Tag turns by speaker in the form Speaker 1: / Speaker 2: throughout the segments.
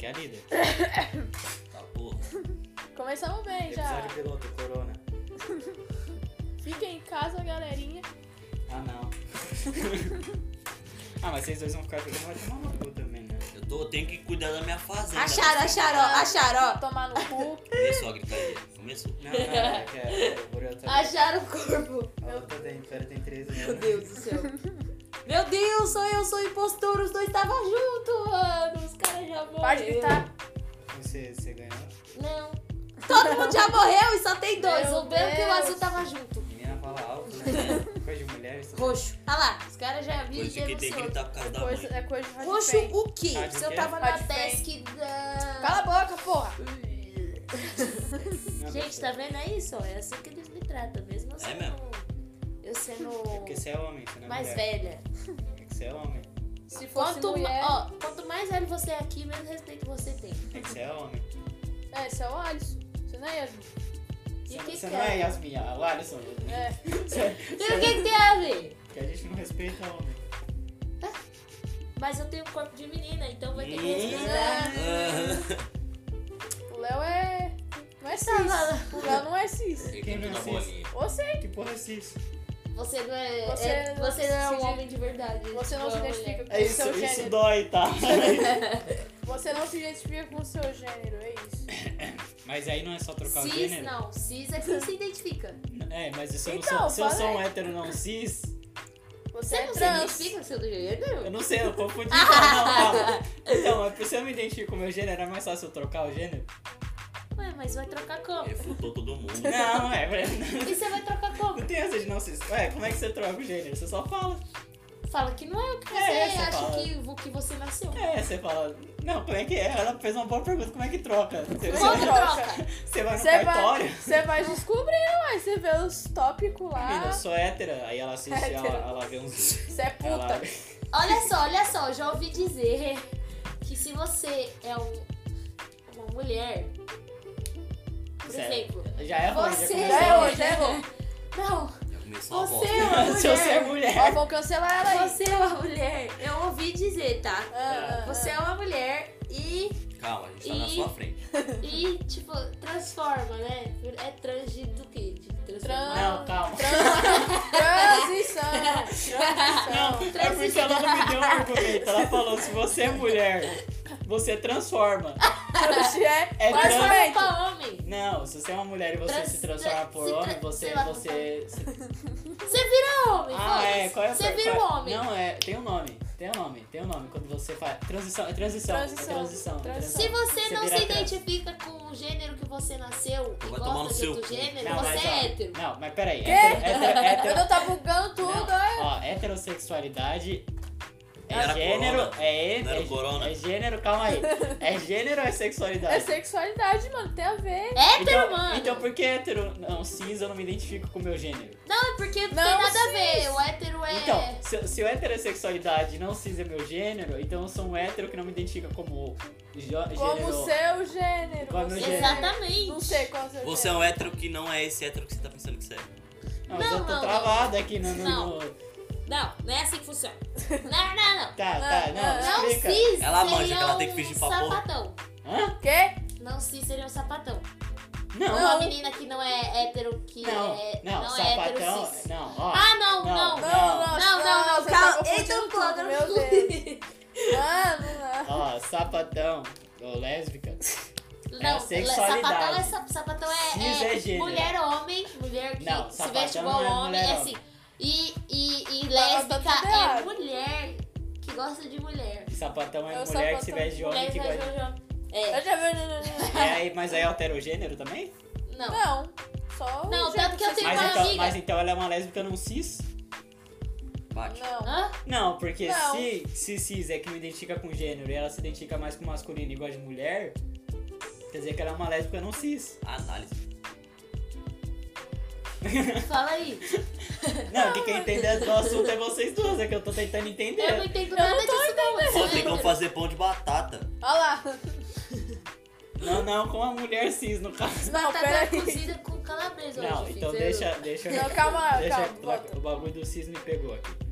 Speaker 1: né, líder?
Speaker 2: É,
Speaker 1: tá porra.
Speaker 3: Começamos bem já.
Speaker 1: Episódio piloto, né? corona.
Speaker 3: Fiquem em casa, galerinha.
Speaker 1: Ah, não. ah, mas vocês dois vão ficar jogando, vai tomar no cu também, né?
Speaker 4: Eu tô, tenho que cuidar da minha fazenda. né?
Speaker 2: Acharam, acharam, ó, acharam, ó.
Speaker 3: Tomar no cu.
Speaker 4: Começou a gritaria. Começou.
Speaker 1: Não, não, é que é, o Borel tá...
Speaker 2: Acharam o corpo.
Speaker 1: A outra tem, pera, tem 13 anos. né?
Speaker 2: Meu Deus do céu. Meu Deus, sou eu, sou o impostor. Os dois estavam juntos, mano. Os caras já morreram.
Speaker 3: Para de gritar.
Speaker 1: Você, você ganhou?
Speaker 2: Não. Todo mundo já morreu e só tem dois.
Speaker 3: Meu
Speaker 2: o branco e o
Speaker 3: Deus.
Speaker 2: azul tava junto.
Speaker 1: Menina fala alto, né? Coisa de mulher, isso.
Speaker 2: Roxo. Olha lá, os caras já viram e
Speaker 4: Coisa que
Speaker 2: teve
Speaker 4: tem que
Speaker 2: outro.
Speaker 4: gritar por causa da
Speaker 3: Coisa,
Speaker 4: mãe.
Speaker 3: é coisa de rádio
Speaker 2: Roxo
Speaker 3: bem.
Speaker 2: o quê?
Speaker 1: Rádio
Speaker 2: Se eu
Speaker 1: quê?
Speaker 2: tava na
Speaker 3: Rádio bem.
Speaker 2: desk da...
Speaker 3: Cala a boca, porra.
Speaker 1: Não,
Speaker 2: Gente,
Speaker 1: você-
Speaker 2: tá vendo? É isso, ó. É assim que eles me tratam, mesmo assim.
Speaker 4: É mesmo?
Speaker 2: Eu sendo
Speaker 1: É porque você é homem, você não é
Speaker 2: mais
Speaker 1: mulher.
Speaker 2: velha.
Speaker 1: É que você é homem.
Speaker 3: Se fosse
Speaker 2: Quanto, ma-
Speaker 3: mulher...
Speaker 2: ó, quanto mais velho você é aqui, menos respeito você tem.
Speaker 1: É que você é homem.
Speaker 3: É, esse é o Alisson. Você não é Yasmin.
Speaker 2: E o que
Speaker 1: Você
Speaker 2: que
Speaker 1: não é né?
Speaker 2: é?
Speaker 1: Yasmin, a Larissa.
Speaker 3: É.
Speaker 2: E o que que tem a ver?
Speaker 1: Que né? a gente não respeita homem.
Speaker 2: Mas eu tenho um corpo de menina, então vai ter que
Speaker 4: Menina.
Speaker 2: respeitar.
Speaker 4: Ah,
Speaker 3: é. O Léo é... Não é cis.
Speaker 2: Tá,
Speaker 3: O Léo não é cis.
Speaker 4: Ele
Speaker 1: Quem
Speaker 4: cantou
Speaker 1: não
Speaker 4: na
Speaker 1: assiste?
Speaker 4: bolinha.
Speaker 3: Você,
Speaker 1: Que porra é isso?
Speaker 2: Você não é.
Speaker 3: Você
Speaker 2: é-
Speaker 3: não
Speaker 2: você não é um
Speaker 3: se-
Speaker 2: homem de verdade.
Speaker 3: você não
Speaker 2: Tipo,
Speaker 3: se
Speaker 2: é uma
Speaker 3: identifica
Speaker 2: mulher.
Speaker 3: com
Speaker 1: É
Speaker 3: o
Speaker 1: isso,
Speaker 3: seu
Speaker 1: isso
Speaker 3: gênero.
Speaker 1: dói, tá?
Speaker 3: Você não se identifica com o seu gênero, é isso.
Speaker 1: Mas aí não é só trocar o
Speaker 2: Cis,
Speaker 1: gênero?
Speaker 2: não. Cis é quem se identifica.
Speaker 1: É, mas se eu,
Speaker 3: Então,
Speaker 1: não sou, se eu
Speaker 3: fala
Speaker 1: sou um hétero não cis,
Speaker 3: Você
Speaker 2: Você
Speaker 3: é
Speaker 2: não se
Speaker 3: trans.
Speaker 2: identifica com seu
Speaker 1: eu
Speaker 2: gênero?
Speaker 1: não sei, eu confundi. não, calma. Então, mas por se eu me identifico com o meu gênero, é mais fácil eu trocar o gênero?
Speaker 2: Ué, mas vai trocar
Speaker 1: É.
Speaker 2: como?
Speaker 4: Refutou todo mundo. né?
Speaker 1: Não, é, mas
Speaker 2: E você vai trocar como?
Speaker 1: não tem essa de não cis. Ué, como é que você troca o gênero? Você só fala.
Speaker 2: Fala que não é o que você
Speaker 1: É, você
Speaker 2: acha
Speaker 1: fala.
Speaker 2: que, o que você nasceu.
Speaker 1: É, você fala. Não, como é que é? Ela fez uma boa pergunta, como é que troca? Você,
Speaker 2: Como
Speaker 1: você,
Speaker 2: troca?
Speaker 1: você vai no
Speaker 3: Você vai,
Speaker 1: cartório?
Speaker 3: você vai descobrindo, mas você vê os tópicos
Speaker 1: Menina,
Speaker 3: lá.
Speaker 1: eu sou hétera, aí ela assiste, ela,
Speaker 3: Hétero.
Speaker 1: ela vê uns.
Speaker 3: Você é
Speaker 1: Ela...
Speaker 3: puta.
Speaker 2: Olha só, olha só, eu já ouvi dizer que se você é um, uma mulher, por
Speaker 1: Sério?
Speaker 2: exemplo,
Speaker 1: Já é ruim,
Speaker 2: você
Speaker 1: já
Speaker 3: Já
Speaker 1: começou.
Speaker 3: errou, já errou.
Speaker 2: não,
Speaker 4: Já começou a
Speaker 2: você
Speaker 4: volta.
Speaker 2: é uma
Speaker 1: Se eu ser
Speaker 2: mulher,
Speaker 3: Ó,
Speaker 1: mulher.
Speaker 3: vão cancelar ela aí.
Speaker 2: você é uma mulher, eu ouvi dizer, tá?
Speaker 3: Ah,
Speaker 2: Você é uma mulher e,
Speaker 4: Calma, a gente tá na
Speaker 2: E-
Speaker 4: sua frente.
Speaker 2: e tipo, transforma, né? É trans de, do quê? De transformar?
Speaker 1: Não, calma.
Speaker 3: Transição. Transição.
Speaker 1: É porque ela não me deu um argumento. Ela falou: se você é mulher, você transforma.
Speaker 3: Você é,
Speaker 1: É
Speaker 3: mais
Speaker 1: trans-
Speaker 2: Transforma
Speaker 3: feito.
Speaker 2: pra homem.
Speaker 1: Não, se você é uma mulher e você
Speaker 2: Trans-
Speaker 1: se transforma
Speaker 2: tra-
Speaker 1: por
Speaker 2: se tra-
Speaker 1: homem, você.
Speaker 2: sei lá como
Speaker 1: você se-
Speaker 2: Você vira homem,
Speaker 1: Ah,
Speaker 2: foda-se.
Speaker 1: é. Qual é
Speaker 2: Você
Speaker 1: qual-
Speaker 2: vira um
Speaker 1: qual-
Speaker 2: homem.
Speaker 1: Não, é. Tem um nome. Tem um nome. Tem um nome. Quando você faz. Transição. É transição.
Speaker 3: Transição.
Speaker 1: É transição. é
Speaker 3: Transição.
Speaker 2: Se você
Speaker 1: Você
Speaker 2: não
Speaker 1: vira
Speaker 2: se
Speaker 1: trans.
Speaker 2: identifica com o gênero que você nasceu e
Speaker 4: Vai tomar no
Speaker 2: gosta de
Speaker 4: seu
Speaker 2: outro
Speaker 4: cu.
Speaker 2: gênero,
Speaker 1: Não,
Speaker 2: você
Speaker 1: mas,
Speaker 2: é
Speaker 1: ó,
Speaker 2: hétero.
Speaker 1: Não, mas peraí. Hétero, hétero,
Speaker 3: Eu
Speaker 2: É
Speaker 1: hétero,
Speaker 3: não tá bugando tudo, é.
Speaker 1: Ó, heterossexualidade é
Speaker 4: Era
Speaker 1: gênero,
Speaker 4: corona.
Speaker 1: é,
Speaker 4: Não era
Speaker 1: é,
Speaker 4: corona.
Speaker 1: é gênero, calma aí. É gênero ou é sexualidade?
Speaker 3: É sexualidade, mano. Tem a ver.
Speaker 2: Hétero,
Speaker 1: então,
Speaker 2: mano.
Speaker 1: então por que hétero? Não, cis eu não me identifico com o meu gênero.
Speaker 2: Não, é porque não,
Speaker 3: Não,
Speaker 2: tem nada a
Speaker 3: cis.
Speaker 2: ver. O hétero é.
Speaker 1: Então, se, se o heterossexualidade não cis é meu gênero, então eu sou um hétero que não me identifica como jo-
Speaker 3: Como
Speaker 1: gênero.
Speaker 3: o seu gênero.
Speaker 2: é
Speaker 1: Como
Speaker 3: você-
Speaker 1: gênero.
Speaker 2: Exatamente.
Speaker 3: Não sei qual é o seu
Speaker 4: Você é um hétero que não é esse hétero que você tá pensando que você é.
Speaker 1: Não, mas eu
Speaker 2: Não,
Speaker 1: tô
Speaker 2: não,
Speaker 1: travado aqui no, Tá, no-
Speaker 2: Não.
Speaker 1: no-
Speaker 2: Não, não é assim que funciona. Não, não, não.
Speaker 1: Tá, tá, não,
Speaker 2: Não
Speaker 1: explica.
Speaker 2: cis
Speaker 4: Ela
Speaker 2: seria
Speaker 4: manja que ela tem que
Speaker 2: um
Speaker 4: fingir pra porra.
Speaker 2: sapatão.
Speaker 1: Hã?
Speaker 3: Quê?
Speaker 2: Não cis seria um sapatão.
Speaker 1: Não,
Speaker 2: Uma menina que não é hétero, que
Speaker 1: não,
Speaker 2: é.
Speaker 1: não,
Speaker 2: é
Speaker 1: sapatão,
Speaker 2: hétero cis.
Speaker 1: não, ó.
Speaker 2: Ah, não,
Speaker 1: Não,
Speaker 3: Não,
Speaker 2: não.
Speaker 3: não,
Speaker 2: Não, não, não,
Speaker 3: você
Speaker 2: calma.
Speaker 3: tá confundindo
Speaker 2: Então,
Speaker 3: tudo,
Speaker 2: quando-
Speaker 3: Meu Deus. Mano,
Speaker 1: Ó, sapatão, ou lésbica.
Speaker 2: Não,
Speaker 1: É sexualidade.
Speaker 2: sapatão é, sa- sapatão
Speaker 1: Cis
Speaker 2: é,
Speaker 1: é
Speaker 2: é
Speaker 1: gênero.
Speaker 2: mulher, homem, mulher que
Speaker 1: Não,
Speaker 2: se
Speaker 1: sapatão
Speaker 2: veste igual
Speaker 1: não é
Speaker 2: homem,
Speaker 1: mulher, homem.
Speaker 2: é assim. E, e, e
Speaker 3: Tá, tá
Speaker 2: lésbica
Speaker 3: tudo
Speaker 2: é
Speaker 3: errado.
Speaker 2: mulher que gosta de mulher.
Speaker 1: E sapatão é mulher
Speaker 3: É o
Speaker 1: que se
Speaker 3: sapatão.
Speaker 1: veste de homem
Speaker 2: Mulher
Speaker 1: que
Speaker 2: que
Speaker 1: gosta
Speaker 2: gosta
Speaker 1: de...
Speaker 2: de homem.
Speaker 3: eu
Speaker 2: É,
Speaker 3: já vi.
Speaker 1: É, aí, mas aí altera o gênero também?
Speaker 2: não.
Speaker 3: Não. Só o jeito
Speaker 2: Não, tanto que eu
Speaker 3: você
Speaker 2: tenho
Speaker 1: Mas
Speaker 2: uma
Speaker 3: fala.
Speaker 1: então,
Speaker 2: amiga.
Speaker 1: mas então ela é uma lésbica não cis?
Speaker 4: Bate.
Speaker 3: Não.
Speaker 2: Hã?
Speaker 1: Não, porque
Speaker 3: Não.
Speaker 1: Se, se cis é que não identifica com gênero e ela se identifica mais com masculino e gosta de mulher, quer dizer que ela é uma lésbica não cis.
Speaker 4: Análise.
Speaker 2: Fala aí.
Speaker 1: Não, o que quer entender do assunto é vocês duas, é que eu tô tentando
Speaker 2: Eu não
Speaker 1: entender.
Speaker 2: entendo
Speaker 3: não
Speaker 2: nada
Speaker 3: tô
Speaker 2: disso não. mas-
Speaker 4: Pô, tem como fazer pão de batata.
Speaker 3: Olha lá.
Speaker 1: Não, não, com a mulher cis, no caso.
Speaker 3: Não,
Speaker 2: Batata
Speaker 3: peraí.
Speaker 2: tá cozida com calabresa hoje,
Speaker 1: Não,
Speaker 2: filho.
Speaker 1: então
Speaker 2: Eu- assim,
Speaker 1: deixa, deixa eu...
Speaker 3: Não, calma lá,
Speaker 1: deixa eu-
Speaker 3: calma. Volta.
Speaker 1: o bagulho do cis me pegou aqui.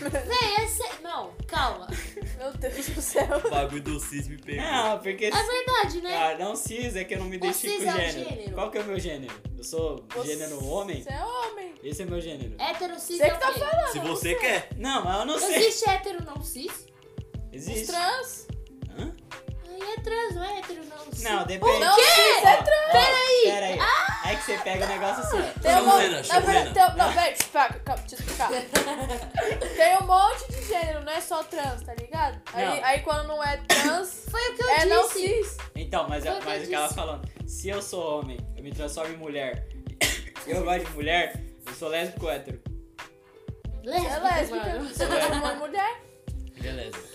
Speaker 2: Véi, esse... Não, é calma.
Speaker 3: Meu Deus do céu.
Speaker 4: O bagulho do cis me pegou.
Speaker 1: Não, porque.
Speaker 2: É verdade, né?
Speaker 1: Ah, não cis é que eu não me identifico
Speaker 2: cis
Speaker 1: com
Speaker 2: é um
Speaker 1: gênero.
Speaker 2: gênero.
Speaker 1: Qual que é o meu gênero? Eu sou gênero homem?
Speaker 3: Você é homem.
Speaker 1: Esse é meu gênero.
Speaker 2: Hétero, cis
Speaker 3: Você
Speaker 2: é
Speaker 3: que
Speaker 2: o
Speaker 3: tá
Speaker 2: quê?
Speaker 3: falando.
Speaker 4: Se
Speaker 3: eu não
Speaker 4: você
Speaker 3: sei.
Speaker 4: quer.
Speaker 1: Não, mas eu não sei.
Speaker 2: Existe hétero não cis?
Speaker 3: Os
Speaker 1: Existe.
Speaker 3: trans.
Speaker 1: Hã?
Speaker 2: Aí é trans, não é hétero não cis.
Speaker 1: Não, depende.
Speaker 3: Não, cis é trans. Ah!
Speaker 1: Peraí! Peraí. Aí que você pega o negócio assim.
Speaker 3: Tem um
Speaker 4: Chama o
Speaker 3: monte.
Speaker 4: Renan,
Speaker 3: na
Speaker 4: chama o
Speaker 3: verdade, tem- um- Não, pera, explica, calma, deixa eu explicar. Tem um monte de gênero, não é só trans, tá ligado? Aí,
Speaker 1: Não.
Speaker 3: aí quando não é trans,
Speaker 2: Foi o que eu
Speaker 3: é não
Speaker 2: disse.
Speaker 3: cis.
Speaker 1: Então, mas,
Speaker 2: Foi o que
Speaker 1: mas
Speaker 2: eu
Speaker 1: o que ela
Speaker 2: disse.
Speaker 1: falando, se eu sou homem, eu me transformo em mulher, eu gosto de mulher, eu sou lésbico hétero.
Speaker 3: É
Speaker 2: Lésbica,
Speaker 3: lésbica.
Speaker 2: mano.
Speaker 3: Você transformou em mulher.
Speaker 1: Beleza.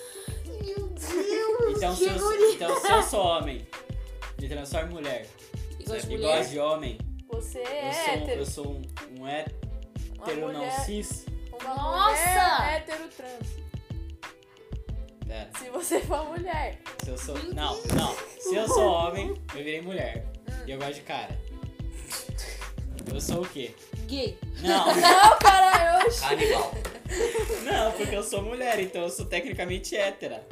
Speaker 2: Meu Deus,
Speaker 1: Então se,
Speaker 2: que
Speaker 1: eu,
Speaker 2: guria.
Speaker 1: então, se eu sou homem, me transformo em mulher
Speaker 2: E gosto de
Speaker 1: e
Speaker 2: mulher?
Speaker 1: gosto de homem,
Speaker 3: Você
Speaker 1: eu
Speaker 3: é
Speaker 1: sou,
Speaker 3: hétero.
Speaker 1: eu sou um, um hétero
Speaker 3: Uma
Speaker 1: não
Speaker 3: mulher-
Speaker 1: cis.
Speaker 3: Uma
Speaker 2: Nossa!
Speaker 3: mulher hétero trans.
Speaker 1: É,
Speaker 3: Se você for mulher.
Speaker 1: se eu sou. Não, não. Se eu sou homem, eu virei mulher.
Speaker 3: Hum.
Speaker 1: E eu gosto de cara. Eu sou o quê?
Speaker 2: Gay.
Speaker 1: Não,
Speaker 3: Não, caralho, oxi.
Speaker 4: Canibal.
Speaker 1: não, porque eu sou mulher, então eu sou tecnicamente hétera.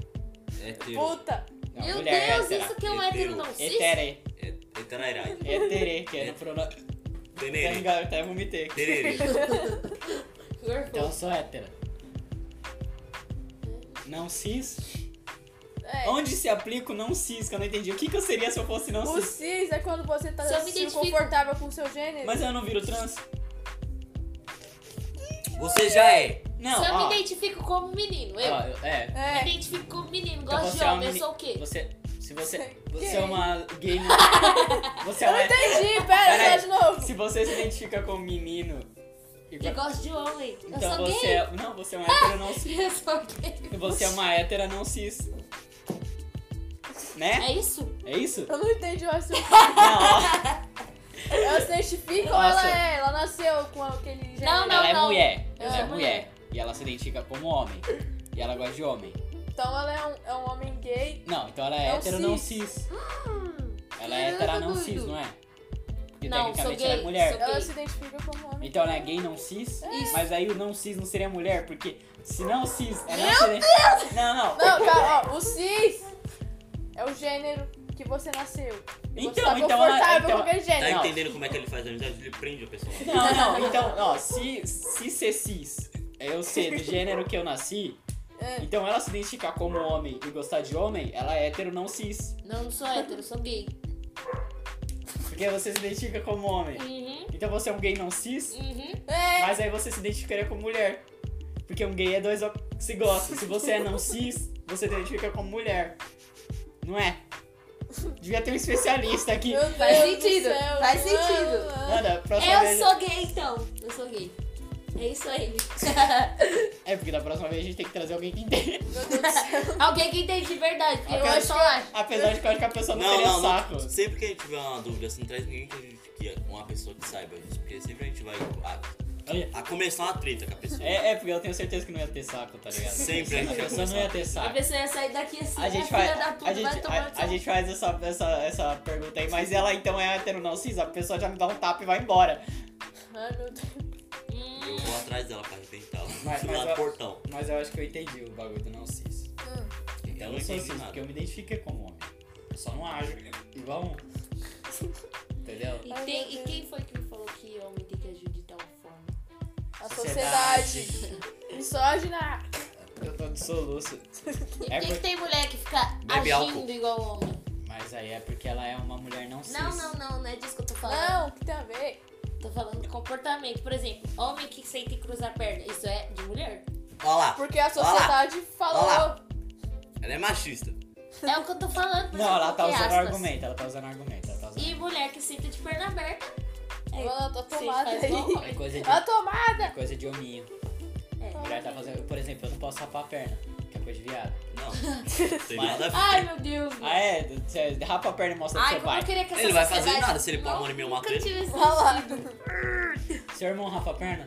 Speaker 4: Hétero.
Speaker 3: Puta.
Speaker 1: Não,
Speaker 2: Meu
Speaker 1: mulher
Speaker 2: Deus,
Speaker 1: hétera.
Speaker 2: isso que é um
Speaker 4: Hetero.
Speaker 2: hétero não cis?
Speaker 1: Hetere.
Speaker 4: é, Heterairai.
Speaker 1: Hetere, que é no pronome. Tá
Speaker 4: Tererê.
Speaker 1: enganado, até vomitei.
Speaker 4: Tererê.
Speaker 1: Então eu sou hétera. Não cis?
Speaker 3: É.
Speaker 1: Onde se aplica o não cis? Que eu não entendi. O que, que eu seria se eu fosse não
Speaker 3: O
Speaker 1: cis?
Speaker 3: cis é quando você tá
Speaker 2: Se eu me
Speaker 3: se
Speaker 2: identifico-
Speaker 3: confortável com o seu gênero.
Speaker 1: Mas é eu não viro trans?
Speaker 4: Você já é.
Speaker 1: Não,
Speaker 2: Se eu
Speaker 1: ó,
Speaker 2: me identifico como menino, eu
Speaker 1: ó, eu- é.
Speaker 2: me
Speaker 3: É.
Speaker 2: identifico como menino,
Speaker 1: Então
Speaker 2: gosto
Speaker 1: você
Speaker 2: de
Speaker 1: é uma
Speaker 2: homem, eu
Speaker 1: meni-
Speaker 2: sou o quê?
Speaker 1: Você, se você,
Speaker 3: Gay.
Speaker 1: você é uma gay... você é
Speaker 3: Eu não
Speaker 1: uma...
Speaker 3: entendi, pera,
Speaker 1: Peraí.
Speaker 3: faz de novo.
Speaker 1: Se você se identifica como menino... e
Speaker 2: E
Speaker 1: go-
Speaker 2: gosto de homem, eu
Speaker 1: Então
Speaker 2: sou
Speaker 1: você
Speaker 2: gay.
Speaker 1: é... Não, você é uma hétero não cis.
Speaker 2: Eu sou gay.
Speaker 1: E Você é uma hétera não cis. Né?
Speaker 2: É isso?
Speaker 1: É isso?
Speaker 3: Eu não entendi o assunto.
Speaker 1: Não, ó.
Speaker 3: Ela se identifica ou
Speaker 1: Nossa.
Speaker 3: ela é? Ela nasceu com aquele né? gênero?
Speaker 2: Não, não.
Speaker 1: ela é mulher. Ela é
Speaker 2: sou
Speaker 1: mulher. E ela se identifica como homem. E ela gosta de homem.
Speaker 3: Então ela é um, é um homem gay.
Speaker 1: Não, então ela é
Speaker 3: Não
Speaker 1: hétero não
Speaker 3: cis.
Speaker 1: cis. Ela é hétero não cis, não é? Porque
Speaker 2: Ah! Não, sou
Speaker 1: tecnicamente
Speaker 2: gay,
Speaker 1: ela é mulher.
Speaker 2: sou-
Speaker 3: Ela
Speaker 2: Gay.
Speaker 3: se identifica como homem.
Speaker 1: Então ela é gay não cis.
Speaker 2: Isso.
Speaker 1: Mas aí o não cis não seria mulher, porque se não cis é não Meu Deus! Não, não.
Speaker 3: Não, cara, ó, o cis é o gênero que você nasceu. E você
Speaker 1: Então,
Speaker 3: tá
Speaker 1: então ela-
Speaker 3: confortável
Speaker 1: então-
Speaker 3: com aquele
Speaker 4: Tá
Speaker 3: gênero.
Speaker 1: Não.
Speaker 4: entendendo como é que ele faz a amizade? Ele prende o pessoal.
Speaker 1: Não, não. Então, ó, se, se ser cis é eu ser do gênero que eu nasci,
Speaker 3: É.
Speaker 1: então ela se identificar como homem e gostar de homem, ela é hétero não cis.
Speaker 2: Não, não sou hétero, sou gay.
Speaker 1: Porque você se identifica como homem.
Speaker 2: Uhum,
Speaker 1: Então você é um gay não cis?
Speaker 2: uhum.
Speaker 3: É,
Speaker 1: Mas aí você se identificaria como mulher. Porque um gay é dois homens que se gostam. Se você é não cis, você se identifica como mulher. Não é? Devia ter um especialista aqui.
Speaker 3: meu Deus
Speaker 2: Faz
Speaker 3: do
Speaker 2: sentido,
Speaker 3: céu,
Speaker 2: faz
Speaker 3: mano.
Speaker 2: sentido.
Speaker 1: Nada, próxima
Speaker 2: Eu
Speaker 1: vez.
Speaker 2: sou gay então. Eu sou gay. É isso aí.
Speaker 1: É, porque da próxima vez a gente tem que trazer alguém que entende.
Speaker 3: Meu Deus do céu.
Speaker 2: Alguém que entende de verdade, porque eu
Speaker 1: Acho
Speaker 2: acho só acho.
Speaker 1: Apesar de que eu acho que a pessoa não,
Speaker 4: Não,
Speaker 1: teria
Speaker 4: não,
Speaker 1: saco.
Speaker 4: não. Sempre que a gente tiver uma dúvida, assim, não traz ninguém que, a gente, que uma pessoa que saiba disso. Porque sempre a gente vai a, a começar uma treta com a pessoa.
Speaker 1: É, é, porque eu tenho certeza que não ia ter saco, tá ligado?
Speaker 4: Sempre a
Speaker 1: A
Speaker 4: gente vai
Speaker 1: pessoa não ia
Speaker 4: começar.
Speaker 1: ter
Speaker 2: A
Speaker 1: saco.
Speaker 2: pessoa ia sair daqui assim,
Speaker 1: A gente,
Speaker 2: é filha
Speaker 1: faz,
Speaker 2: da puta,
Speaker 1: a,
Speaker 2: vai
Speaker 1: gente,
Speaker 2: tomar
Speaker 1: a, a gente faz essa, essa, essa pergunta aí, mas ela então é hétero não cis, a pessoa já me dá um tapa e vai embora.
Speaker 3: Ai, meu Deus.
Speaker 4: Eu vou atrás dela pra arrebentar ela.
Speaker 1: Mas- mas
Speaker 4: lá
Speaker 1: eu-
Speaker 4: no portão.
Speaker 1: Mas eu acho que eu entendi o bagulho do não cis.
Speaker 2: Hum.
Speaker 4: Então
Speaker 1: Eu
Speaker 4: eu
Speaker 1: não
Speaker 4: não
Speaker 1: sou
Speaker 4: entendi
Speaker 1: cis, porque eu
Speaker 4: nada.
Speaker 1: me identifiquei como homem. Eu só não ajo igual um. Entendeu?
Speaker 2: E,
Speaker 3: Ai,
Speaker 2: tem-
Speaker 3: meu
Speaker 2: e
Speaker 3: Deus.
Speaker 2: quem foi que falou que homem tem que ajudar o fome?
Speaker 3: A
Speaker 1: Sociedade.
Speaker 3: sociedade. Misógina.
Speaker 1: Eu tô de soluço.
Speaker 2: E
Speaker 1: É
Speaker 2: quem que
Speaker 1: por-
Speaker 2: tem mulher que fica
Speaker 4: Bebe
Speaker 2: agindo
Speaker 4: álcool.
Speaker 2: igual homem?
Speaker 1: Mas aí é porque ela é uma mulher não cis.
Speaker 2: Não, não, não, não é disso que eu tô falando.
Speaker 3: Não, que tem a ver?
Speaker 2: Tô falando de comportamento. Por exemplo, homem que sente e cruza a perna. Isso é de mulher?
Speaker 4: Olha lá,
Speaker 3: Porque a sociedade falou.
Speaker 4: Olha ela é machista.
Speaker 2: É o que eu tô falando. por
Speaker 1: Não, ela tá
Speaker 2: entre
Speaker 1: usando
Speaker 2: aspas.
Speaker 1: argumento, ela tá usando argumento, ela tá usando.
Speaker 2: E mulher que senta de perna aberta. É,
Speaker 3: Ela tá
Speaker 2: vocês
Speaker 3: tomada
Speaker 2: fazem igual
Speaker 3: aí.
Speaker 2: homem.
Speaker 1: É coisa de,
Speaker 3: A tomada!
Speaker 1: é coisa de hominho.
Speaker 2: É.
Speaker 1: Mulher tá fazendo. Por exemplo, eu não posso rapar a perna, que é coisa de viado.
Speaker 4: Não. Tem nada a
Speaker 2: Ai,
Speaker 4: ver.
Speaker 2: meu Deus. mano.
Speaker 1: Ah, é? Você rapa a perna e mostra pro
Speaker 2: Uhum. Ai,
Speaker 1: seu
Speaker 2: como
Speaker 1: pai.
Speaker 2: eu queria que essa
Speaker 4: Ele vai fazer
Speaker 2: sociedade-
Speaker 4: nada se ele pôr a
Speaker 2: Não,
Speaker 4: mão em mim, eu mato
Speaker 2: nunca
Speaker 4: ele.
Speaker 2: tive esse
Speaker 3: Olha lá.
Speaker 2: sentido.
Speaker 1: Seu irmão rapa a perna?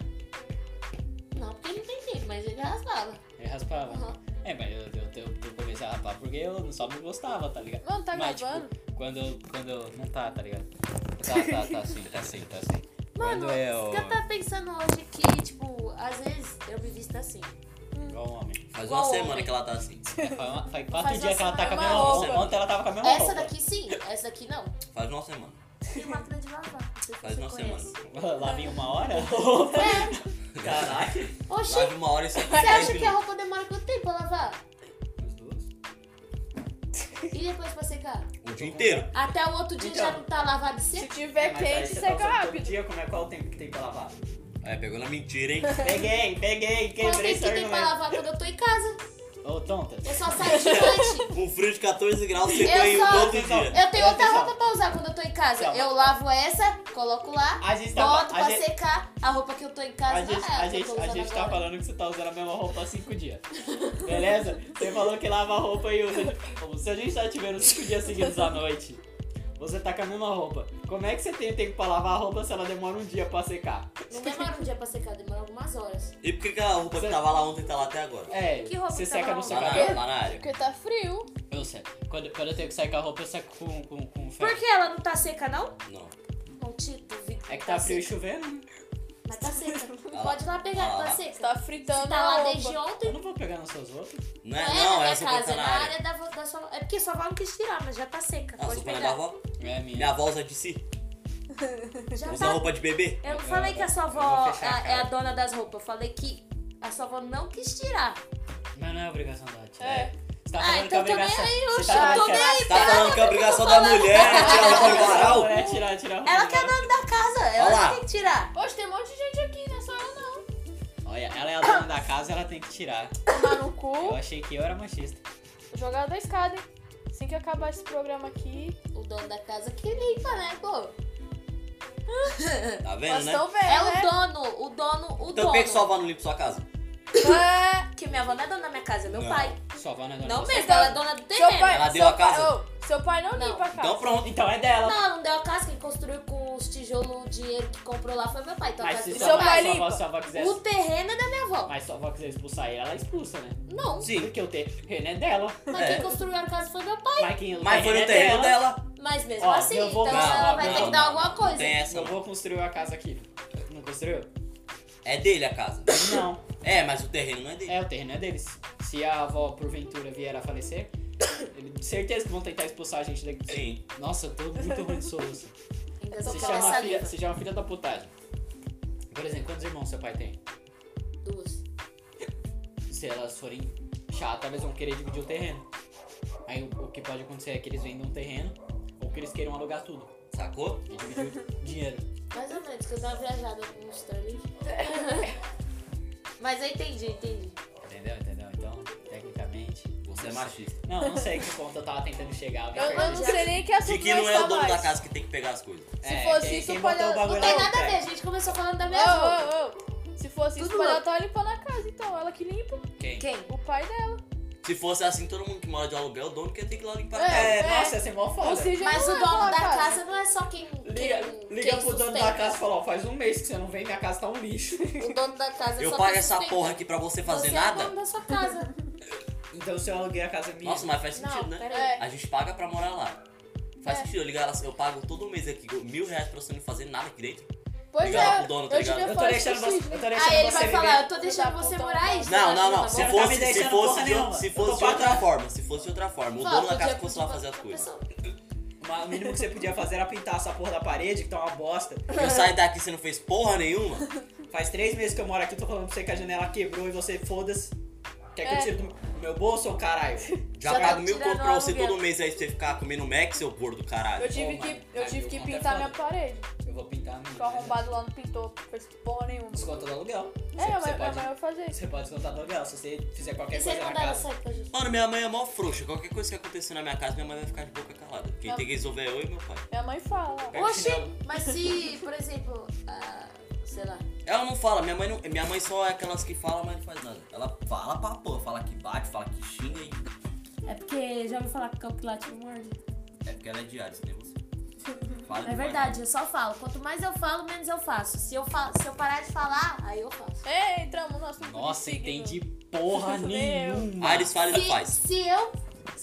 Speaker 2: Não, porque ele não tem tempo, mas ele é raspava.
Speaker 1: Ele raspava.
Speaker 2: Uhum.
Speaker 1: É, mas eu, eu, eu- eu comecei a rapar porque eu só não gostava, tá ligado?
Speaker 3: Mano, tá
Speaker 1: Mas,
Speaker 3: gravando?
Speaker 1: Tipo, quando eu, quando eu. Não tá, tá ligado? Tá, tá, tá sim, tá sim, tá sim.
Speaker 2: Mano, tá-
Speaker 1: quando é, eu.
Speaker 2: isso que eu tava pensando hoje que, tipo, às vezes eu me visto assim.
Speaker 1: Igual igual um homem.
Speaker 4: Faz
Speaker 2: Qual
Speaker 4: uma semana
Speaker 2: homem?
Speaker 4: que ela tá assim.
Speaker 1: Faz, uma- faz quatro
Speaker 3: Faz
Speaker 1: dias que ela tá com a
Speaker 3: uma
Speaker 1: mesma roupa.
Speaker 3: roupa.
Speaker 1: Ontem ela tava com a mesma
Speaker 2: Essa
Speaker 1: roupa.
Speaker 2: daqui sim, essa daqui não.
Speaker 4: Faz uma semana.
Speaker 2: Tem máquina de lavar. Não sei se
Speaker 4: Faz
Speaker 2: você
Speaker 4: uma
Speaker 2: conhece.
Speaker 4: semana.
Speaker 1: Lá vem uma hora?
Speaker 2: É.
Speaker 4: Caralho.
Speaker 2: Oxi,
Speaker 1: um
Speaker 4: Lave uma hora e você
Speaker 2: você acha que a roupa demora quanto tempo pra lavar? E depois pra secar?
Speaker 4: O dia inteiro.
Speaker 2: Até o outro dia já
Speaker 1: Então.
Speaker 2: não tá lavado e
Speaker 3: Se
Speaker 2: seco?
Speaker 3: tiver
Speaker 1: Mas aí
Speaker 3: quente,
Speaker 1: você tá
Speaker 3: seca
Speaker 1: usando todo
Speaker 3: rápido.
Speaker 1: Dia, como é qual o tempo que tem pra lavar?
Speaker 4: É, pegou na mentira, hein?
Speaker 1: Peguei, peguei,
Speaker 2: Quanto
Speaker 1: quebrei
Speaker 2: tempo
Speaker 1: seu
Speaker 2: que tem pra
Speaker 1: argumento.
Speaker 2: lavar quando eu tô em casa?
Speaker 1: Ô, tonta.
Speaker 2: Eu só saio de noite.
Speaker 4: Um frio de 14 graus, você
Speaker 2: Eu
Speaker 4: ganha
Speaker 2: só-
Speaker 4: um outro
Speaker 1: Então,
Speaker 4: dia.
Speaker 2: Eu tenho
Speaker 1: Ô,
Speaker 2: outra
Speaker 1: pessoal.
Speaker 2: roupa pra usar quando eu tô em casa.
Speaker 1: Calma.
Speaker 2: Eu lavo essa, coloco lá,
Speaker 1: A gente tá-
Speaker 2: boto
Speaker 1: a
Speaker 2: pra
Speaker 1: gente-
Speaker 2: secar. A roupa que eu tô em casa
Speaker 1: A gente,
Speaker 2: não é
Speaker 1: a
Speaker 2: que eu tô
Speaker 1: gente, a
Speaker 2: usando
Speaker 1: gente tá
Speaker 2: agora.
Speaker 1: falando que você tá usando a mesma roupa há 5 dias. Beleza? Você falou que lava a roupa e usa. Se a gente tá te vendo 5 dias seguidos à noite, você tá com a mesma roupa. Como é que você tem tempo pra lavar a roupa se ela demora um dia pra secar?
Speaker 2: Não demora um dia pra secar, demora algumas horas.
Speaker 4: E por que que a roupa que tava lá ontem tá lá até agora?
Speaker 1: É,
Speaker 2: Que tá roupa
Speaker 1: você
Speaker 2: que
Speaker 1: seca
Speaker 2: tava
Speaker 1: no
Speaker 2: lá?
Speaker 4: Lá na,
Speaker 1: secador?
Speaker 4: lá na área.
Speaker 3: Porque tá frio.
Speaker 1: Eu sei. Quando, quando eu tenho que secar a roupa, eu seco com, com, com ferro.
Speaker 2: Por que ela não tá seca, não?
Speaker 4: Não.
Speaker 2: Não te duvido.
Speaker 1: É que tá frio e
Speaker 2: seca.
Speaker 1: chovendo, né?
Speaker 2: Mas tá seca.
Speaker 4: lá.
Speaker 2: Pode ir lá pegar,
Speaker 4: Ah,
Speaker 2: tá
Speaker 4: lá.
Speaker 2: seca.
Speaker 3: Você tá fritando
Speaker 2: tá
Speaker 3: a
Speaker 2: lá
Speaker 3: roupa.
Speaker 2: desde
Speaker 1: Eu
Speaker 2: ontem.
Speaker 1: não vou pegar nas suas roupas.
Speaker 4: Não
Speaker 2: Não
Speaker 4: é,
Speaker 2: é,
Speaker 4: não,
Speaker 2: na
Speaker 4: é
Speaker 2: minha
Speaker 4: essa roupa que
Speaker 2: casa,
Speaker 4: tá
Speaker 2: é
Speaker 4: na
Speaker 2: na
Speaker 4: área.
Speaker 2: área da, vo- da sua. É porque sua avó não quis tirar, mas já tá seca.
Speaker 4: A
Speaker 2: Pode
Speaker 4: sopa da
Speaker 2: pegar.
Speaker 4: avó.
Speaker 1: É minha.
Speaker 4: Minha avó usa de si.
Speaker 2: Já
Speaker 4: Usa
Speaker 2: tá.
Speaker 4: roupa de bebê.
Speaker 2: Eu
Speaker 1: Eu-
Speaker 2: não falei que a sua
Speaker 1: eu
Speaker 2: avó
Speaker 1: vou fechar a
Speaker 2: a- é a
Speaker 1: cara.
Speaker 2: dona das roupas. Eu falei que a sua avó não quis tirar.
Speaker 1: Mas não é obrigação da tia.
Speaker 3: É.
Speaker 1: Você tá
Speaker 2: Ah,
Speaker 1: falando que
Speaker 2: então
Speaker 1: é
Speaker 2: eu tô nem
Speaker 1: obrigação.
Speaker 2: aí,
Speaker 1: Você
Speaker 2: oxe,
Speaker 1: tá
Speaker 2: eu tô
Speaker 1: falando que é-
Speaker 2: nem aí.
Speaker 4: Tá falando que é obrigação da mulher
Speaker 2: é
Speaker 4: tirar a roupa do varal.
Speaker 1: É, tirar, tirar a roupa
Speaker 2: Ela
Speaker 1: do
Speaker 2: que é
Speaker 1: varal.
Speaker 2: dona da casa, ela
Speaker 4: Olha lá.
Speaker 2: que tem que tirar.
Speaker 3: Poxa, tem um monte de gente aqui, não é só eu não.
Speaker 1: Olha, ela é a dona da casa, ela tem que tirar.
Speaker 3: Tomar no
Speaker 1: Eu
Speaker 3: cu,
Speaker 1: achei que eu era machista.
Speaker 3: jogar da escada, hein? Assim que acabar esse programa aqui,
Speaker 2: O dono da casa que limpa, né, pô?
Speaker 4: Tá vendo,
Speaker 3: nós
Speaker 4: né?
Speaker 3: tão vendo,
Speaker 2: É o
Speaker 3: né?
Speaker 2: dono, o dono, o
Speaker 4: Então
Speaker 2: dono.
Speaker 4: por que que sua avó não limpa sua casa?
Speaker 3: É.
Speaker 2: Que minha avó não é dona da minha casa, é meu
Speaker 4: Não.
Speaker 2: pai.
Speaker 1: Sua avó não é dona
Speaker 2: Não
Speaker 1: da
Speaker 2: mesmo,
Speaker 1: sua
Speaker 2: ela é
Speaker 1: casa.
Speaker 2: dona do
Speaker 3: Seu
Speaker 2: terreno.
Speaker 3: pai,
Speaker 4: Ela deu
Speaker 3: seu
Speaker 4: a casa?
Speaker 3: pai- ô, seu pai não,
Speaker 2: Não.
Speaker 3: limpa a casa.
Speaker 4: Então pronto.
Speaker 1: Então é dela.
Speaker 2: Não, ela não deu a casa, quem construiu com os tijolos, o dinheiro que comprou lá foi meu pai. Então a
Speaker 1: Mas
Speaker 2: casa
Speaker 1: se
Speaker 2: do
Speaker 1: sua
Speaker 3: seu
Speaker 2: meu
Speaker 1: avó,
Speaker 3: pai
Speaker 1: sua avó,
Speaker 3: limpa.
Speaker 1: sua avó quiser...
Speaker 2: O terreno é da minha avó.
Speaker 1: Mas sua avó quiser expulsar ela, ela expulsa, né?
Speaker 2: Não.
Speaker 4: Sim.
Speaker 1: Porque o terreno é dela.
Speaker 2: Mas
Speaker 4: É.
Speaker 2: quem construiu a casa foi meu pai.
Speaker 1: Mas, quem, o
Speaker 4: Mas foi no
Speaker 1: é
Speaker 4: terreno dela.
Speaker 2: Mas mesmo
Speaker 1: Ó,
Speaker 2: assim,
Speaker 1: eu vou-
Speaker 2: então
Speaker 1: Não,
Speaker 2: ela vai
Speaker 1: não,
Speaker 2: ter que dar alguma coisa.
Speaker 4: Não tem essa.
Speaker 1: Eu
Speaker 4: não.
Speaker 1: vou construir a casa aqui. Não construiu?
Speaker 4: É dele a casa.
Speaker 1: Não.
Speaker 4: É, mas o terreno não é dele.
Speaker 1: É, o terreno é deles. Se a avó, porventura, vier a falecer, ele- certeza que vão tentar expulsar a gente daqui.
Speaker 2: É.
Speaker 4: Sim.
Speaker 1: Nossa, eu tô muito ruim de soluço.
Speaker 2: Ainda tô
Speaker 1: Se
Speaker 2: com
Speaker 1: chama,
Speaker 2: essa
Speaker 1: filha,
Speaker 2: língua.
Speaker 1: se chama filha da putagem. Por exemplo, quantos irmãos seu pai tem?
Speaker 2: Duas.
Speaker 1: Se elas forem chatas, elas vão querer dividir o terreno. Aí o, o que pode acontecer é que eles vendam um terreno ou que eles queiram alugar tudo
Speaker 4: Sacou?
Speaker 1: e dividir o dinheiro.
Speaker 2: Mais ou menos, que eu tava viajada com o Stanley. Mas eu entendi, entendi.
Speaker 1: Entendeu? Entendeu? Então, tecnicamente.
Speaker 4: Você é machista.
Speaker 1: Não, não sei que ponto eu tava tentando chegar.
Speaker 3: Eu, eu não
Speaker 1: perdi.
Speaker 3: sei nem que
Speaker 4: De
Speaker 3: assunto
Speaker 4: que
Speaker 3: nós
Speaker 4: não é o
Speaker 3: tá
Speaker 4: dono
Speaker 3: mais.
Speaker 4: da casa que tem que pegar as coisas.
Speaker 3: Se
Speaker 1: É,
Speaker 3: fosse
Speaker 1: quem-
Speaker 3: isso,
Speaker 1: quem
Speaker 3: pode-
Speaker 1: botou o
Speaker 3: não
Speaker 1: bagulho
Speaker 2: Não tem
Speaker 1: lá,
Speaker 2: nada a ver, a
Speaker 1: pega.
Speaker 2: gente começou falando da
Speaker 3: Ô,
Speaker 2: minha avó.
Speaker 3: ô, ô. Se fosse isso,
Speaker 2: Tudo
Speaker 3: pode
Speaker 2: bom.
Speaker 3: ela tá limpando a casa, então. Ela que limpa,
Speaker 1: Quem?
Speaker 2: Quem?
Speaker 3: o pai dela.
Speaker 4: Se fosse assim, todo mundo que mora de aluguel, o dono que tem que ir lá limpar a
Speaker 1: É,
Speaker 4: casa.
Speaker 3: É.
Speaker 1: nossa, essa é mó foda.
Speaker 3: Ou seja,
Speaker 2: Mas
Speaker 3: não
Speaker 2: o
Speaker 3: é dona
Speaker 2: dono da
Speaker 3: casa.
Speaker 2: casa não é só quem.
Speaker 1: Liga,
Speaker 2: quem-
Speaker 1: liga
Speaker 2: quem
Speaker 1: pro dono
Speaker 2: sustenta.
Speaker 1: da casa e fala, ó, faz um mês que você não vem, minha casa tá um lixo.
Speaker 2: O dono da casa é
Speaker 4: Eu
Speaker 2: só
Speaker 4: pago
Speaker 2: quem
Speaker 4: essa
Speaker 2: sustenta.
Speaker 4: porra aqui pra você fazer
Speaker 2: Você É o dono
Speaker 4: nada?
Speaker 2: da sua casa.
Speaker 1: Então se eu aluguei a casa minha.
Speaker 4: Nossa, mas faz sentido,
Speaker 2: Não,
Speaker 4: né?
Speaker 2: peraí.
Speaker 4: A gente paga pra morar lá. Faz
Speaker 3: É.
Speaker 4: sentido, eu ligar eu pago todo mês aqui mil reais pra você não fazer nada aqui dentro.
Speaker 3: Pois
Speaker 4: Liga lá
Speaker 3: é,
Speaker 4: pro dono, tá
Speaker 3: eu
Speaker 4: ligado?
Speaker 3: devia
Speaker 1: eu tô
Speaker 3: falar
Speaker 1: deixando
Speaker 3: isso pro
Speaker 1: você.
Speaker 3: Sidney.
Speaker 1: Eu tô deixando
Speaker 2: Aí ele
Speaker 1: você
Speaker 2: vai
Speaker 1: viver.
Speaker 2: falar, eu tô deixando você morar aí.
Speaker 4: Não, não, não.
Speaker 2: Você
Speaker 4: Se
Speaker 1: não tá me
Speaker 4: fosse, se
Speaker 1: deixando
Speaker 4: fosse,
Speaker 1: porra
Speaker 4: de,
Speaker 1: nenhuma.
Speaker 4: se
Speaker 1: Eu tô
Speaker 4: fosse de outra
Speaker 1: pagando.
Speaker 4: forma, se fosse de outra forma, o dono da casa fosse lá fazer as coisas.
Speaker 1: Mas o mínimo que você podia fazer era pintar essa porra da parede, que tá uma bosta.
Speaker 4: Eu saí daqui você não fez porra nenhuma.
Speaker 1: Faz três meses que eu moro aqui, tô falando pra você que a janela quebrou e você foda-se. Quer
Speaker 2: É.
Speaker 1: que eu tire do meu bolso, ô caralho?
Speaker 4: Já
Speaker 2: Já tá
Speaker 4: pago mil
Speaker 2: tirando
Speaker 4: conto pra você
Speaker 2: aluguel.
Speaker 4: todo mês aí pra você ficar comendo Mac, seu gordo caralho.
Speaker 3: Eu tive
Speaker 1: Ô, mano,
Speaker 3: que, eu
Speaker 1: aí
Speaker 3: tive
Speaker 1: meu
Speaker 3: que
Speaker 1: conto é
Speaker 3: pintar
Speaker 1: foda.
Speaker 3: minha parede.
Speaker 1: Eu vou pintar a minha.
Speaker 3: Ficou arrombado lá, não pintou, fez porra nenhuma.
Speaker 1: Desconto do aluguel.
Speaker 3: É,
Speaker 1: você,
Speaker 3: mas
Speaker 1: você
Speaker 3: minha mãe
Speaker 1: pode,
Speaker 3: vai fazer isso.
Speaker 1: você pode descontar do aluguel se você fizer qualquer
Speaker 2: E você
Speaker 1: coisa
Speaker 2: não
Speaker 1: na
Speaker 2: dá ela
Speaker 1: casa.
Speaker 2: sair com a gente?
Speaker 4: Mano, minha mãe é mó frouxa. Qualquer coisa que acontecer na minha casa, minha mãe vai ficar de boca calada. Quem
Speaker 3: Não.
Speaker 4: tem que resolver é eu e meu pai.
Speaker 3: Minha mãe fala.
Speaker 1: Pega o
Speaker 2: Oxi,
Speaker 1: chinelo.
Speaker 2: mas se, por exemplo, ah, sei lá.
Speaker 4: Ela não fala, minha mãe, não, minha mãe só é aquelas que falam, mas não faz nada. Ela fala pra pô, fala que bate, fala que xinga e.
Speaker 2: É porque já ouviu falar que cão que late morde?
Speaker 4: É porque ela é diária, isso nem você. Fala
Speaker 2: É
Speaker 4: demais.
Speaker 2: verdade, eu só falo. Quanto mais eu falo, menos eu faço. Se eu, fa se eu parar de falar, aí eu faço.
Speaker 3: É, entramos no assunto de
Speaker 1: Nossa,
Speaker 3: signo.
Speaker 1: entendi porra
Speaker 3: Meu.
Speaker 1: nenhuma.
Speaker 4: Ares fala e não
Speaker 2: Se,
Speaker 4: faz.
Speaker 2: se eu.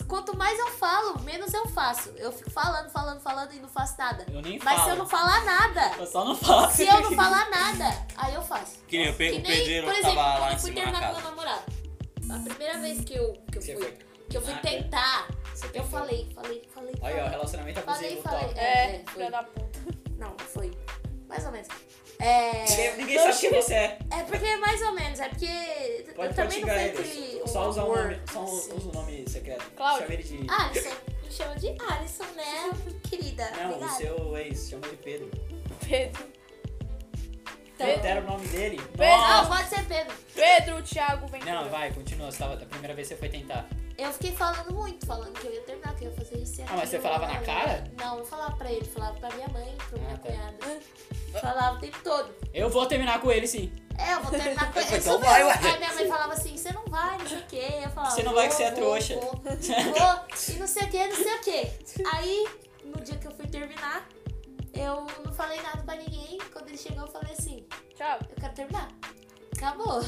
Speaker 2: Quanto mais eu falo, menos eu faço. Eu fico falando, falando, falando e não faço nada.
Speaker 1: Eu nem
Speaker 2: Mas se
Speaker 1: falo.
Speaker 2: eu não falar nada,
Speaker 1: Eu só não falo.
Speaker 2: se eu não falar nada, aí eu faço.
Speaker 4: Que nem o Pe-
Speaker 2: Que
Speaker 4: o
Speaker 2: nem,
Speaker 4: pedreiro
Speaker 2: por
Speaker 4: que
Speaker 2: exemplo,
Speaker 4: tava lá
Speaker 2: quando
Speaker 4: em
Speaker 2: eu fui
Speaker 4: cima da
Speaker 2: terminar com
Speaker 4: casa.
Speaker 2: meu namorado. a primeira vez que eu, que eu
Speaker 1: Você
Speaker 2: fui,
Speaker 1: foi.
Speaker 2: que eu fui
Speaker 1: Ah, é.
Speaker 2: tentar,
Speaker 1: Você tem
Speaker 2: eu
Speaker 1: que-
Speaker 2: falei, falei, falei.
Speaker 1: Aí, ó,
Speaker 2: falei.
Speaker 1: relacionamento
Speaker 2: Falei,
Speaker 1: abusivo
Speaker 2: falei.
Speaker 1: top.
Speaker 3: É,
Speaker 2: É,
Speaker 3: filha
Speaker 2: foi.
Speaker 3: da puta.
Speaker 2: Não, foi. Mais ou menos. É,
Speaker 1: Ninguém, ninguém sabe quem você é.
Speaker 2: é porque mais ou menos, é porque
Speaker 1: Pode,
Speaker 2: eu
Speaker 1: pode
Speaker 2: também não
Speaker 1: xingar
Speaker 2: fui
Speaker 1: ele.
Speaker 2: aquele.
Speaker 1: Só usar um
Speaker 2: amor,
Speaker 1: nome. Só um-
Speaker 2: assim.
Speaker 1: usa um nome secreto.
Speaker 3: Cláudio.
Speaker 1: Chama ele de.
Speaker 2: Alisson, me chama de Alisson, né, querida?
Speaker 1: não, o
Speaker 2: Obrigada.
Speaker 1: seu ex, chama de Pedro.
Speaker 3: Pedro.
Speaker 2: Então-
Speaker 1: Altera o nome dele.
Speaker 3: Pedro.
Speaker 2: Não, pode ser Pedro.
Speaker 3: Pedro, Thiago, vem
Speaker 1: Não, vai, continua. Você tava, a primeira vez você foi tentar.
Speaker 2: Eu fiquei falando muito, falando que eu ia terminar, que eu ia fazer isso e
Speaker 1: Ah, mas você
Speaker 2: aquilo,
Speaker 1: falava na
Speaker 2: né?
Speaker 1: cara?
Speaker 2: Não, eu falava pra ele, falava pra minha mãe, pra minha
Speaker 1: Ah, tá.
Speaker 2: cunhada. Falava o tempo todo.
Speaker 1: Eu vou terminar com ele sim.
Speaker 2: É, eu vou terminar com ele.
Speaker 4: Então
Speaker 2: Isso
Speaker 4: vai,
Speaker 2: mesmo.
Speaker 4: ué.
Speaker 2: Aí minha mãe falava assim, você não vai, não sei o quê. Eu falava,
Speaker 1: Você não vai
Speaker 2: vou,
Speaker 1: que você é
Speaker 2: vou,
Speaker 1: trouxa.
Speaker 2: Vou, vou, e não sei o quê, não sei o quê. Aí, no dia que eu fui terminar, eu não falei nada pra ninguém. Quando ele chegou, eu falei assim,
Speaker 3: Tchau.
Speaker 2: eu quero terminar. Acabou.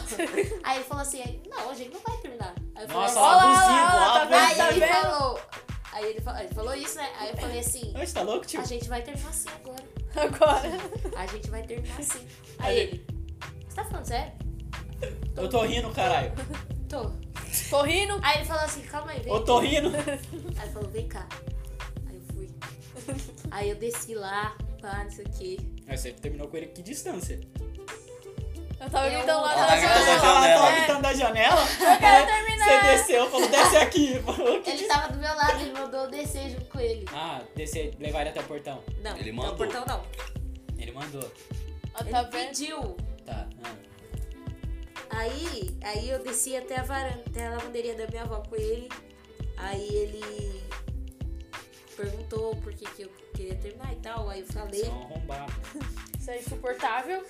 Speaker 2: Aí ele falou assim, não, a gente não vai terminar. Aí eu falei
Speaker 1: Nossa,
Speaker 3: Olha
Speaker 2: assim,
Speaker 3: lá, olha lá,
Speaker 1: abusivo, abusivo.
Speaker 3: tá vendo?
Speaker 2: aí ele
Speaker 3: vendo?
Speaker 2: falou. Aí ele falou, ele falou isso, né? Aí eu falei assim,
Speaker 1: Ai, Você tá louco, tio?
Speaker 2: a gente vai terminar assim agora.
Speaker 3: Agora.
Speaker 2: A gente vai terminar assim.
Speaker 1: Aí-
Speaker 2: Aí ele, você tá falando sério?
Speaker 1: Eu tô rindo, caralho.
Speaker 2: Tô.
Speaker 3: Tô rindo.
Speaker 2: Aí ele falou assim, calma aí, vem.
Speaker 1: Eu tô rindo.
Speaker 2: Aí ele falou, vem cá. Aí eu fui. Aí eu desci lá, pá, não sei o quê.
Speaker 1: Aí você terminou com ele que distância?
Speaker 3: Eu tava
Speaker 2: Eu-
Speaker 3: gritando lá
Speaker 2: Ela
Speaker 3: na
Speaker 4: tá
Speaker 3: janela.
Speaker 4: gritando da
Speaker 1: Ela tava
Speaker 4: janela.
Speaker 1: gritando da tá janela.
Speaker 3: É, Eu quero terminar.
Speaker 1: Você desceu, falou, desce aqui. Falou, que
Speaker 2: Ele tá
Speaker 1: distância?
Speaker 2: tava do meu lado, ele mandou eu descer junto com ele.
Speaker 1: Ah, descer, levar ele até o portão.
Speaker 2: Não,
Speaker 4: Ele
Speaker 2: não,
Speaker 4: mandou.
Speaker 2: portão não.
Speaker 1: Ele mandou.
Speaker 3: Ó,
Speaker 2: Ele
Speaker 3: tá vendo?
Speaker 2: pediu.
Speaker 1: Tá. ah.
Speaker 2: Aí, aí eu desci até a varanda, até a lavanderia da minha avó com ele. Aí ele perguntou por que, que eu queria terminar e tal. Aí eu falei.
Speaker 1: Só um arrombado.
Speaker 3: Isso é insuportável.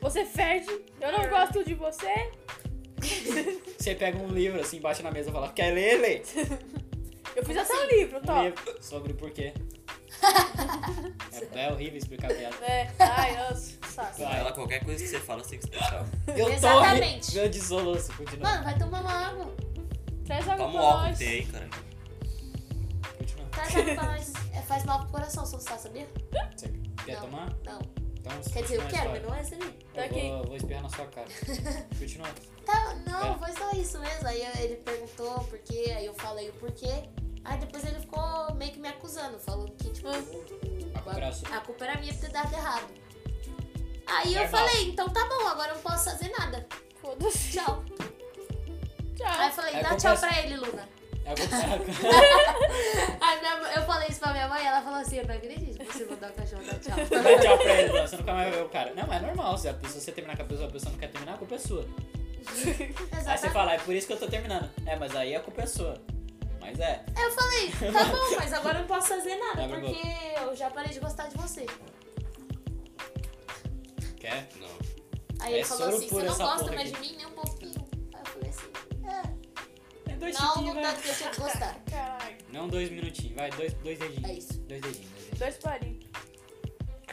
Speaker 3: Você fede. Eu não gosto de você.
Speaker 1: Você pega um livro assim, bate na mesa e fala, quer ler, lê?
Speaker 3: Eu fiz até um livro,
Speaker 1: Um
Speaker 3: top.
Speaker 1: livro sobre o porquê. é, é horrível explicar a piada.
Speaker 3: É. Ai, nossa. Saco.
Speaker 1: Vai.
Speaker 4: Ela, qualquer coisa que você fala, você tem que explicar.
Speaker 1: Eu
Speaker 2: Exatamente.
Speaker 1: tô rindo. Meu desoloso, continua.
Speaker 2: Mano, vai tomar uma água.
Speaker 3: Traz água
Speaker 4: Toma
Speaker 3: pra
Speaker 4: o álcool que
Speaker 3: nós.
Speaker 4: tem aí, cara.
Speaker 1: Continua.
Speaker 2: Traz água pra nós. É, faz mal pro coração se você sabia?
Speaker 1: Você quer
Speaker 2: Não.
Speaker 1: tomar?
Speaker 2: Não.
Speaker 1: Então,
Speaker 2: Quer dizer, eu
Speaker 1: continua a
Speaker 2: quero,
Speaker 1: história.
Speaker 2: mas não é isso ali.
Speaker 3: Tá
Speaker 1: Eu
Speaker 3: aqui.
Speaker 1: vou, vou espirrar na sua cara. Continua.
Speaker 2: Tá, não,
Speaker 1: É.
Speaker 2: foi só isso mesmo. Aí eu- ele perguntou por quê, aí eu falei o porquê. Aí depois ele ficou meio que me acusando, falou que tipo,
Speaker 3: Hum.
Speaker 2: o- o-
Speaker 1: A culpa era sua.
Speaker 2: a culpa era minha por ter dado errado. Aí eu
Speaker 1: Normal.
Speaker 2: falei, então tá bom, agora eu não posso fazer nada.
Speaker 3: Foda-se.
Speaker 2: Tchau. Aí eu
Speaker 3: Tchau.
Speaker 2: falei,
Speaker 1: Aí
Speaker 2: dá
Speaker 1: acontece-
Speaker 2: tchau pra ele, Luna.
Speaker 1: É a culpa-
Speaker 2: Aí minha mãe- eu falei isso pra minha mãe, ela falou assim, eu não acredito que você mandou o cachorro dar tchau.
Speaker 1: Dá tchau pra ele, você nunca mais vai ver o cara. Não, mas é normal. Se, a pessoa, se você terminar com a pessoa, a pessoa não quer terminar, a culpa é sua. Aí você
Speaker 2: Exatamente.
Speaker 1: fala, é por isso que eu tô terminando. É, mas aí a culpa é sua. Mas é.
Speaker 2: Aí eu falei, tá bom, mas agora eu não posso fazer nada,
Speaker 1: Abre a
Speaker 2: porque eu já parei de gostar de você.
Speaker 1: Quer?
Speaker 4: Não.
Speaker 2: Aí
Speaker 1: É
Speaker 2: ele falou
Speaker 1: soro
Speaker 2: assim,
Speaker 1: puro
Speaker 2: você não
Speaker 1: essa
Speaker 2: gosta
Speaker 1: porra
Speaker 2: mais de
Speaker 1: aqui."
Speaker 2: mim nem um pouquinho. Aí eu falei assim, é,
Speaker 1: É dois
Speaker 2: não,
Speaker 1: tiquinhos,
Speaker 2: não tá
Speaker 1: vai.
Speaker 2: deixando de gostar.
Speaker 3: Caralho.
Speaker 1: Não dois minutinhos, vai, dois, dois dedinhos.
Speaker 2: É isso.
Speaker 1: Dois dedinhos, dois dedinhos.
Speaker 3: Dois parinhos.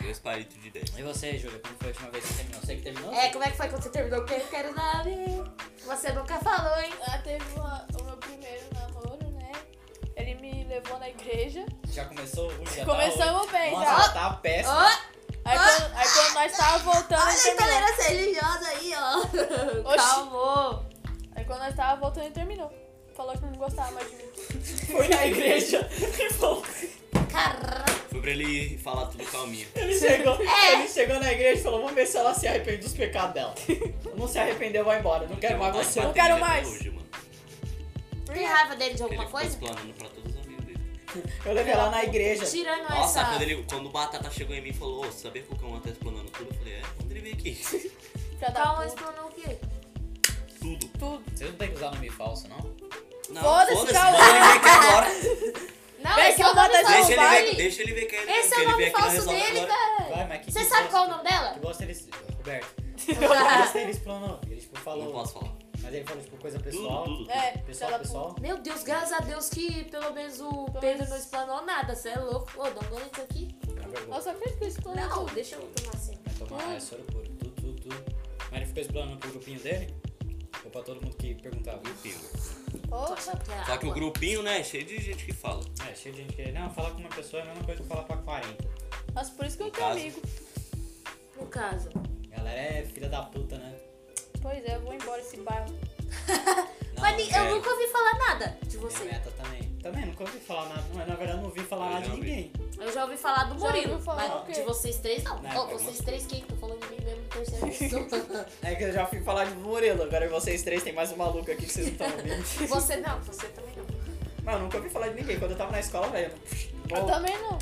Speaker 4: Dois palitos de 10.
Speaker 1: E você, Júlia, como foi a última vez que você terminou? Você que terminou?
Speaker 2: É, como é que foi quando você terminou? Porque eu quero nada. Você nunca falou, hein?
Speaker 3: Ah, teve uma- o meu primeiro namoro, né? Ele me levou na igreja.
Speaker 1: Já começou o já tá
Speaker 3: Começamos
Speaker 1: ruim.
Speaker 3: bem,
Speaker 1: Nossa,
Speaker 3: já.
Speaker 1: já tá péssimo.
Speaker 2: Ó,
Speaker 3: Aí quando, aí quando nós tava voltando, ele
Speaker 2: olha a
Speaker 3: terminou.
Speaker 2: intolerância religiosa aí, ó.
Speaker 3: Oxi.
Speaker 2: Calmou.
Speaker 3: Aí quando nós tava voltando, ele terminou. Falou que não gostava mais de mim.
Speaker 1: Foi na igreja e falou.
Speaker 2: Caraca.
Speaker 4: Foi pra ele falar tudo calminho.
Speaker 1: Ele chegou,
Speaker 2: É.
Speaker 1: ele chegou na igreja e falou: vamos ver se ela se arrepende dos pecados dela. Não se arrependeu, vai embora. Não quero mais você.
Speaker 3: Não quero mais.
Speaker 4: Hoje, mano.
Speaker 2: Tem raiva dele de
Speaker 4: Ele
Speaker 2: alguma
Speaker 4: ficou
Speaker 2: coisa?
Speaker 4: explanando pra todos os amigos dele.
Speaker 1: Eu levei ela na igreja.
Speaker 2: Tirando
Speaker 4: Nossa,
Speaker 2: Ah, essa...
Speaker 4: quando, ele, quando o Batata chegou em mim e falou, ô, sabia que o Cão tá explanando tudo? Eu falei, é, quando ele veio aqui.
Speaker 3: Filha da
Speaker 2: Calma,
Speaker 3: puta.
Speaker 2: explanou o quê?
Speaker 4: Tudo.
Speaker 3: Tudo.
Speaker 1: Vocês não tem que usar nome falso, não?
Speaker 4: Não,
Speaker 3: Foda-se, calma.
Speaker 4: manda ele ver que agora.
Speaker 2: Não,
Speaker 3: Vem
Speaker 2: esse
Speaker 3: que
Speaker 2: é o
Speaker 3: eu
Speaker 2: nome
Speaker 3: vou dar
Speaker 2: falso
Speaker 4: Deixa ele, ver,
Speaker 2: dele.
Speaker 4: deixa ele ver que ele
Speaker 2: Esse
Speaker 4: que
Speaker 2: é o
Speaker 4: ele
Speaker 2: nome
Speaker 4: veio aqui na
Speaker 2: falso
Speaker 4: resolve
Speaker 2: dele,
Speaker 4: agora.
Speaker 2: velho.
Speaker 1: Vai, mas que
Speaker 2: Você
Speaker 1: que
Speaker 2: sabe
Speaker 1: gosta-
Speaker 2: qual é o nome dela?
Speaker 1: Que gosta ele. Roberto.
Speaker 2: Ah.
Speaker 1: Gosta ele explanou. Ele tipo,
Speaker 4: Eu Não
Speaker 1: falou.
Speaker 4: posso falar.
Speaker 1: Mas ele falou tipo coisa pessoal.
Speaker 4: Tudo, tudo. tudo.
Speaker 3: É, filha
Speaker 1: Pessoal,
Speaker 3: da
Speaker 1: pessoal.
Speaker 2: Meu Deus, graças a Deus que pelo menos o Pedro não explanou nada. Você é louco. Ô, dá um gole nisso aqui.
Speaker 1: Tá
Speaker 3: puta.
Speaker 1: vergonha.
Speaker 3: Nossa, eu fiz isso quando
Speaker 2: Não,
Speaker 3: tudo.
Speaker 2: deixa eu tomar assim.
Speaker 1: Vai tomar é soro puro. Tudo, tudo, tudo. Mas ele ficou explanando pro grupinho dele? Ou pra todo mundo que perguntava?
Speaker 4: Grupinho.
Speaker 2: Tô
Speaker 3: Poxa.
Speaker 2: achando que é
Speaker 4: Só que o
Speaker 2: água.
Speaker 4: grupinho, né, é cheio de gente que fala.
Speaker 1: É, cheio de gente que. Não, falar com uma pessoa é a mesma coisa que falar pra 40.
Speaker 3: Nossa, por isso que eu
Speaker 4: No
Speaker 3: tenho
Speaker 4: caso.
Speaker 3: amigo.
Speaker 2: No caso.
Speaker 1: Galera é filha da puta, né?
Speaker 3: Pois é, eu vou embora desse bairro.
Speaker 2: Mas ni- eu
Speaker 4: sério.
Speaker 2: nunca ouvi falar nada de
Speaker 1: Minha
Speaker 4: é
Speaker 2: você.
Speaker 1: meta também. Também, nunca ouvi falar nada. Mas na verdade, não ouvi falar
Speaker 4: Eu
Speaker 1: nada de
Speaker 4: já ouvi.
Speaker 1: ninguém.
Speaker 2: Eu já ouvi falar do
Speaker 3: Já
Speaker 2: Murilo.
Speaker 3: ouviu falar
Speaker 2: mas
Speaker 3: o quê?
Speaker 2: de vocês três, não.
Speaker 1: Não,
Speaker 2: Ó, vocês
Speaker 4: é algumas-
Speaker 2: três, quem? Tô falando de mim mesmo em terceira pessoa.
Speaker 1: É que eu já fui falar de Murilo. Agora vocês três tem mais um maluco aqui que vocês não estão ouvindo.
Speaker 3: Você não, você também não.
Speaker 1: Mas eu nunca ouvi falar de ninguém. Quando eu tava na escola, velho.
Speaker 3: Eu
Speaker 1: bom,
Speaker 3: também não.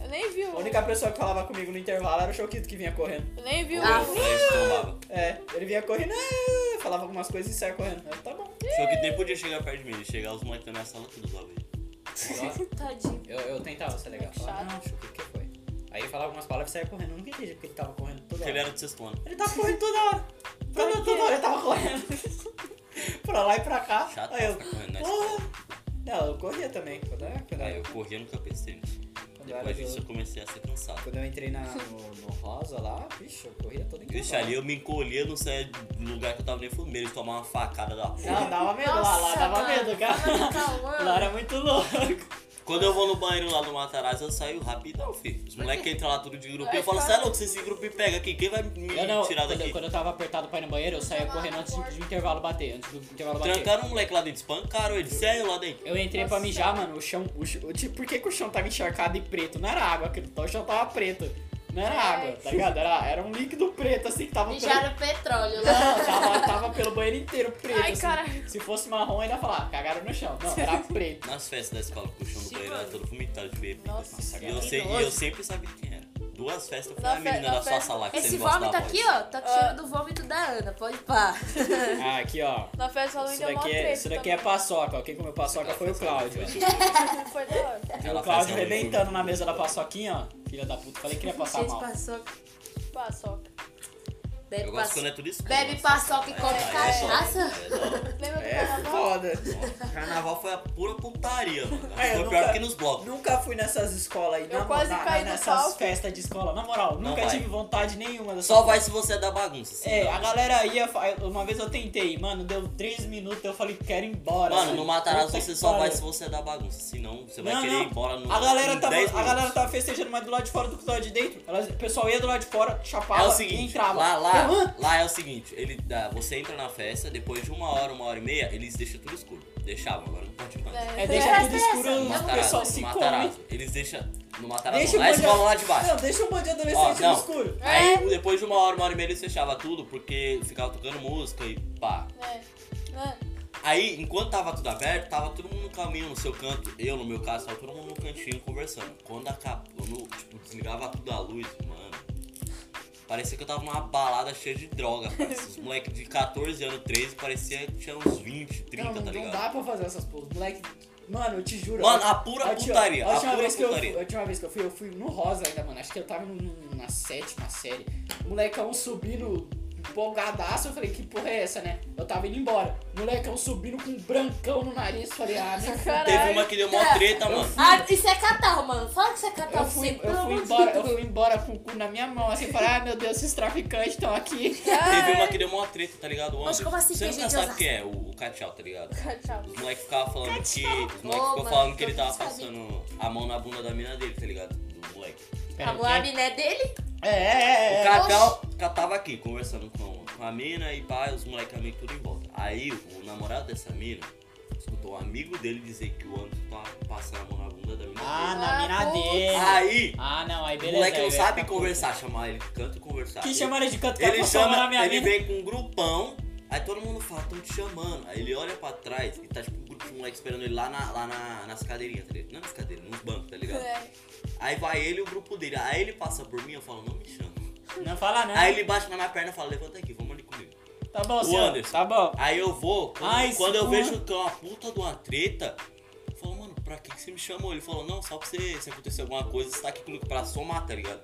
Speaker 3: Eu nem vi
Speaker 1: A
Speaker 3: o.
Speaker 1: única pessoa que falava comigo no intervalo era o Choquito que vinha correndo.
Speaker 3: Eu nem vi o.
Speaker 2: Ah,
Speaker 4: Eu falei, "Você tombava."
Speaker 1: É, ele vinha correndo, "Ah", falava algumas coisas e saia correndo. Eu, tá bom.
Speaker 4: Só que nem podia chegar perto de mim, chegar os moleques na minha sala tudo lá, velho.
Speaker 2: Tadinho.
Speaker 1: Eu, eu tentava ser legal.
Speaker 3: Chato.
Speaker 1: Falava, não, Choquito, o que foi? Aí ele falava algumas palavras e saia correndo. Eu nunca entendi porque ele tava correndo toda
Speaker 4: Porque ele
Speaker 1: hora.
Speaker 4: era do sexto ano.
Speaker 1: Ele tava correndo toda hora. Toda, toda hora ele tava correndo. pra lá e pra cá.
Speaker 4: Chato
Speaker 1: Aí eu,
Speaker 4: ficar correndo na escola.
Speaker 1: porra. Não, eu corria também. Quando eu, quando
Speaker 4: Aí
Speaker 1: eu,
Speaker 4: eu corria no capacete.
Speaker 1: quando eu era
Speaker 4: Depois disso
Speaker 1: do-
Speaker 4: eu comecei a ser cansado.
Speaker 1: quando eu entrei na, no, no Rosa lá, bicho, eu corria todo
Speaker 4: Vixe, ali eu me encolhia, não saía do lugar que eu tava nem fundo. Eles tomavam uma facada da porra.
Speaker 1: Não, dava medo lá, lá
Speaker 2: Nossa,
Speaker 1: dava
Speaker 2: mano,
Speaker 1: medo,
Speaker 2: tava
Speaker 1: cara.
Speaker 2: calor.
Speaker 1: Lá era muito louco.
Speaker 4: Quando eu vou no banheiro lá no Matarazzo, eu saio rapidão, filho. Os moleques entram lá tudo de grupinho. Eu falo,
Speaker 3: Ai,
Speaker 4: cê é
Speaker 3: cara.
Speaker 4: louco, se esse grupinho pega aqui, quem vai me
Speaker 1: Eu não,
Speaker 4: tirar
Speaker 1: quando,
Speaker 4: daqui?
Speaker 1: eu- quando eu tava apertado pra ir no banheiro, eu saía correndo antes do, do intervalo bater, antes do intervalo bater.
Speaker 4: Trancaram um moleque lá dentro, espancaram ele, saiu lá dentro.
Speaker 1: Eu entrei pra
Speaker 3: Nossa.
Speaker 1: mijar, mano, o chão, o chão- tipo, por que, que o chão tava encharcado e preto? Não era água, aquilo, o chão tava preto. Não era
Speaker 3: É.
Speaker 1: água, tá ligado? Era, era um líquido preto, assim, que tava pelo...
Speaker 2: Mijaram petróleo lá.
Speaker 1: Não, tava, tava pelo banheiro inteiro preto,
Speaker 3: Ai,
Speaker 1: assim.
Speaker 3: caralho.
Speaker 1: Se fosse marrom, ainda ia falar, "Ah, cagaram no chão. Não, era preto.
Speaker 4: Nas festas né, da escola, puxando o banheiro, era todo vomitado de bebida. assim,
Speaker 3: Nossa,
Speaker 1: Nossa,
Speaker 4: E
Speaker 1: cara.
Speaker 4: eu, sei- e eu sempre sabia quem era. Duas festas foi
Speaker 3: Na
Speaker 4: a
Speaker 3: fe-
Speaker 4: menina
Speaker 3: na
Speaker 4: da sua
Speaker 3: festa-
Speaker 4: sala que você
Speaker 2: Esse
Speaker 4: não gosta
Speaker 2: vômito
Speaker 4: da
Speaker 2: aqui,
Speaker 4: voz.
Speaker 2: ó, tá com cheiro do vômito da Ana. Pode pá.
Speaker 1: Ah, aqui, ó.
Speaker 3: Na festa ela
Speaker 1: Isso
Speaker 3: Então ainda mó
Speaker 1: daqui,
Speaker 3: treta.
Speaker 1: é, isso daqui é
Speaker 3: também.
Speaker 1: paçoca, ó. Quem comeu paçoca é foi o Cláudio. ó.
Speaker 3: Foi da hora.
Speaker 1: O Cláudio
Speaker 4: um
Speaker 1: rebentando na mesa da paçoquinha, ó. Filha da puta, falei que ia passar
Speaker 2: Gente,
Speaker 1: mal.
Speaker 2: paçoca.
Speaker 3: Paçoca.
Speaker 2: Bebe
Speaker 4: Eu gosto
Speaker 2: paçoca.
Speaker 4: quando é tudo escuro.
Speaker 2: Bebe paçoca e
Speaker 4: Aí-
Speaker 2: come
Speaker 4: aí é
Speaker 2: cachaça.
Speaker 4: só- é só-
Speaker 3: Lembra do
Speaker 1: É
Speaker 3: carnaval?
Speaker 1: foda.
Speaker 4: Carnaval foi a pura putaria, mano.
Speaker 1: É, eu
Speaker 4: Foi
Speaker 1: nunca-
Speaker 4: pior que nos blocos.
Speaker 1: Nunca fui nessas escolas aí.
Speaker 3: Eu
Speaker 1: na-
Speaker 3: quase
Speaker 1: na-
Speaker 3: caí no
Speaker 1: Nessas
Speaker 3: palco.
Speaker 1: festas de escola. Na moral,
Speaker 4: Não
Speaker 1: nunca
Speaker 4: vai.
Speaker 1: tive vontade nenhuma dessa
Speaker 4: Só vai se você é da bagunça. assim,
Speaker 1: É,
Speaker 4: não.
Speaker 1: a galera ia. fa- Uma vez eu tentei, mano, deu 3 minutos, eu falei, quero ir embora.
Speaker 4: Mano,
Speaker 1: sabe?
Speaker 4: no Matarazzo
Speaker 1: Puta
Speaker 4: você
Speaker 1: que
Speaker 4: só vai
Speaker 1: pariu.
Speaker 4: se você é da bagunça. Senão você vai
Speaker 1: Não,
Speaker 4: querer
Speaker 1: não.
Speaker 4: ir embora no.
Speaker 1: A galera,
Speaker 4: em
Speaker 1: tava,
Speaker 4: 10
Speaker 1: a galera
Speaker 4: minutos.
Speaker 1: tava festejando, mas do lado de fora do que do lado de dentro. Elas, o pessoal ia do lado de fora, chapava
Speaker 4: É o
Speaker 1: e
Speaker 4: seguinte,
Speaker 1: entrava. Eu,
Speaker 4: lá,
Speaker 1: "Hã?"
Speaker 4: lá, lá é o seguinte, ele, dá- você entra na festa, depois de uma hora, uma hora e meia, eles deixam tudo escuro. Deixavam, agora não pode mais.
Speaker 1: É,
Speaker 2: Presta
Speaker 1: deixa tudo
Speaker 2: atenção,
Speaker 1: escuro,
Speaker 2: no
Speaker 1: o
Speaker 4: Matarazzo,
Speaker 1: pessoal
Speaker 4: no
Speaker 1: se come.
Speaker 4: Matarazzo. Eles deixam no Matarazzo,
Speaker 1: Deixa um
Speaker 4: na
Speaker 1: monte de-
Speaker 4: escola lá de baixo.
Speaker 1: Não, deixa um monte de
Speaker 4: Ó,
Speaker 1: adolescente no
Speaker 4: não.
Speaker 1: escuro. É.
Speaker 4: Aí depois de uma hora, uma hora e meia eles fechavam tudo porque ficava tocando música e pá.
Speaker 3: É. É.
Speaker 4: Aí, enquanto tava tudo aberto, tava todo mundo no caminho, no seu canto. Eu, no meu caso, tava todo mundo no cantinho conversando. Quando acabou, quando, tipo, desligava tudo a luz, mano. Parecia que eu tava numa balada cheia de droga, parceiro. Os moleques de 14 anos, 13, parecia que tinha uns 20, 30,
Speaker 1: Não, não
Speaker 4: tá
Speaker 1: não
Speaker 4: ligado?
Speaker 1: dá pra fazer essas porras. Moleque, mano, eu te juro.
Speaker 4: Mano,
Speaker 1: eu-
Speaker 4: a pura
Speaker 1: a última-
Speaker 4: putaria,
Speaker 1: A
Speaker 4: a
Speaker 1: última,
Speaker 4: pura
Speaker 1: vez que eu,
Speaker 4: putaria.
Speaker 1: fui- a última vez que eu fui, eu fui no Rosa ainda, mano. Acho que eu tava no- no- na sétima série. O molecão subindo empolgadaço. Eu falei, que porra é essa, né? Eu tava indo embora. O Molecão subindo com um brancão no nariz. eu Falei, ah, meu
Speaker 4: Teve
Speaker 3: Caralho.
Speaker 4: uma que deu mó treta, mano.
Speaker 2: Ah, isso é catarro, mano. Fala que isso é
Speaker 1: Eu
Speaker 2: catarro.
Speaker 1: fui,
Speaker 2: você,
Speaker 1: eu,
Speaker 2: pelo
Speaker 1: fui
Speaker 2: amor de
Speaker 1: embora, eu
Speaker 2: Deus.
Speaker 1: fui embora com o cu na minha mão, assim, falar, ah, meu Deus, esses traficantes estão aqui.
Speaker 4: Teve uma
Speaker 3: Ai.
Speaker 4: que deu mó treta, tá ligado? O
Speaker 2: Mas
Speaker 4: Anderson.
Speaker 2: como assim
Speaker 4: Você
Speaker 2: tem
Speaker 4: nunca
Speaker 2: gente de
Speaker 4: sabe
Speaker 2: Osasco?
Speaker 4: quem é, o, o Cachau, tá ligado?
Speaker 3: Tchau.
Speaker 4: Os moleques ficavam falando que. Os moleques
Speaker 2: Ô,
Speaker 4: ficavam
Speaker 2: mano,
Speaker 4: falando que
Speaker 2: eu
Speaker 4: ele tava
Speaker 2: não sabia.
Speaker 4: passando a mão na bunda da mina dele, tá ligado? Do moleque.
Speaker 1: Pera,
Speaker 2: A
Speaker 1: o
Speaker 2: mulher
Speaker 1: quê?
Speaker 2: né, dele?
Speaker 1: É, é,
Speaker 4: O
Speaker 1: é, é.
Speaker 4: Cacau catava aqui, conversando com, com a mina e pai, os moleques amigos tudo em volta. Aí o namorado dessa mina escutou um amigo dele dizer que o Anderson tava passando a mão na bunda da mina
Speaker 1: Ah,
Speaker 4: dele.
Speaker 1: na mina
Speaker 3: Ah,
Speaker 1: dele.
Speaker 4: Aí,
Speaker 1: Ah, não, aí
Speaker 4: o
Speaker 1: beleza.
Speaker 4: moleque não
Speaker 1: aí vai
Speaker 4: sabe
Speaker 1: ficar
Speaker 4: conversar, chamar ele de canto e conversar.
Speaker 1: puto. Que
Speaker 4: Ele-
Speaker 1: chamaram ele de canto que
Speaker 4: Ele
Speaker 1: na
Speaker 4: chama,
Speaker 1: minha
Speaker 4: ele
Speaker 1: vida.
Speaker 4: vem com um grupão, aí todo mundo fala, tão te chamando. Aí ele olha pra trás e tá tipo um grupo de moleque esperando ele lá, na, lá na- nas cadeirinhas, tá ligado? Não nas cadeiras, nos bancos, tá ligado?
Speaker 3: É.
Speaker 4: Aí vai ele e o grupo dele. Aí ele passa por mim, eu falo, não me chama.
Speaker 1: Não fala nada.
Speaker 4: Aí ele bate na minha perna e fala, levanta aqui, vamos ali comigo.
Speaker 1: Tá bom,
Speaker 4: O
Speaker 1: senhor.
Speaker 4: Anderson.
Speaker 1: Tá bom.
Speaker 4: Aí eu vou, quando,
Speaker 1: Ai,
Speaker 4: quando eu
Speaker 1: porra.
Speaker 4: vejo que é uma puta de uma treta, eu falo, mano, pra que que você me chamou? Ele falou, não, só pra você, se acontecer alguma coisa, você tá aqui comigo pra somar, tá ligado?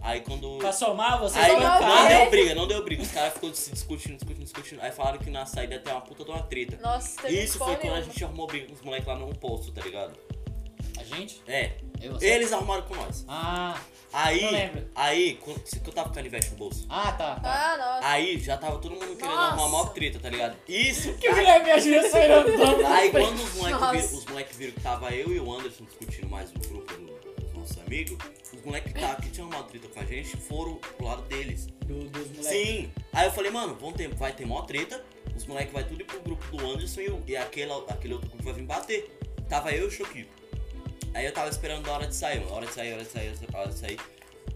Speaker 4: Aí quando.
Speaker 1: Pra somar, vocês
Speaker 4: Aí
Speaker 1: vão
Speaker 4: não,
Speaker 3: não
Speaker 1: entrar.
Speaker 3: vai.
Speaker 4: deu briga, não deu briga. Os caras ficou se discutindo, discutindo, discutindo. Aí falaram que na saída tem uma puta de uma treta.
Speaker 3: Nossa, teve
Speaker 4: Isso
Speaker 3: porra
Speaker 4: foi quando a
Speaker 3: nenhuma.
Speaker 4: gente arrumou briga com os moleques lá no posto, tá ligado?
Speaker 1: A gente?
Speaker 4: É.
Speaker 1: Eu você?
Speaker 4: Eles arrumaram com nós.
Speaker 1: Ah,
Speaker 4: Aí,
Speaker 1: Não lembro.
Speaker 4: aí, quando- que eu tava com canivete no bolso.
Speaker 1: ah, tá. tá.
Speaker 3: Ah, nossa.
Speaker 4: Aí já tava todo mundo querendo
Speaker 2: Nossa.
Speaker 4: arrumar mó treta, tá ligado? Isso,
Speaker 1: Que o
Speaker 4: cara.
Speaker 1: Guilherme e a Júlia saíram tá andando.
Speaker 4: Aí quando os moleques
Speaker 2: Nossa.
Speaker 4: viram, os moleque viram que tava eu e o Anderson discutindo mais o grupo do. nossos amigos, os moleques que tá, que tinham uma treta com a gente foram pro lado deles.
Speaker 1: Do, dos moleques.
Speaker 4: Sim! Aí eu falei, mano, vão ter, vai ter mó treta, os moleques vai tudo ir pro grupo do Anderson e, o- e aquele, aquele outro grupo vai vir bater. Tava eu e o Choquito. Aí eu tava esperando a hora de sair, mano. A hora de sair, a hora de sair, a hora de sair.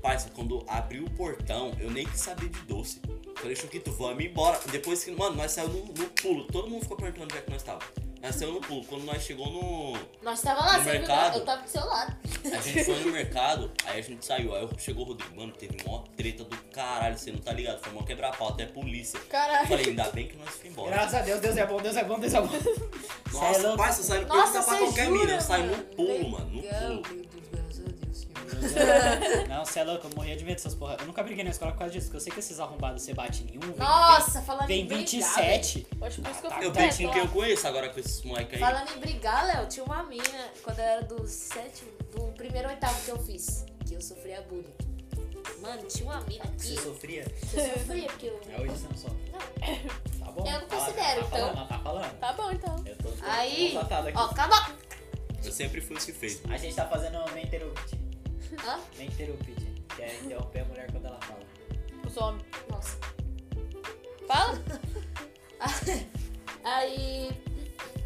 Speaker 4: Parça, quando abriu o portão, eu nem quis saber de doce. Falei, Choquito, vamos embora. Depois que, mano, nós saímos no, no pulo. Todo mundo ficou perguntando onde é que nós tava. Nós saímos no pulo. Quando nós chegou no...
Speaker 2: Nós tava lá,
Speaker 4: No
Speaker 2: você viu?
Speaker 4: mercado?
Speaker 2: Eu tava do seu lado.
Speaker 4: A gente foi no mercado, aí a gente saiu. Aí chegou o Rodrigo, mano, teve mó treta do caralho, você não tá ligado? Foi mó quebra-pau, até polícia.
Speaker 3: Caralho.
Speaker 4: Falei, ainda bem que nós fomos embora.
Speaker 1: Graças a Deus, Deus é bom, Deus é bom, Deus é bom. Cê é
Speaker 4: Nossa,
Speaker 1: louco.
Speaker 4: parça, saiu tá pra
Speaker 2: Nossa,
Speaker 4: perguntar pra
Speaker 2: cê
Speaker 4: qualquer
Speaker 2: jura,
Speaker 4: mina. Eu saio no
Speaker 2: mano?
Speaker 4: pulo, mano, no
Speaker 5: Legal,
Speaker 4: pulo.
Speaker 5: meu Deus, graças a Deus, Senhor.
Speaker 1: Não, você é louco, eu morria de medo dessas porra. Eu nunca briguei na escola por causa disso, porque eu sei que esses arrombados você bate em um, vem,
Speaker 2: Nossa, falando
Speaker 1: vem
Speaker 2: em brigar.
Speaker 1: 27.
Speaker 3: Poxa, por isso
Speaker 2: Tá
Speaker 3: que eu
Speaker 4: Eu
Speaker 3: fico
Speaker 4: brinco com
Speaker 3: quieto.
Speaker 4: quem eu
Speaker 3: lá.
Speaker 4: conheço agora com esses moleques
Speaker 1: É
Speaker 2: velho.
Speaker 4: aí.
Speaker 2: Falando em brigar, Léo, tinha uma mina, quando eu era do sétimo, do primeiro oitavo que eu fiz, que eu sofria bullying. Mano, tinha uma mina que
Speaker 1: Você
Speaker 2: eu
Speaker 1: sofria?
Speaker 2: sofria, porque eu...
Speaker 1: É hoje você não sofre. Tá bom?
Speaker 2: Eu não
Speaker 1: Tá- tá
Speaker 2: considero, então.
Speaker 1: falando, Tá falando.
Speaker 3: Tá bom, então.
Speaker 1: Eu tô
Speaker 2: Aí,
Speaker 1: contratado aqui.
Speaker 2: ó, acabou.
Speaker 4: Eu sempre fui esse que fez.
Speaker 1: A gente tá fazendo uma interrupt.
Speaker 2: Hã?
Speaker 1: Nem interrupt. Que é interromper a mulher quando ela fala.
Speaker 3: Os homens.
Speaker 2: Nossa.
Speaker 3: Fala.
Speaker 2: Aí,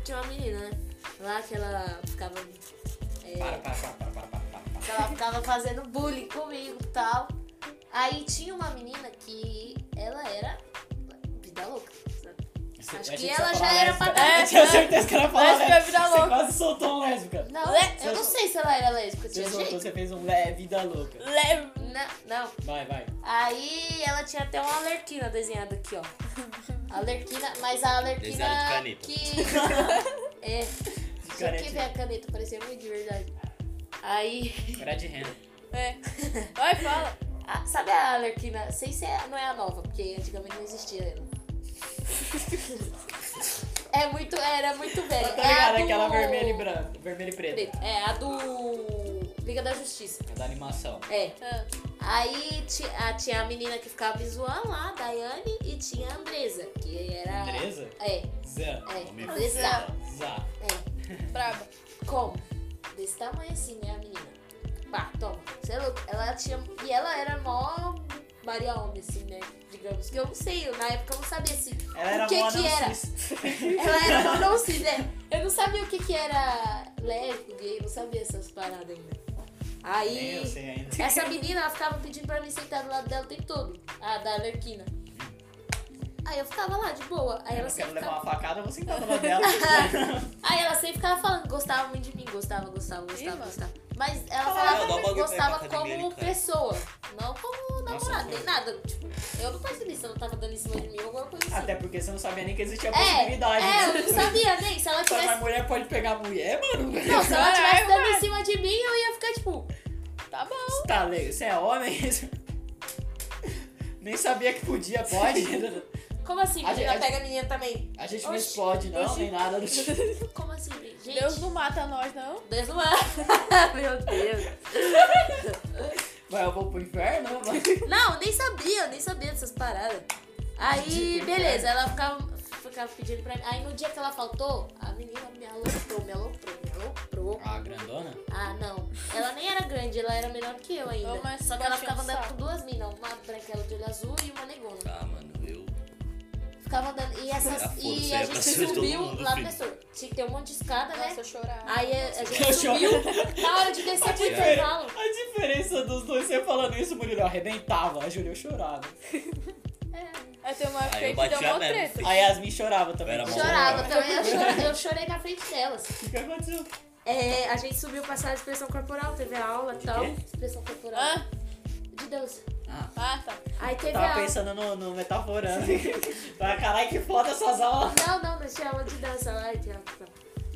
Speaker 5: Tinha uma menina, né? Lá que ela ficava. é,
Speaker 1: Para, para, para, para, para, para, para, para.
Speaker 2: que ela ficava fazendo bullying comigo e tal. Aí tinha uma menina que ela era vida louca, sabe?
Speaker 1: Isso-
Speaker 2: Acho
Speaker 1: a
Speaker 2: que
Speaker 1: gente só
Speaker 2: ela
Speaker 1: fala
Speaker 2: já era
Speaker 1: lésbica.
Speaker 2: pra tá dar-
Speaker 1: Eu tinha certeza que ela falava.
Speaker 3: Lésbica é
Speaker 1: lésbica.
Speaker 3: vida
Speaker 1: Você
Speaker 3: louca.
Speaker 1: quase soltou um lésbica.
Speaker 2: Não,
Speaker 1: Le-
Speaker 2: eu não sei se ela era lésbica,
Speaker 1: Você
Speaker 2: tinha
Speaker 1: soltou,
Speaker 2: jeito.
Speaker 1: você fez um lé vida louca.
Speaker 3: Leve.
Speaker 2: Não, não.
Speaker 1: Vai, vai.
Speaker 2: Aí ela tinha até uma alerquina desenhada aqui, ó. A Alerquina, mas a alerquina
Speaker 4: Desenhada de caneta.
Speaker 2: que... é, só que
Speaker 1: Carete-
Speaker 2: vê a caneta, parecia muito de verdade. Aí,
Speaker 1: Cara de renda.
Speaker 3: É. Vai, fala.
Speaker 2: a- sabe a alerquina? Sei se é- não é a nova, porque antigamente não existia ela. É muito, era muito velha.
Speaker 1: Tá
Speaker 2: é a
Speaker 1: ligado?
Speaker 2: do-
Speaker 1: Aquela vermelha e branca. Vermelha e preta.
Speaker 2: Preto. É, a do Liga da Justiça.
Speaker 1: É da animação.
Speaker 2: É,
Speaker 3: Ah,
Speaker 2: Aí ti- a- tinha a menina que ficava me zoando lá, a Daiane, e tinha a Andresa, que era.
Speaker 1: Andresa?
Speaker 2: É,
Speaker 1: Zé.
Speaker 2: é.
Speaker 4: Amigo.
Speaker 2: Andresa.
Speaker 1: Zá.
Speaker 2: É.
Speaker 3: braba.
Speaker 2: Como? Desse tamanho assim, né, a menina? Pá, toma. Você é louco? Ela tinha. E ela era mó Maria Homem, assim, né? Digamos. Que eu não sei, eu, na época eu não sabia se.
Speaker 1: Ela era
Speaker 2: o que
Speaker 1: mó
Speaker 2: que era?
Speaker 1: narcisista.
Speaker 2: Ela era mó não se, né? Eu não sabia o que que era lésbico, gay, eu não sabia essas paradas ainda.
Speaker 1: Nem
Speaker 2: Aí.
Speaker 1: eu sei ainda.
Speaker 2: Essa menina, ela ficava pedindo pra mim sentar do lado dela o tempo todo. A da Alerquina. Aí eu ficava lá, de boa. Aí ela,
Speaker 1: Eu quero
Speaker 2: sempre
Speaker 1: levar
Speaker 2: ficava...
Speaker 1: uma facada, eu vou sentar do lado dela.
Speaker 2: Aí ela sempre ficava falando, gostava muito de mim, gostava, gostava, gostava,
Speaker 3: mano.
Speaker 2: gostava. Mas ela
Speaker 4: eu dou um
Speaker 2: falava que
Speaker 4: bagulho pra
Speaker 2: gostava
Speaker 4: ele pra academia,
Speaker 2: como
Speaker 4: ele cai.
Speaker 2: pessoa, não
Speaker 1: Nossa,
Speaker 2: como namorada,
Speaker 1: foi.
Speaker 2: nem nada. Tipo, eu não percebi se ela tava dando em cima de mim ou alguma coisa assim.
Speaker 1: Até porque você não sabia nem que existia a
Speaker 2: É,
Speaker 1: possibilidade. né?
Speaker 2: é, eu não sabia nem. Se ela
Speaker 1: Só
Speaker 2: tivesse.
Speaker 1: Mas mulher pode pegar mulher, mano? É,
Speaker 2: Não, se ela
Speaker 3: Caralho,
Speaker 2: tivesse dando
Speaker 3: mano.
Speaker 2: em cima de mim, eu ia ficar tipo.
Speaker 3: Tá bom.
Speaker 1: Você tá le- Você é homem? Nem sabia que podia, pode.
Speaker 2: Como assim?
Speaker 1: A gente-
Speaker 2: Menina
Speaker 1: a gente-
Speaker 2: pega menina também.
Speaker 1: A gente não
Speaker 2: Oxi,
Speaker 1: explode, não,
Speaker 3: oxi.
Speaker 1: nem nada do tipo.
Speaker 2: Como assim? Gente, Né?
Speaker 3: Deus não mata nós, não.
Speaker 2: Deus não é. Meu Deus.
Speaker 1: Mas eu vou pro inferno, mano.
Speaker 2: Não, eu nem sabia, eu nem sabia dessas paradas. Aí,
Speaker 1: Ridículo,
Speaker 2: beleza, ela ficava, ficava pedindo pra mim. Aí no dia que ela faltou, a menina me aloprou, me aloprou, me aloprou.
Speaker 1: Ah, grandona?
Speaker 2: Ah, não. Ela nem era grande, ela era menor que eu ainda.
Speaker 3: Ô, mas
Speaker 2: Só que ela
Speaker 3: baixou
Speaker 2: ficava
Speaker 3: o
Speaker 2: andando
Speaker 3: saco.
Speaker 2: com duas minas, uma branquela de olho azul e uma negona.
Speaker 4: Ah, mano, eu...
Speaker 2: Ficava andando. E, essas,
Speaker 4: Ah, foda-se,
Speaker 2: e
Speaker 4: é
Speaker 2: a
Speaker 4: pra
Speaker 2: gente
Speaker 4: cima de todo
Speaker 2: subiu
Speaker 4: mundo,
Speaker 2: lá no
Speaker 4: filho.
Speaker 2: pessoa. Tinha que ter um monte de escada, né?
Speaker 3: Nossa, eu chorava.
Speaker 2: Aí a, a gente
Speaker 1: Eu choro.
Speaker 2: subiu. Na hora de descer pro
Speaker 4: Sério?
Speaker 2: intervalo.
Speaker 1: A diferença dos dois, você falando isso, Murilo, eu arrebentava. A Júlia eu chorava.
Speaker 3: Aí tem uma
Speaker 4: Aí eu
Speaker 3: vez que deu
Speaker 4: bati a
Speaker 3: uma
Speaker 4: merda,
Speaker 3: treta.
Speaker 4: filho.
Speaker 1: A Yasmin chorava também.
Speaker 4: Eu era mó-
Speaker 2: Chorava também, eu chorei, eu chorei na frente assim. delas.
Speaker 1: O que que aconteceu?
Speaker 5: É,
Speaker 2: A gente subiu pra sala de expressão corporal, teve a aula e tal.
Speaker 1: quê?
Speaker 2: Expressão corporal.
Speaker 3: Ah,
Speaker 2: De dança.
Speaker 3: ah, tá.
Speaker 2: Aí teve a
Speaker 1: Tava
Speaker 2: aula.
Speaker 1: pensando no, no metaforando. Falei, Caralho, que foda essas aulas.
Speaker 2: Não, não, nós tinha aula de dança lá. e tinha-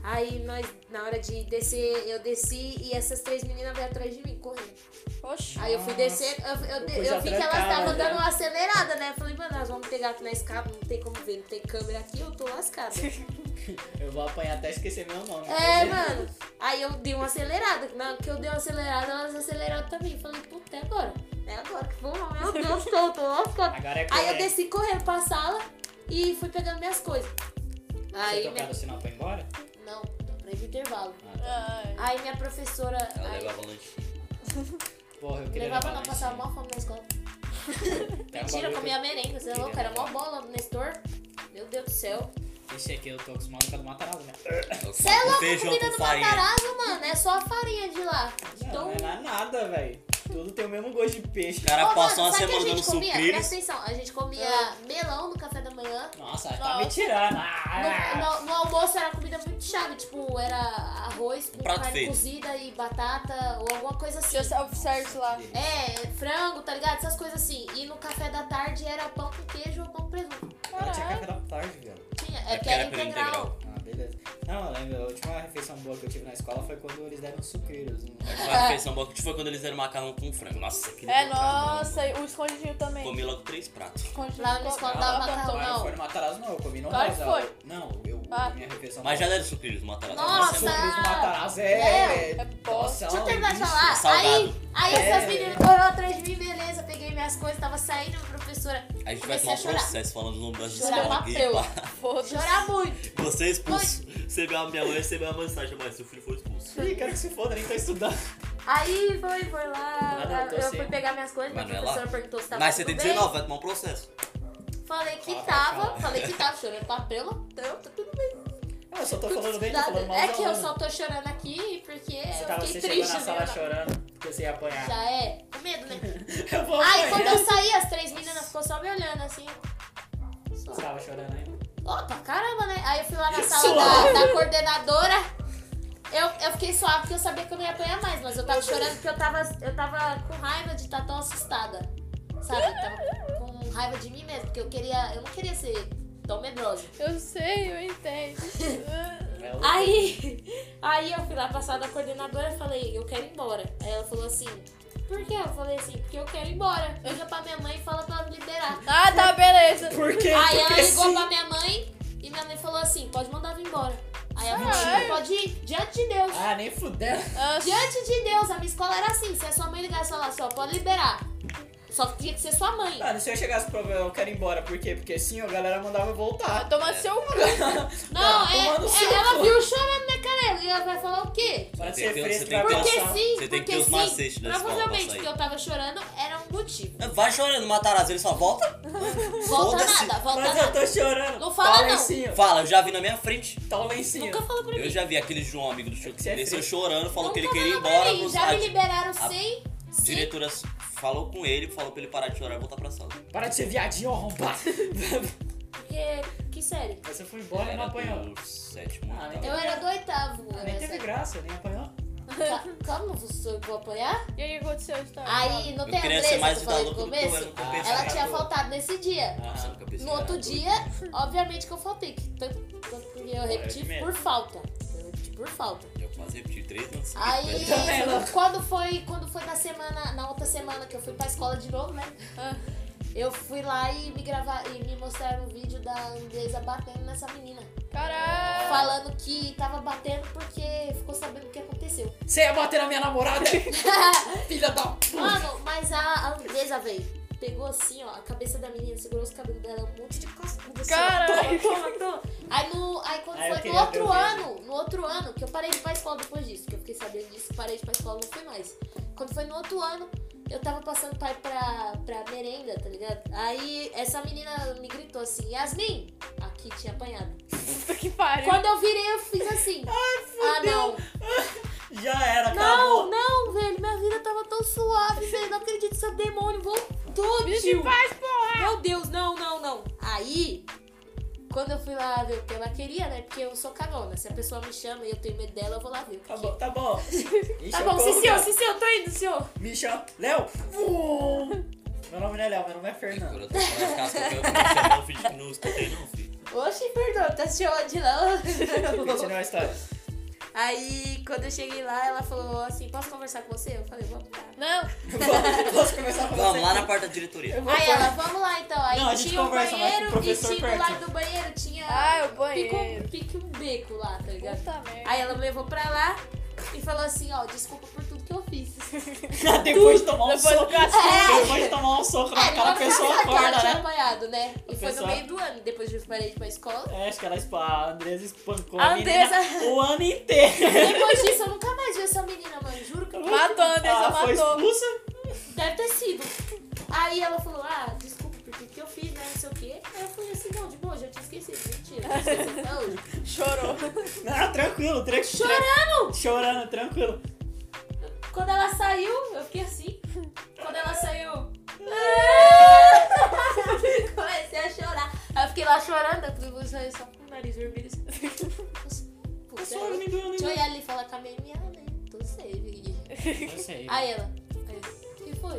Speaker 2: Aí nós, na hora de descer, eu desci e essas três meninas vieram atrás de mim, correndo.
Speaker 3: Poxa.
Speaker 2: Aí eu fui
Speaker 1: Nossa.
Speaker 2: descer, eu, eu,
Speaker 1: Eu
Speaker 2: de-
Speaker 1: fui
Speaker 2: eu
Speaker 1: já
Speaker 2: vi que elas
Speaker 1: trancada,
Speaker 2: estavam
Speaker 1: já.
Speaker 2: dando uma acelerada, né? Eu falei, mano, nós vamos pegar aqui na escada, não tem como ver, não tem câmera aqui, eu tô lascada.
Speaker 1: Eu vou apanhar até esquecer meu nome.
Speaker 2: É, mano. Aí eu dei uma acelerada. Na hora que eu dei uma acelerada, elas aceleraram também. Falei, puta, é agora. É agora que vou, meu Deus do céu, eu tô lascada.
Speaker 1: Agora é
Speaker 2: Aí eu
Speaker 1: correto.
Speaker 2: desci correndo pra sala e fui pegando minhas coisas.
Speaker 1: Você tá
Speaker 2: Aí
Speaker 1: tocava
Speaker 2: minha...
Speaker 1: o sinal pra ir embora?
Speaker 2: Não, pra ir pro intervalo.
Speaker 1: Ah, tá.
Speaker 3: Ai.
Speaker 2: Aí minha professora.
Speaker 4: Ela
Speaker 1: É um
Speaker 2: aí-
Speaker 4: levava lanchinho.
Speaker 1: Porra, eu queria levar
Speaker 2: Levava não,
Speaker 1: lá em
Speaker 2: passava
Speaker 1: cima.
Speaker 2: mó fome na escola.
Speaker 1: Tem assim. É um
Speaker 2: Mentira,
Speaker 1: bagulho
Speaker 2: comia merenda, você é louco? Era mó
Speaker 1: levar.
Speaker 2: bola no Nestor. Meu Deus do céu.
Speaker 1: que- Ixi, aqui eu tô acostumado com a do Matarazzo, né?
Speaker 2: Você é louco,
Speaker 4: feijão
Speaker 2: comida
Speaker 4: com
Speaker 2: do
Speaker 4: farinha.
Speaker 2: Matarazzo, mano. É só a farinha de lá. Então, De
Speaker 1: Não,
Speaker 2: tão...
Speaker 1: não é lá nada, velho. Tudo tem o mesmo gosto de peixe.
Speaker 4: O cara
Speaker 2: Ô, mano,
Speaker 4: passou uma
Speaker 2: sabe o que
Speaker 4: semana
Speaker 2: a
Speaker 4: dando
Speaker 2: gente comia?
Speaker 4: sucrilhos. Ah.
Speaker 2: Presta atenção, a gente comia melão no café da manhã.
Speaker 1: Nossa, tá
Speaker 2: Nossa.
Speaker 1: me tirando.
Speaker 2: No,
Speaker 1: Ah!
Speaker 2: no- no almoço era comida muito chave, tipo, era arroz com
Speaker 4: prato
Speaker 2: carne
Speaker 4: feito.
Speaker 2: cozida e batata ou alguma coisa assim.
Speaker 3: Tinha self-service lá.
Speaker 2: É, frango, tá ligado? Essas coisas assim. E no café da tarde era pão com queijo ou pão com presunto.
Speaker 1: Ela tinha
Speaker 3: Caralho.
Speaker 1: café da tarde, velho.
Speaker 2: Tinha,
Speaker 4: É
Speaker 2: é, que
Speaker 4: porque
Speaker 2: era
Speaker 4: era pelo
Speaker 2: integral.
Speaker 4: integral.
Speaker 1: Ah, beleza. Não, eu lembro, a última refeição boa que eu tive na escola foi quando eles deram sucrilhos. né?
Speaker 4: Foi a refeição boa que foi quando eles deram macarrão com frango. Nossa, que
Speaker 3: É,
Speaker 4: macarrão.
Speaker 3: nossa, e o escondidinho também.
Speaker 4: Comi logo três pratos.
Speaker 3: Escondidinho
Speaker 2: Lá na
Speaker 3: ficou-
Speaker 2: escola
Speaker 3: Ah,
Speaker 2: dava
Speaker 3: tá,
Speaker 2: macarrão,
Speaker 3: tá.
Speaker 1: Mas
Speaker 2: não.
Speaker 1: foi no Matarazzo, não. Eu comi no
Speaker 3: Claro que
Speaker 1: Rosal.
Speaker 3: foi.
Speaker 1: Não, eu...
Speaker 3: Ah.
Speaker 1: Minha refeição...
Speaker 4: Mas já deram sucrilhos no Matarazzo.
Speaker 2: Nossa!
Speaker 4: Uma semana.
Speaker 1: Sucrilhos no Matarazzo
Speaker 2: É,
Speaker 1: é...
Speaker 3: é bom.
Speaker 1: Nossa,
Speaker 2: Deixa eu
Speaker 1: um
Speaker 2: terminar de
Speaker 1: bicho.
Speaker 2: falar.
Speaker 4: Salgado.
Speaker 2: Aí, aí
Speaker 1: É.
Speaker 2: essas meninas correram atrás de mim, beleza. Peguei minhas coisas, tava saindo, a professora.
Speaker 4: A gente vai
Speaker 2: Comecei
Speaker 4: tomar
Speaker 2: a
Speaker 4: um
Speaker 2: chorar.
Speaker 4: processo falando o nome das
Speaker 2: Chorar
Speaker 4: escolas aqui.
Speaker 2: bateu.
Speaker 4: pá.
Speaker 3: Foda-se.
Speaker 2: Chorar muito.
Speaker 4: Você é expulso. Você viu a minha mãe, você viu a mensagem, mas seu filho foi expulso.
Speaker 1: Ih, quero que se foda, nem tô estudando.
Speaker 2: Aí foi, foi lá.
Speaker 1: Ah, não, tô
Speaker 2: eu
Speaker 1: sim.
Speaker 2: fui pegar minhas coisas, mas a
Speaker 1: é
Speaker 4: Manuela?
Speaker 2: professora perguntou se tava
Speaker 4: Mas você tem
Speaker 2: Tá tudo
Speaker 4: 19, vai tomar um processo.
Speaker 2: bem. Falei que
Speaker 1: Fala,
Speaker 2: tava,
Speaker 1: fala.
Speaker 2: falei que tava chorando papel, então tá tudo bem.
Speaker 1: Ah, Eu só tô falando bem, tô
Speaker 2: Nada.
Speaker 1: falando mal
Speaker 2: É
Speaker 1: dos
Speaker 2: que eu
Speaker 1: alunos.
Speaker 2: só tô chorando aqui porque
Speaker 1: Você,
Speaker 2: eu
Speaker 1: tava, você
Speaker 2: fiquei
Speaker 1: chegou
Speaker 2: triste.
Speaker 1: na sala
Speaker 2: né?
Speaker 1: chorando porque você ia apanhar.
Speaker 2: Já é. Com medo, né?
Speaker 1: Eu vou
Speaker 2: Aí quando eu
Speaker 1: apanhar.
Speaker 2: saí, as três meninas ficou só me olhando assim. Só.
Speaker 1: Você tava chorando ainda?
Speaker 2: Opa, caramba, né? Aí eu fui lá na sala
Speaker 1: Suave.
Speaker 2: da, da coordenadora. Eu, eu fiquei suave porque eu sabia que eu não ia apanhar mais, mas eu tava chorando porque eu tava, eu tava com raiva de estar tão assustada. Sabe? Eu tava com raiva de mim mesmo, porque eu queria. Eu não queria ser tão medrosa.
Speaker 3: Eu sei, eu entendo.
Speaker 1: Ela-
Speaker 2: Aí, aí eu fui lá passar da coordenadora e falei, eu quero ir embora. Aí ela falou assim, por quê? Eu falei assim, porque eu quero ir embora. Liga pra minha mãe e fala pra ela me liberar.
Speaker 3: ah, tá, beleza.
Speaker 1: Por quê?
Speaker 2: Aí
Speaker 1: Porque
Speaker 2: ela ligou
Speaker 1: sim.
Speaker 2: pra minha mãe e minha mãe falou assim: pode mandar vir embora. Aí
Speaker 4: Ah,
Speaker 2: ela falou:
Speaker 4: é?
Speaker 3: Sério?
Speaker 2: pode ir, diante de Deus.
Speaker 1: Ah, nem fudendo.
Speaker 3: Ah,
Speaker 2: Diante de Deus, a minha escola era assim: se a sua mãe ligasse e falasse, ó, pode liberar. Só que tinha que ser sua mãe.
Speaker 4: Ah,
Speaker 1: Mano, Ah, se eu chegasse pro problema, eu quero ir embora. Por quê? Porque sim, a galera mandava eu
Speaker 3: Vai
Speaker 1: voltar.
Speaker 3: tomar
Speaker 4: É.
Speaker 3: seu cu.
Speaker 2: Não,
Speaker 1: tá
Speaker 2: é,
Speaker 1: tomando
Speaker 2: é-
Speaker 1: seu
Speaker 2: ela
Speaker 1: cu.
Speaker 2: viu chorando na cara dela e ela vai falar o quê?
Speaker 1: Vai
Speaker 4: Você
Speaker 1: ser
Speaker 4: tem-
Speaker 1: fresco,
Speaker 4: você tem
Speaker 1: vai
Speaker 4: que
Speaker 2: Porque
Speaker 1: passar.
Speaker 2: sim,
Speaker 4: Você tem que
Speaker 2: porque
Speaker 4: ter os macetes
Speaker 2: sim.
Speaker 4: da escola pra
Speaker 2: Provavelmente
Speaker 4: sair.
Speaker 2: que eu tava chorando era um motivo.
Speaker 4: Vai chorando, Matarazzo, ele só volta.
Speaker 2: Volta
Speaker 4: Foda-se. é
Speaker 2: nada, volta
Speaker 1: Mas eu
Speaker 2: nada.
Speaker 1: tô chorando.
Speaker 2: Não fala
Speaker 1: tá o
Speaker 2: não.
Speaker 1: lencinho.
Speaker 4: Fala, eu já vi na minha frente.
Speaker 1: Tá o lencinho.
Speaker 2: Nunca falou pra mim.
Speaker 4: assim, Eu já vi aquele João, amigo do Chico,
Speaker 1: Você é
Speaker 4: desceu
Speaker 1: fresco.
Speaker 4: chorando, falou que ele
Speaker 2: Nunca
Speaker 4: queria ir
Speaker 2: falou pra
Speaker 4: embora.
Speaker 2: mim.
Speaker 4: mas
Speaker 2: Já me
Speaker 4: a
Speaker 2: liberaram
Speaker 4: a-
Speaker 2: sem. sem-
Speaker 4: diretora s- falou com ele, falou pra ele parar de chorar e voltar pra sala.
Speaker 1: Para de ser viadinho, arrombar.
Speaker 2: Porque. Que série?
Speaker 1: Mas você foi embora e não apanhou.
Speaker 4: do sétimo
Speaker 1: Ah,
Speaker 4: oitavo.
Speaker 2: Eu era do oitavo. eu
Speaker 1: Nem
Speaker 2: era
Speaker 1: teve
Speaker 2: série.
Speaker 1: graça, nem apanhou.
Speaker 2: Ca- Como você vou apanhar?
Speaker 3: E aí, o que aconteceu? História?
Speaker 2: Aí não
Speaker 4: Uhum. Eu
Speaker 2: tem a
Speaker 4: queria
Speaker 2: Andressa
Speaker 4: ser mais
Speaker 2: que eu falei
Speaker 4: o
Speaker 2: no
Speaker 4: Daluco do que eu
Speaker 2: começo?
Speaker 4: era, não
Speaker 1: Ah,
Speaker 4: compensava.
Speaker 2: Ela tinha
Speaker 1: Caralho.
Speaker 2: faltado nesse dia.
Speaker 4: Nossa, nunca pensei
Speaker 2: No
Speaker 4: que era
Speaker 2: outro
Speaker 4: doido.
Speaker 2: dia, obviamente que eu faltei. que tanto- tanto que
Speaker 4: É,
Speaker 2: Eu repeti
Speaker 1: mesmo.
Speaker 2: por falta. Eu repeti por falta.
Speaker 4: Eu quase repeti três anos.
Speaker 2: Aí,
Speaker 1: também,
Speaker 4: né?
Speaker 1: louco.
Speaker 2: quando foi, quando foi na semana, na outra semana que eu fui pra escola de novo, né?
Speaker 3: Ah.
Speaker 2: Eu fui lá e me gravar e me mostraram um vídeo da Andresa batendo nessa menina.
Speaker 3: Caralho.
Speaker 2: Falando que tava batendo porque ficou sabendo o que aconteceu.
Speaker 1: Você ia bater na minha namorada, filha da
Speaker 2: Mano, mas a a Andresa, velho, pegou assim, ó, a cabeça da menina, segurou os cabelos dela, um monte de cascudo assim. ó,
Speaker 3: Caralho.
Speaker 2: Toma, toma, toma. Aí, no, aí quando
Speaker 1: Aí eu
Speaker 2: foi
Speaker 1: queria
Speaker 2: no
Speaker 1: ver
Speaker 2: outro
Speaker 1: o vídeo.
Speaker 2: ano, no outro ano, que eu parei de ir pra escola depois disso, que eu fiquei sabendo disso, parei de ir pra escola, não fui mais. Quando foi no outro ano, eu tava passando pai pra, pra merenda, tá ligado? Aí essa menina me gritou assim, Yasmin! Aqui tinha apanhado.
Speaker 3: Puta que pariu.
Speaker 2: Quando eu virei, eu fiz assim. ah, não.
Speaker 1: Já era,
Speaker 2: Não,
Speaker 1: acabou.
Speaker 2: não, velho. Minha vida tava tão suave, velho. Não acredito que seu demônio voltou,
Speaker 3: Me
Speaker 2: tio.
Speaker 3: faz, porra.
Speaker 2: Meu Deus, não, não, não. Aí, quando eu fui lá ver o que ela queria, né? Porque eu sou cagona. Se a pessoa me chama e eu tenho medo dela, eu vou lá ver. o que
Speaker 1: Tá
Speaker 2: que é.
Speaker 1: bom, tá bom.
Speaker 2: Tá bom, sim, senhor, sim, senhor. Tô indo, senhor.
Speaker 1: Michel, é? Léo. Vum. Meu nome não é Léo, meu nome é Fernando.
Speaker 4: Agora eu tô falando as cascas que eu não finge que não escutei, não, filho.
Speaker 2: Oxe, perdão. Tá senhor de lá.
Speaker 1: Continua a história.
Speaker 2: Aí, quando eu cheguei lá, ela falou assim, posso conversar com você? Eu falei, vamos lá.
Speaker 3: Não.
Speaker 1: Posso começar com
Speaker 4: Vamos
Speaker 1: você?
Speaker 4: lá na quarta diretoria.
Speaker 1: Eu vou
Speaker 2: Aí
Speaker 1: falar.
Speaker 2: ela, vamos lá então. Aí
Speaker 1: Não, a gente
Speaker 2: tinha um
Speaker 1: conversa, mas com o
Speaker 2: banheiro e
Speaker 1: professor
Speaker 2: tinha do
Speaker 1: perto. é
Speaker 2: lado do banheiro tinha
Speaker 3: Ah, o
Speaker 2: pique
Speaker 3: banheiro.
Speaker 2: um, pique um beco lá, tá ligado?
Speaker 3: Puta merda.
Speaker 2: Aí ela me levou pra lá e falou assim, ó, desculpa por tudo que eu que eu fiz.
Speaker 4: né?
Speaker 1: Depois de tomar um
Speaker 3: Depois do
Speaker 1: soco.
Speaker 3: castigo.
Speaker 1: Depois de tomar um soco na
Speaker 2: É,
Speaker 1: cara, a
Speaker 2: não
Speaker 1: pessoa
Speaker 2: era que ela tinha
Speaker 1: acorda, né?
Speaker 2: apanhado, né? E
Speaker 1: A
Speaker 2: foi no
Speaker 1: pessoa-
Speaker 2: meio do ano, depois eu parei de ir pra escola.
Speaker 1: É, acho que ela espa- a Andresa espancou
Speaker 2: A
Speaker 1: a menina
Speaker 2: Andresa-
Speaker 1: o ano inteiro.
Speaker 2: Depois disso, eu nunca mais vi essa menina, mano. Juro que eu
Speaker 3: Matou, a Andressa
Speaker 4: Ah,
Speaker 1: Ela foi
Speaker 3: matou.
Speaker 1: expulsa.
Speaker 2: Deve ter sido. Aí ela falou, ah, desculpa, porque que eu fiz, né? Não sei o quê. Aí eu falei assim, não, de boa, já tinha esquecido. Mentira, não esqueci até hoje.
Speaker 3: Chorou.
Speaker 1: Não, Ah, tranquilo, tranquilo. Chorando! Chorando, tranquilo.
Speaker 2: Quando ela saiu, eu fiquei assim. Quando ela saiu. Comecei a chorar. Aí eu fiquei lá chorando, a tribo saiu só com o nariz vermelho. assim.
Speaker 1: Eu
Speaker 2: Puta,
Speaker 1: sou
Speaker 2: eu-
Speaker 1: amendoim,
Speaker 2: Deixa eu
Speaker 1: amendoim.
Speaker 2: olhar ali e falar com a minha minha, né? Tô safe.
Speaker 3: Então,
Speaker 1: Eu sei.
Speaker 2: Aí ela, aí, o que foi?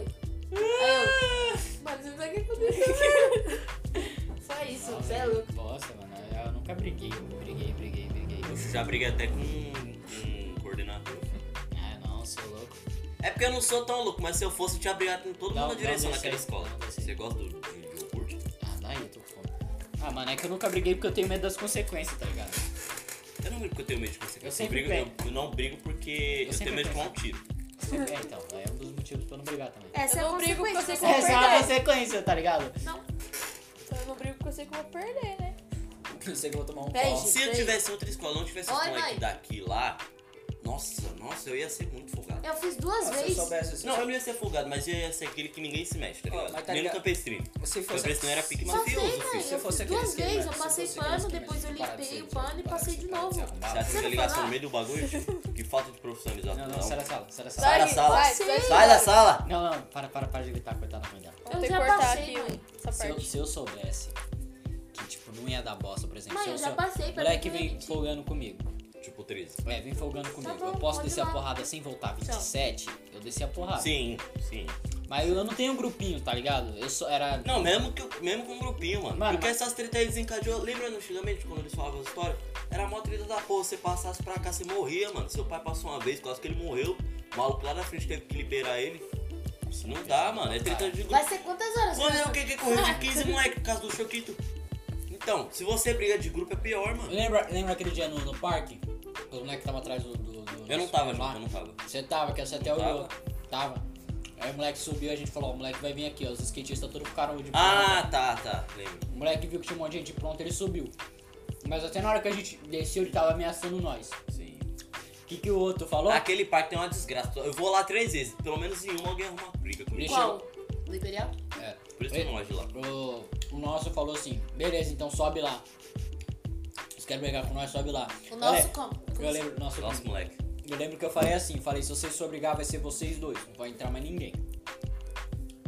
Speaker 2: Aí eu, mano, você não sabe o que aconteceu. Só isso, você é louco.
Speaker 1: Nossa, mano, eu nunca briguei. Briguei, briguei, briguei.
Speaker 4: Eu já briguei até com um, um coordenador.
Speaker 1: Ah, não, sou louco.
Speaker 4: É porque eu não sou tão louco, mas se eu fosse, eu tinha brigado com todo
Speaker 1: Não,
Speaker 4: mundo na
Speaker 1: não
Speaker 4: direção
Speaker 1: desse
Speaker 4: daquela
Speaker 1: aí,
Speaker 4: escola.
Speaker 1: não desse aí.
Speaker 4: Você gosta do, de de iogurte?
Speaker 1: Ah, daí eu tô com fome. Ah, mano, é que eu nunca briguei porque eu tenho medo das consequências, tá ligado?
Speaker 4: Eu não brigo porque eu tenho medo de consequência.
Speaker 1: Eu sempre
Speaker 4: brigo, eu, eu não brigo porque eu,
Speaker 1: sempre
Speaker 4: tenho medo de
Speaker 1: penso.
Speaker 4: tomar um tiro.
Speaker 1: É, então, é um dos motivos pra eu não brigar também.
Speaker 6: Essa
Speaker 3: Eu
Speaker 6: é a
Speaker 3: não brigo porque eu sei
Speaker 6: consequência.
Speaker 3: que
Speaker 1: Essa
Speaker 3: eu vou
Speaker 1: é
Speaker 3: perder.
Speaker 1: uma consequência, tá ligado?
Speaker 3: Então eu não brigo porque eu sei que eu vou perder, né?
Speaker 1: Eu sei que eu vou tomar um
Speaker 6: Pede.
Speaker 1: pau.
Speaker 4: Se eu
Speaker 6: sei.
Speaker 4: tivesse outra escola, não tivesse
Speaker 2: Oi,
Speaker 4: escola
Speaker 2: mãe.
Speaker 4: aqui, daqui lá, nossa, nossa, eu ia ser muito folgado.
Speaker 2: Eu fiz duas
Speaker 1: Ah, Se eu
Speaker 2: vezes.
Speaker 1: soubesse, se eu
Speaker 4: Não, eu não ia ser folgado, mas eu ia ser aquele que ninguém se mexe, tá
Speaker 1: Ó,
Speaker 4: ligado?
Speaker 1: mas tá
Speaker 4: Nem no
Speaker 1: ligado?
Speaker 4: campestrino.
Speaker 1: Se
Speaker 4: O campestrino era pique
Speaker 2: Só sei,
Speaker 4: mafioso,
Speaker 2: mãe.
Speaker 4: filho.
Speaker 1: se eu fosse
Speaker 2: duas
Speaker 1: aquele esquema,
Speaker 2: vezes, eu
Speaker 1: se
Speaker 2: passei
Speaker 1: fosse aquele
Speaker 2: pano,
Speaker 1: esquema
Speaker 2: depois
Speaker 1: de
Speaker 2: eu
Speaker 1: parar de
Speaker 2: limpei
Speaker 1: ser-
Speaker 2: o pano e
Speaker 1: parar
Speaker 2: passei
Speaker 1: ser-
Speaker 2: de
Speaker 1: parar
Speaker 2: novo.
Speaker 1: ser arrombado.
Speaker 4: Você acha
Speaker 2: Você
Speaker 4: que a
Speaker 2: não
Speaker 4: ligação
Speaker 2: fala?
Speaker 4: no meio do bagulho? Que falta de profissionalização.
Speaker 1: Não, não, sai da sala, sai da
Speaker 4: Sai
Speaker 1: sala.
Speaker 4: da
Speaker 3: Sai,
Speaker 4: sala.
Speaker 3: sai, sai.
Speaker 4: Sai da sala!
Speaker 1: Não, não, para, para, para de gritar, coitada da mãe dela.
Speaker 3: Vamos ter
Speaker 2: já
Speaker 3: que cortar
Speaker 2: passei,
Speaker 3: aqui um-
Speaker 2: mãe.
Speaker 3: essa
Speaker 1: Se eu,
Speaker 3: parte.
Speaker 1: se eu soubesse que, tipo, não ia dar bosta, por exemplo,
Speaker 2: Mãe,
Speaker 1: se
Speaker 2: eu
Speaker 1: eu
Speaker 2: já
Speaker 1: sou-
Speaker 2: passei pra
Speaker 1: moleque
Speaker 2: mim,
Speaker 1: vem
Speaker 2: mentira.
Speaker 1: folgando comigo.
Speaker 4: Tipo 13.
Speaker 1: É, vem folgando comigo.
Speaker 2: Tá bom,
Speaker 1: eu posso
Speaker 2: pode
Speaker 1: descer a
Speaker 2: lá.
Speaker 1: porrada sem voltar 27, eu desci a porrada.
Speaker 4: Sim, sim.
Speaker 1: Mas eu não tenho grupinho, tá ligado? Eu só era.
Speaker 4: Não, mesmo, que, mesmo com um grupinho, mano.
Speaker 1: Mano,
Speaker 4: Porque
Speaker 1: mas-
Speaker 4: essas tretas aí desencadeou. Lembra no antigamente quando eles falavam as histórias? Era a maior treta da porra. Você passasse pra cá, você morria, mano. Seu pai passou uma vez, quase que ele morreu. O maluco lá na frente teve que liberar ele. Isso não dá, mano. É treta de grupo.
Speaker 2: Vai ser quantas horas?
Speaker 4: Quando
Speaker 2: mãe?
Speaker 4: eu que correu de 15, moleque, por causa do choquito. Então, se você briga de grupo é pior, mano.
Speaker 1: Lembra, lembra aquele dia no, no parque? Os moleques estavam atrás do. do, do-
Speaker 4: Eu não tava,
Speaker 1: lá?
Speaker 4: junto, eu não tava.
Speaker 1: Você tava, que você até
Speaker 4: Eu
Speaker 1: olhou.
Speaker 4: tava.
Speaker 1: Tava. Aí o moleque subiu e a gente falou: ó, o moleque vai vir aqui, ó. Os skatistas todos ficaram de pronto.
Speaker 4: Ah, tá, tá. Lembro.
Speaker 1: O moleque viu que tinha um monte de gente pronto, ele subiu. Mas até na hora que a gente desceu, ele tava ameaçando nós.
Speaker 4: Sim. Ah,
Speaker 1: O que, que o outro falou?
Speaker 4: Aquele parque tem uma desgraça. Eu vou lá três vezes. Pelo menos em uma alguém arruma briga comigo.
Speaker 1: Deixa
Speaker 2: Qual?
Speaker 1: eu-
Speaker 2: Do Imperial?
Speaker 1: É.
Speaker 4: Por isso que eu não gosto de ir lá.
Speaker 1: O, o nosso falou assim: beleza, então sobe lá. Vocês querem brigar com nós? Sobe lá.
Speaker 2: O nosso
Speaker 1: Olha,
Speaker 2: como?
Speaker 1: Eu lembro, nosso
Speaker 4: Nossa,
Speaker 1: como?
Speaker 4: moleque.
Speaker 1: eu lembro que eu falei assim: falei, se vocês for brigar, vai ser vocês dois, não vai entrar mais ninguém.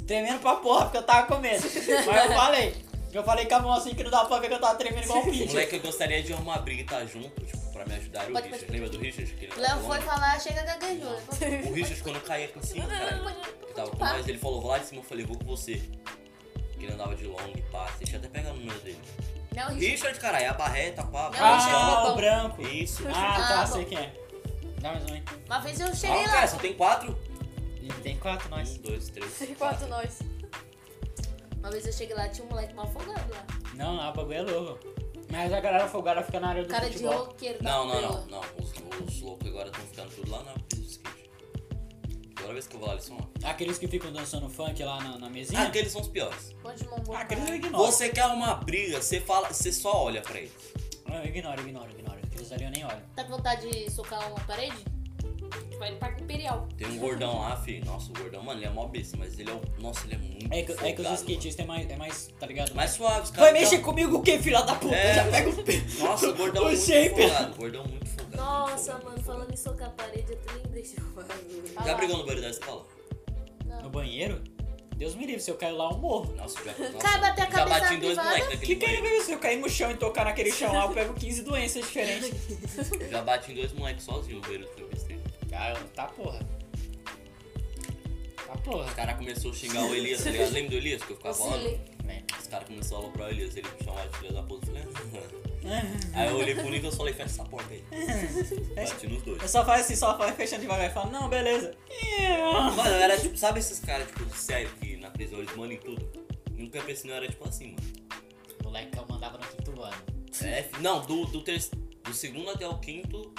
Speaker 1: Tremendo pra porra, porque eu tava com medo. Mas eu falei: eu falei com a mão assim que não dava pra ver que eu tava tremendo igual um bicho.
Speaker 4: Moleque, eu gostaria de arrumar briga e tá junto, tipo, pra me ajudar era o
Speaker 2: Pode,
Speaker 4: Richard.
Speaker 2: pode.
Speaker 4: Lembra do Richard? Que ele era
Speaker 2: Léo foi
Speaker 4: longo?
Speaker 2: falar, chega da ganhou.
Speaker 4: O Richard, quando eu caía com cima, cara, que tava com
Speaker 2: pá.
Speaker 4: nós, ele falou, vou lá de cima, eu falei, vou com você. Que ele andava de longo e pá. Deixa eu até pegar o número dele.
Speaker 2: Não, Richard.
Speaker 4: Richard, cara, é a barreta, pá.
Speaker 2: Não,
Speaker 4: pá,
Speaker 2: Richard
Speaker 1: Ah,
Speaker 4: pá.
Speaker 2: é
Speaker 1: o branco.
Speaker 4: Isso.
Speaker 1: Ah,
Speaker 2: Ah,
Speaker 1: tá,
Speaker 2: bom.
Speaker 1: sei quem é. Dá mais um, hein?
Speaker 2: Uma vez eu cheguei
Speaker 4: Ah,
Speaker 2: lá.
Speaker 4: cara, só tem quatro?
Speaker 1: E tem quatro nós.
Speaker 4: Um, dois, três.
Speaker 3: Sei
Speaker 4: quatro.
Speaker 3: quanto nós.
Speaker 2: Uma vez eu cheguei lá, tinha um moleque mal afogado lá.
Speaker 1: Não, não, o bagulho é louco. Mas a galera folgada fica na área do
Speaker 2: Cara de
Speaker 1: futebol.
Speaker 2: roqueiro. tá da
Speaker 4: Não, não,
Speaker 2: rua.
Speaker 4: não, não. Os, os loucos agora estão ficando tudo lá na pista de skate. Toda vez que eu vou lá, eles são lá.
Speaker 1: Aqueles que ficam dançando funk lá na, na
Speaker 4: Ah,
Speaker 1: mesinha.
Speaker 4: aqueles são os piores.
Speaker 2: Pão de mambo.
Speaker 1: Ah, aqueles eu ignoro.
Speaker 4: Você quer uma briga, você fala, você só olha pra eles.
Speaker 1: Não, eu ignoro, ignoro, ignoro. Aqueles ali eu nem olho.
Speaker 2: Tá com vontade de socar uma parede? A gente vai no Parque Imperial.
Speaker 4: Tem um gordão lá, filho. Nossa, o gordão, mano, ele é mó besta, mas ele é o. Nossa, ele é muito.
Speaker 1: É que, é que os
Speaker 4: folgado,
Speaker 1: skatistas é mais, é mais, tá ligado?
Speaker 4: mano. Mais suaves, cara.
Speaker 1: Vai
Speaker 4: Então-
Speaker 1: mexer comigo o que, filha da puta?
Speaker 4: É.
Speaker 1: Já pega o pé.
Speaker 4: Nossa, o gordão é
Speaker 1: O
Speaker 4: muito
Speaker 1: shape.
Speaker 4: folgado. O gordão é muito folgado. muito
Speaker 2: Nossa,
Speaker 4: folgado,
Speaker 2: mano, Tá
Speaker 4: muito
Speaker 2: falando
Speaker 4: folgado.
Speaker 2: em socar a parede, eu nem deixa eu falar.
Speaker 4: Já brigou no banheiro da escola?
Speaker 1: No banheiro? Deus me livre, se eu cair lá, eu morro.
Speaker 4: Nossa, já. Nossa,
Speaker 2: Cara, bateu a
Speaker 4: já
Speaker 2: cabeça
Speaker 4: bati em dois
Speaker 2: privada.
Speaker 4: moleques naquele
Speaker 1: Que é cair,
Speaker 4: banheiro.
Speaker 1: meu, se eu cair no chão e tocar naquele chão lá, eu pego 15 doenças diferentes.
Speaker 4: Eu já bati em dois moleques sozinho, o banheiro do campestre.
Speaker 1: Caramba, tá porra. Tá
Speaker 4: O
Speaker 1: porra.
Speaker 4: cara começou a xingar o Elias, tá ligado? Lembra do Elias que eu ficava falando?
Speaker 1: Né?
Speaker 4: Os caras começaram a aloprar o Elias, ele me chamava de filha da puta, eu falei, "Ah". Aí eu olhei pro Nicolas e falei, fecha essa porta aí. Bati nos dois.
Speaker 1: Eu só faço assim, só faço fechando devagar e falo, não, beleza.
Speaker 4: Mano, eu era tipo, sabe esses caras, tipo, de série que na prisão eles mandam em tudo? Nunca pensei não era tipo assim, mano.
Speaker 1: Moleque que eu mandava no quinto ano.
Speaker 4: É, fi- não, do, do, ter, do segundo até o quinto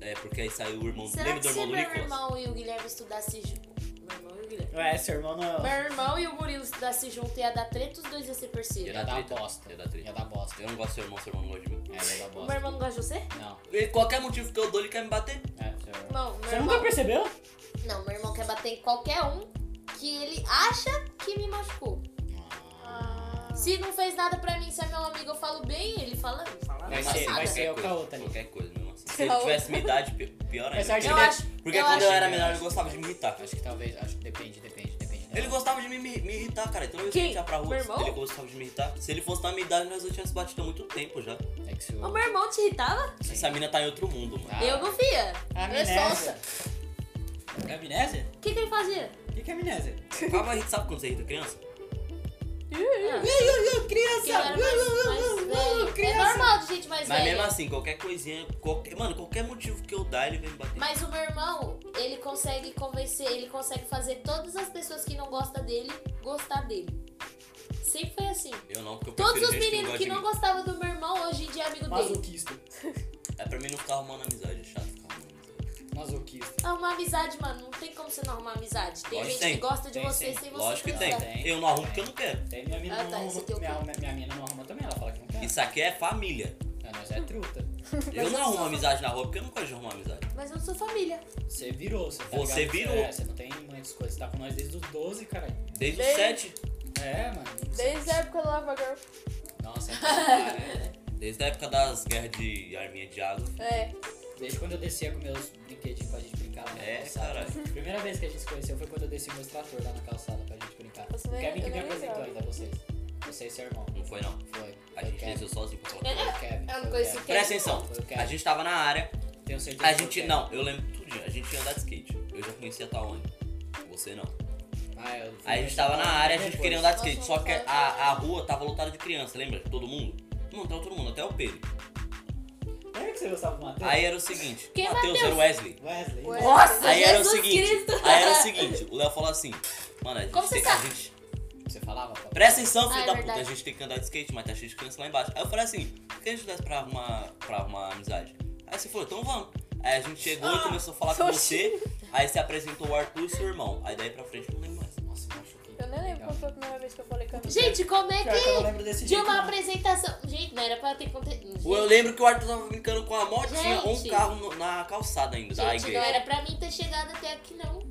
Speaker 4: É, porque aí saiu o irmão.
Speaker 2: Será
Speaker 4: lembra
Speaker 2: que
Speaker 4: do
Speaker 2: se
Speaker 4: irmão do
Speaker 2: meu
Speaker 4: Nicolas?
Speaker 2: irmão e o Guilherme estudassem junto. Meu irmão e o Guilherme.
Speaker 1: Ué, seu irmão não. é
Speaker 2: Meu irmão e o Murilo estudassem junto, ia dar treta, os dois ia ser parceiro.
Speaker 4: Ia
Speaker 1: Ia dar
Speaker 4: treta.
Speaker 1: bosta.
Speaker 4: Ia dar treta.
Speaker 1: Ia dar bosta.
Speaker 4: Eu não gosto do seu irmão, seu irmão não gosta de mim.
Speaker 1: É, ia dar
Speaker 2: O meu
Speaker 1: bosta.
Speaker 2: irmão não gosta de você?
Speaker 1: Não.
Speaker 4: E qualquer motivo que eu dou, ele quer me bater.
Speaker 1: É, seu irmão.
Speaker 2: Não, meu
Speaker 1: Você
Speaker 2: irmão.
Speaker 1: nunca percebeu?
Speaker 2: Não, meu irmão quer bater em qualquer um que ele acha que me machucou. Se não fez nada pra mim, se é meu amigo, eu falo bem, ele fala. Não fala
Speaker 1: Vai
Speaker 2: nada.
Speaker 1: ser- vai
Speaker 2: nada.
Speaker 1: ser- o
Speaker 4: assim, coisa,
Speaker 1: caô, tá ligado?
Speaker 4: Qualquer coisa mesmo assim. Se ele
Speaker 3: Caô.
Speaker 4: tivesse minha idade, pi- pior ainda.
Speaker 1: Mas eu acho que-
Speaker 4: Porque ele-
Speaker 2: eu acho-
Speaker 4: Porque
Speaker 2: é eu
Speaker 4: quando eu
Speaker 2: acho-
Speaker 4: era menor, ele gostava de me irritar.
Speaker 1: Ah, Acho que talvez. Acho que depende, depende, depende. da
Speaker 4: Ele
Speaker 1: hora.
Speaker 4: gostava de me, me, me irritar, cara. Então eu
Speaker 2: Quem?
Speaker 4: ia pra rua,
Speaker 2: Meu irmão?
Speaker 4: ele gostava de me irritar. Se ele fosse da minha idade, nós já tínhamos batido há muito tempo já.
Speaker 1: É que se
Speaker 2: O
Speaker 1: o.
Speaker 2: meu irmão te irritava?
Speaker 4: Essa mina tá em outro mundo, mano.
Speaker 1: Ah,
Speaker 2: Eu não via. Eu é
Speaker 1: Amnésia.
Speaker 2: sonsa.
Speaker 1: É amnésia?
Speaker 2: O que, que ele fazia?
Speaker 1: O que que é amnésia?
Speaker 4: Calma aí, sabe quando você irrita criança?
Speaker 2: Porque eu era mais, mais velho. É normal de gente mais
Speaker 4: Mas
Speaker 2: velha.
Speaker 4: mesmo assim, qualquer coisinha, qualquer, mano, qualquer motivo que eu dar, ele vem me bater.
Speaker 2: Mas o meu irmão, ele consegue convencer, ele consegue fazer todas as pessoas que não gostam dele gostar dele. Sempre foi assim.
Speaker 4: Eu não, porque eu
Speaker 2: Todos
Speaker 4: prefiro
Speaker 2: os
Speaker 4: gente
Speaker 2: meninos
Speaker 4: gosta
Speaker 2: que não
Speaker 4: de mim.
Speaker 2: gostavam do meu irmão, hoje em dia é amigo dele.
Speaker 1: Masoquista.
Speaker 4: É pra mim não ficar arrumando amizade, é chato ficar arrumando amizade.
Speaker 1: Masoquista.
Speaker 2: Arrumar amizade, mano, não tem como você não arrumar amizade. Tem
Speaker 4: Lógico
Speaker 2: gente
Speaker 4: que tem.
Speaker 2: que gosta de
Speaker 1: Tem,
Speaker 2: você
Speaker 1: tem.
Speaker 2: sem você
Speaker 4: Lógico que tem.
Speaker 2: gostar.
Speaker 1: Tem.
Speaker 4: Eu não arrumo porque eu não quero.
Speaker 1: Tem minha mina
Speaker 2: Ah,
Speaker 1: não
Speaker 2: tá, esse aqui é
Speaker 1: arruma. Minha,
Speaker 2: o
Speaker 1: minha mina não arruma também, ela fala que não quer.
Speaker 4: Isso aqui é família.
Speaker 1: Não, nós é truta.
Speaker 4: Eu não arrumo amizade na rua porque eu não gosto de arrumar amizade.
Speaker 2: Mas eu não sou família.
Speaker 1: Você virou, você tá
Speaker 4: Você
Speaker 1: ligado?
Speaker 4: virou.
Speaker 1: É, você não tem muitas coisas. Você tá com nós desde os 12, caralho.
Speaker 4: Desde os
Speaker 3: Desde-
Speaker 4: 7.
Speaker 1: É, mano.
Speaker 3: Desde a época do Lava Girl.
Speaker 1: Nossa, é caralho.
Speaker 4: Desde a época das guerras de arminha de água.
Speaker 3: É.
Speaker 1: Desde quando eu descia com meus brinquedinhos pra gente brincar lá na
Speaker 4: É,
Speaker 1: calçada.
Speaker 4: caralho.
Speaker 1: Primeira vez que a gente se conheceu foi quando eu desci com meus trator lá na calçada pra gente brincar.
Speaker 3: Você
Speaker 1: O
Speaker 3: nem-
Speaker 1: Kevin que
Speaker 3: eu
Speaker 1: me
Speaker 3: nem
Speaker 1: apresentou
Speaker 3: lembrava.
Speaker 1: ainda vocês. Você e seu irmão.
Speaker 4: Não foi não.
Speaker 1: Foi.
Speaker 4: A
Speaker 1: Foi o
Speaker 4: gente
Speaker 1: Kevin.
Speaker 4: desceu sozinho pra falar.
Speaker 1: Foi o Kevin.
Speaker 2: Eu não
Speaker 1: foi o
Speaker 2: conheci
Speaker 1: Kevin.
Speaker 2: quem.
Speaker 4: Presta atenção.
Speaker 1: Foi o Kevin.
Speaker 4: A gente tava na área.
Speaker 1: Tenho certeza
Speaker 4: A
Speaker 1: que foi o
Speaker 4: gente.
Speaker 1: Kevin. Ah,
Speaker 4: Não, eu lembro tudinho. A gente ia andar de skate. Eu já conhecia a Tawane. Você não.
Speaker 1: Ah, eu fui
Speaker 4: Aí a gente tava na área, a gente
Speaker 1: depois.
Speaker 4: queria andar de skate.
Speaker 2: Nossa,
Speaker 4: Só que
Speaker 2: fala-
Speaker 4: a, a rua tava lotada de criança, lembra? Todo mundo? Não, tava todo mundo, até o Pedro.
Speaker 1: Lembra que você gostava do Matheus?
Speaker 4: Aí era o seguinte:
Speaker 2: Quem
Speaker 4: Matheus
Speaker 2: Mateus?
Speaker 4: era o Wesley.
Speaker 1: Wesley.
Speaker 3: Ué.
Speaker 2: Nossa,
Speaker 4: Aí era o
Speaker 2: Jesus
Speaker 4: seguinte.
Speaker 2: Cristo.
Speaker 4: Aí era o seguinte: o Léo falou assim, mano, a gente
Speaker 2: Como
Speaker 4: tem
Speaker 2: você
Speaker 4: a
Speaker 2: sabe?
Speaker 4: gente-
Speaker 1: Você falava, papai?
Speaker 4: Presta atenção,
Speaker 2: Ah,
Speaker 4: filho
Speaker 2: é
Speaker 4: da
Speaker 2: verdade.
Speaker 4: puta, a gente tem que andar de skate, mas tá cheio de criança lá embaixo. Aí eu falei assim, por que a gente desce pra arrumar, pra arrumar amizade? Aí você falou, então vamos. Aí a gente chegou
Speaker 2: Ah,
Speaker 4: e começou a falar com você, aí você apresentou o Arthur e seu irmão. Aí daí pra frente eu não lembro mais.
Speaker 1: Nossa, me machuquei.
Speaker 3: Eu nem lembro
Speaker 1: Legal.
Speaker 3: qual foi a primeira vez que eu falei com a minha
Speaker 2: Gente, como é
Speaker 1: Pior que eu não
Speaker 2: que.
Speaker 1: lembro desse
Speaker 2: De
Speaker 1: jeito,
Speaker 2: uma
Speaker 1: não.
Speaker 2: apresentação. Gente, não era pra ter acontecido.
Speaker 4: Eu lembro que o Arthur tava brincando com a motinha ou um
Speaker 2: Gente.
Speaker 4: carro no- na calçada ainda, da
Speaker 2: Gente, não
Speaker 4: igreja.
Speaker 2: era pra mim ter chegado até aqui, não.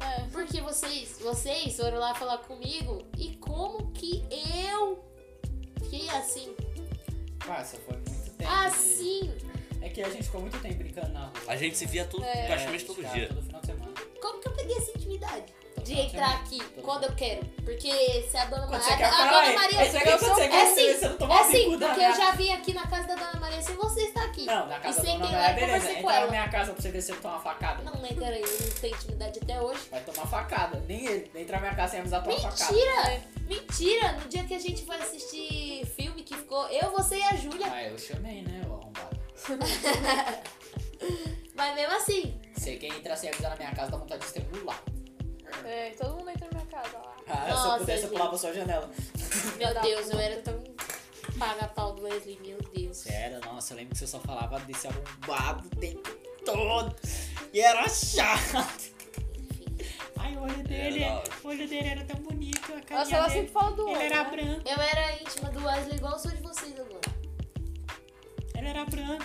Speaker 3: É.
Speaker 2: Porque vocês, vocês foram lá falar comigo e como que eu fiquei assim?
Speaker 1: Nossa, foi muito tempo. de-
Speaker 2: Assim!
Speaker 1: É que a gente ficou muito tempo brincando na rua.
Speaker 4: A gente se via todo,
Speaker 3: É,
Speaker 4: praticamente
Speaker 1: a gente
Speaker 4: todo
Speaker 1: ficava
Speaker 4: dia.
Speaker 1: Todo final de semana.
Speaker 2: Como que eu peguei essa intimidade?
Speaker 1: Todo
Speaker 2: De
Speaker 1: final
Speaker 2: entrar
Speaker 1: semana.
Speaker 2: aqui
Speaker 1: Todo
Speaker 2: quando eu quero. Porque se a dona
Speaker 1: Quando você
Speaker 2: Maria.
Speaker 1: quer
Speaker 2: A
Speaker 1: falar,
Speaker 2: Ah, dona
Speaker 1: é-
Speaker 2: Maria.
Speaker 1: é isso aí que
Speaker 2: eu
Speaker 1: você
Speaker 2: sou-
Speaker 1: quer
Speaker 2: é
Speaker 1: dizer,
Speaker 2: sim,
Speaker 1: você não tomou
Speaker 2: é
Speaker 1: um bico
Speaker 2: sim,
Speaker 1: da
Speaker 2: porque
Speaker 1: minha-
Speaker 2: eu já vim aqui na casa da dona Maria sem você estar aqui.
Speaker 1: Não, na casa
Speaker 2: e
Speaker 1: da
Speaker 2: sentei
Speaker 1: dona
Speaker 2: lá
Speaker 1: Maria, é
Speaker 2: e
Speaker 1: beleza.
Speaker 2: conversei com
Speaker 1: Entra na
Speaker 2: ela.
Speaker 1: minha casa pra você ver se eu tomar uma facada.
Speaker 2: Não, né, cara, eu não tenho intimidade até hoje.
Speaker 1: Vai tomar facada. Nem ele. Entra na minha casa sem avisar, toma uma facada.
Speaker 2: Mentira! Mentira! No dia que a gente foi assistir filme que ficou eu, você e a Júlia.
Speaker 1: Ah, eu chamei, né, ô arrombado.
Speaker 2: Mas mesmo assim,
Speaker 1: Sei quem entra sem avisar na minha casa dá vontade de estrangular.
Speaker 3: É, todo mundo entra na minha casa lá.
Speaker 1: Ah, se eu
Speaker 2: Nossa,
Speaker 1: pudesse, eu
Speaker 2: gente.
Speaker 1: pulava a sua janela.
Speaker 2: Meu
Speaker 3: Da
Speaker 2: Deus, eu
Speaker 3: puta.
Speaker 2: era tão paga-pau do Wesley, meu Deus.
Speaker 1: Sério, nossa, eu lembro que você só falava desse arrombado o tempo todo. E era chato. Ai, o olho
Speaker 2: É,
Speaker 1: dele,
Speaker 4: da hora.
Speaker 1: o olho dele era tão bonito, a
Speaker 3: Nossa,
Speaker 1: carinha
Speaker 3: ela
Speaker 1: dele.
Speaker 3: sempre fala do
Speaker 1: Ele
Speaker 3: outro.
Speaker 1: era
Speaker 3: né?
Speaker 1: branco,
Speaker 2: Eu era íntima do Wesley igual eu sou de vocês agora.
Speaker 1: ele era branco.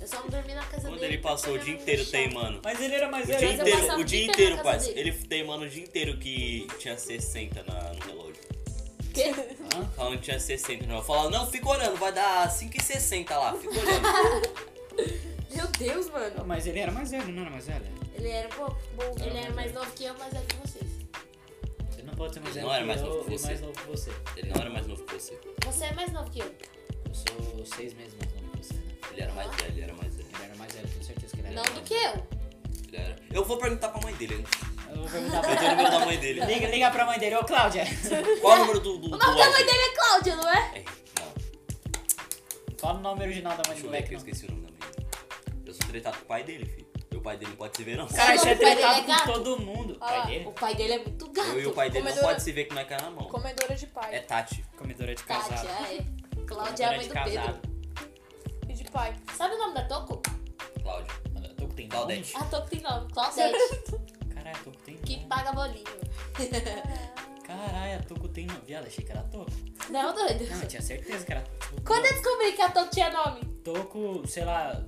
Speaker 2: Eu só não dormi na casa
Speaker 4: Quando
Speaker 2: dele.
Speaker 4: ele passou o dia
Speaker 2: porque eu era
Speaker 4: inteiro
Speaker 2: muito chata.
Speaker 4: teimando.
Speaker 1: Mas ele era mais
Speaker 4: O dia
Speaker 2: eu
Speaker 1: velho.
Speaker 4: inteiro,
Speaker 2: passava
Speaker 4: o
Speaker 2: o dia
Speaker 4: dia
Speaker 2: inteiro
Speaker 4: inteiro,
Speaker 2: na
Speaker 4: quase.
Speaker 2: casa
Speaker 4: Ele teimando o dia inteiro que tinha 60 na- no relógio.
Speaker 2: Quê?
Speaker 4: Falando que tinha 60, não. Eu falava, não, fica olhando, vai dar 5,60 lá, fica olhando.
Speaker 2: Meu Deus, mano.
Speaker 1: Mas ele era mais velho, não era mais velho?
Speaker 2: Ele era um pouco bom.
Speaker 1: Não,
Speaker 2: Ele era
Speaker 1: mas
Speaker 2: mais
Speaker 1: é.
Speaker 2: novo que eu, mas é que vocês.
Speaker 1: Ele não pode ser mais velho
Speaker 4: Ele não era
Speaker 1: que
Speaker 4: mais
Speaker 1: eu
Speaker 4: novo que
Speaker 1: e
Speaker 4: você.
Speaker 1: mais novo que você.
Speaker 4: Ele não era mais novo que você.
Speaker 2: Você é mais novo que eu.
Speaker 1: Eu sou seis meses mais novo que você, né?
Speaker 4: Ele era mais velho, ele era mais velho.
Speaker 1: Ele era mais velho, tenho certeza que ele era
Speaker 4: é
Speaker 2: Não
Speaker 1: mais
Speaker 2: do que
Speaker 1: velho.
Speaker 2: eu.
Speaker 4: Ele era... Eu vou perguntar pra mãe dele. né?
Speaker 1: Eu vou perguntar
Speaker 4: Eu
Speaker 1: pra
Speaker 4: tenho o número da mãe dele.
Speaker 1: ele. Liga, liga pra mãe dele, ô Cláudia.
Speaker 4: Qual o número do. do,
Speaker 2: O
Speaker 4: do
Speaker 2: nome da mãe
Speaker 4: áudio?
Speaker 2: dele é Cláudia, não é?
Speaker 4: É, não.
Speaker 1: Qual o nome original da mãe
Speaker 4: Deixa
Speaker 1: do
Speaker 4: eu ver aqui,
Speaker 1: moleque?
Speaker 4: eu
Speaker 1: não?
Speaker 4: esqueci o nome da mãe dele. Eu sou tretado com o pai dele, filho. Meu pai dele não pode se ver, não.
Speaker 1: Caralho, você é
Speaker 2: O pai dele é
Speaker 1: tratado com
Speaker 2: gato.
Speaker 1: todo mundo.
Speaker 3: Ah lá,
Speaker 1: Pai dele?
Speaker 2: O pai dele é muito gato.
Speaker 4: Eu e o pai dele não
Speaker 3: Comedora-
Speaker 4: pode se ver que não é cara na mão.
Speaker 3: Comedora de pai.
Speaker 4: É Tati.
Speaker 1: Comedora de
Speaker 2: Kátia,
Speaker 1: casado.
Speaker 2: é. Cláudia é a mãe do Pedro.
Speaker 3: E de pai.
Speaker 2: Sabe o nome da Toco?
Speaker 4: Cláudio.
Speaker 1: Mano, Toco tem
Speaker 4: Claudete.
Speaker 2: A Toco tem nome, Claudete,
Speaker 1: nome? Caralho, a Toco tem
Speaker 2: que
Speaker 1: nome.
Speaker 2: paga bolinho.
Speaker 1: Caralho, a Toco tem nome. Viado, achei que era Toco.
Speaker 2: Não, doido.
Speaker 1: Não, eu tinha certeza que era Toco.
Speaker 2: Quando eu descobri que a Toco tinha nome?
Speaker 1: Toco, sei lá,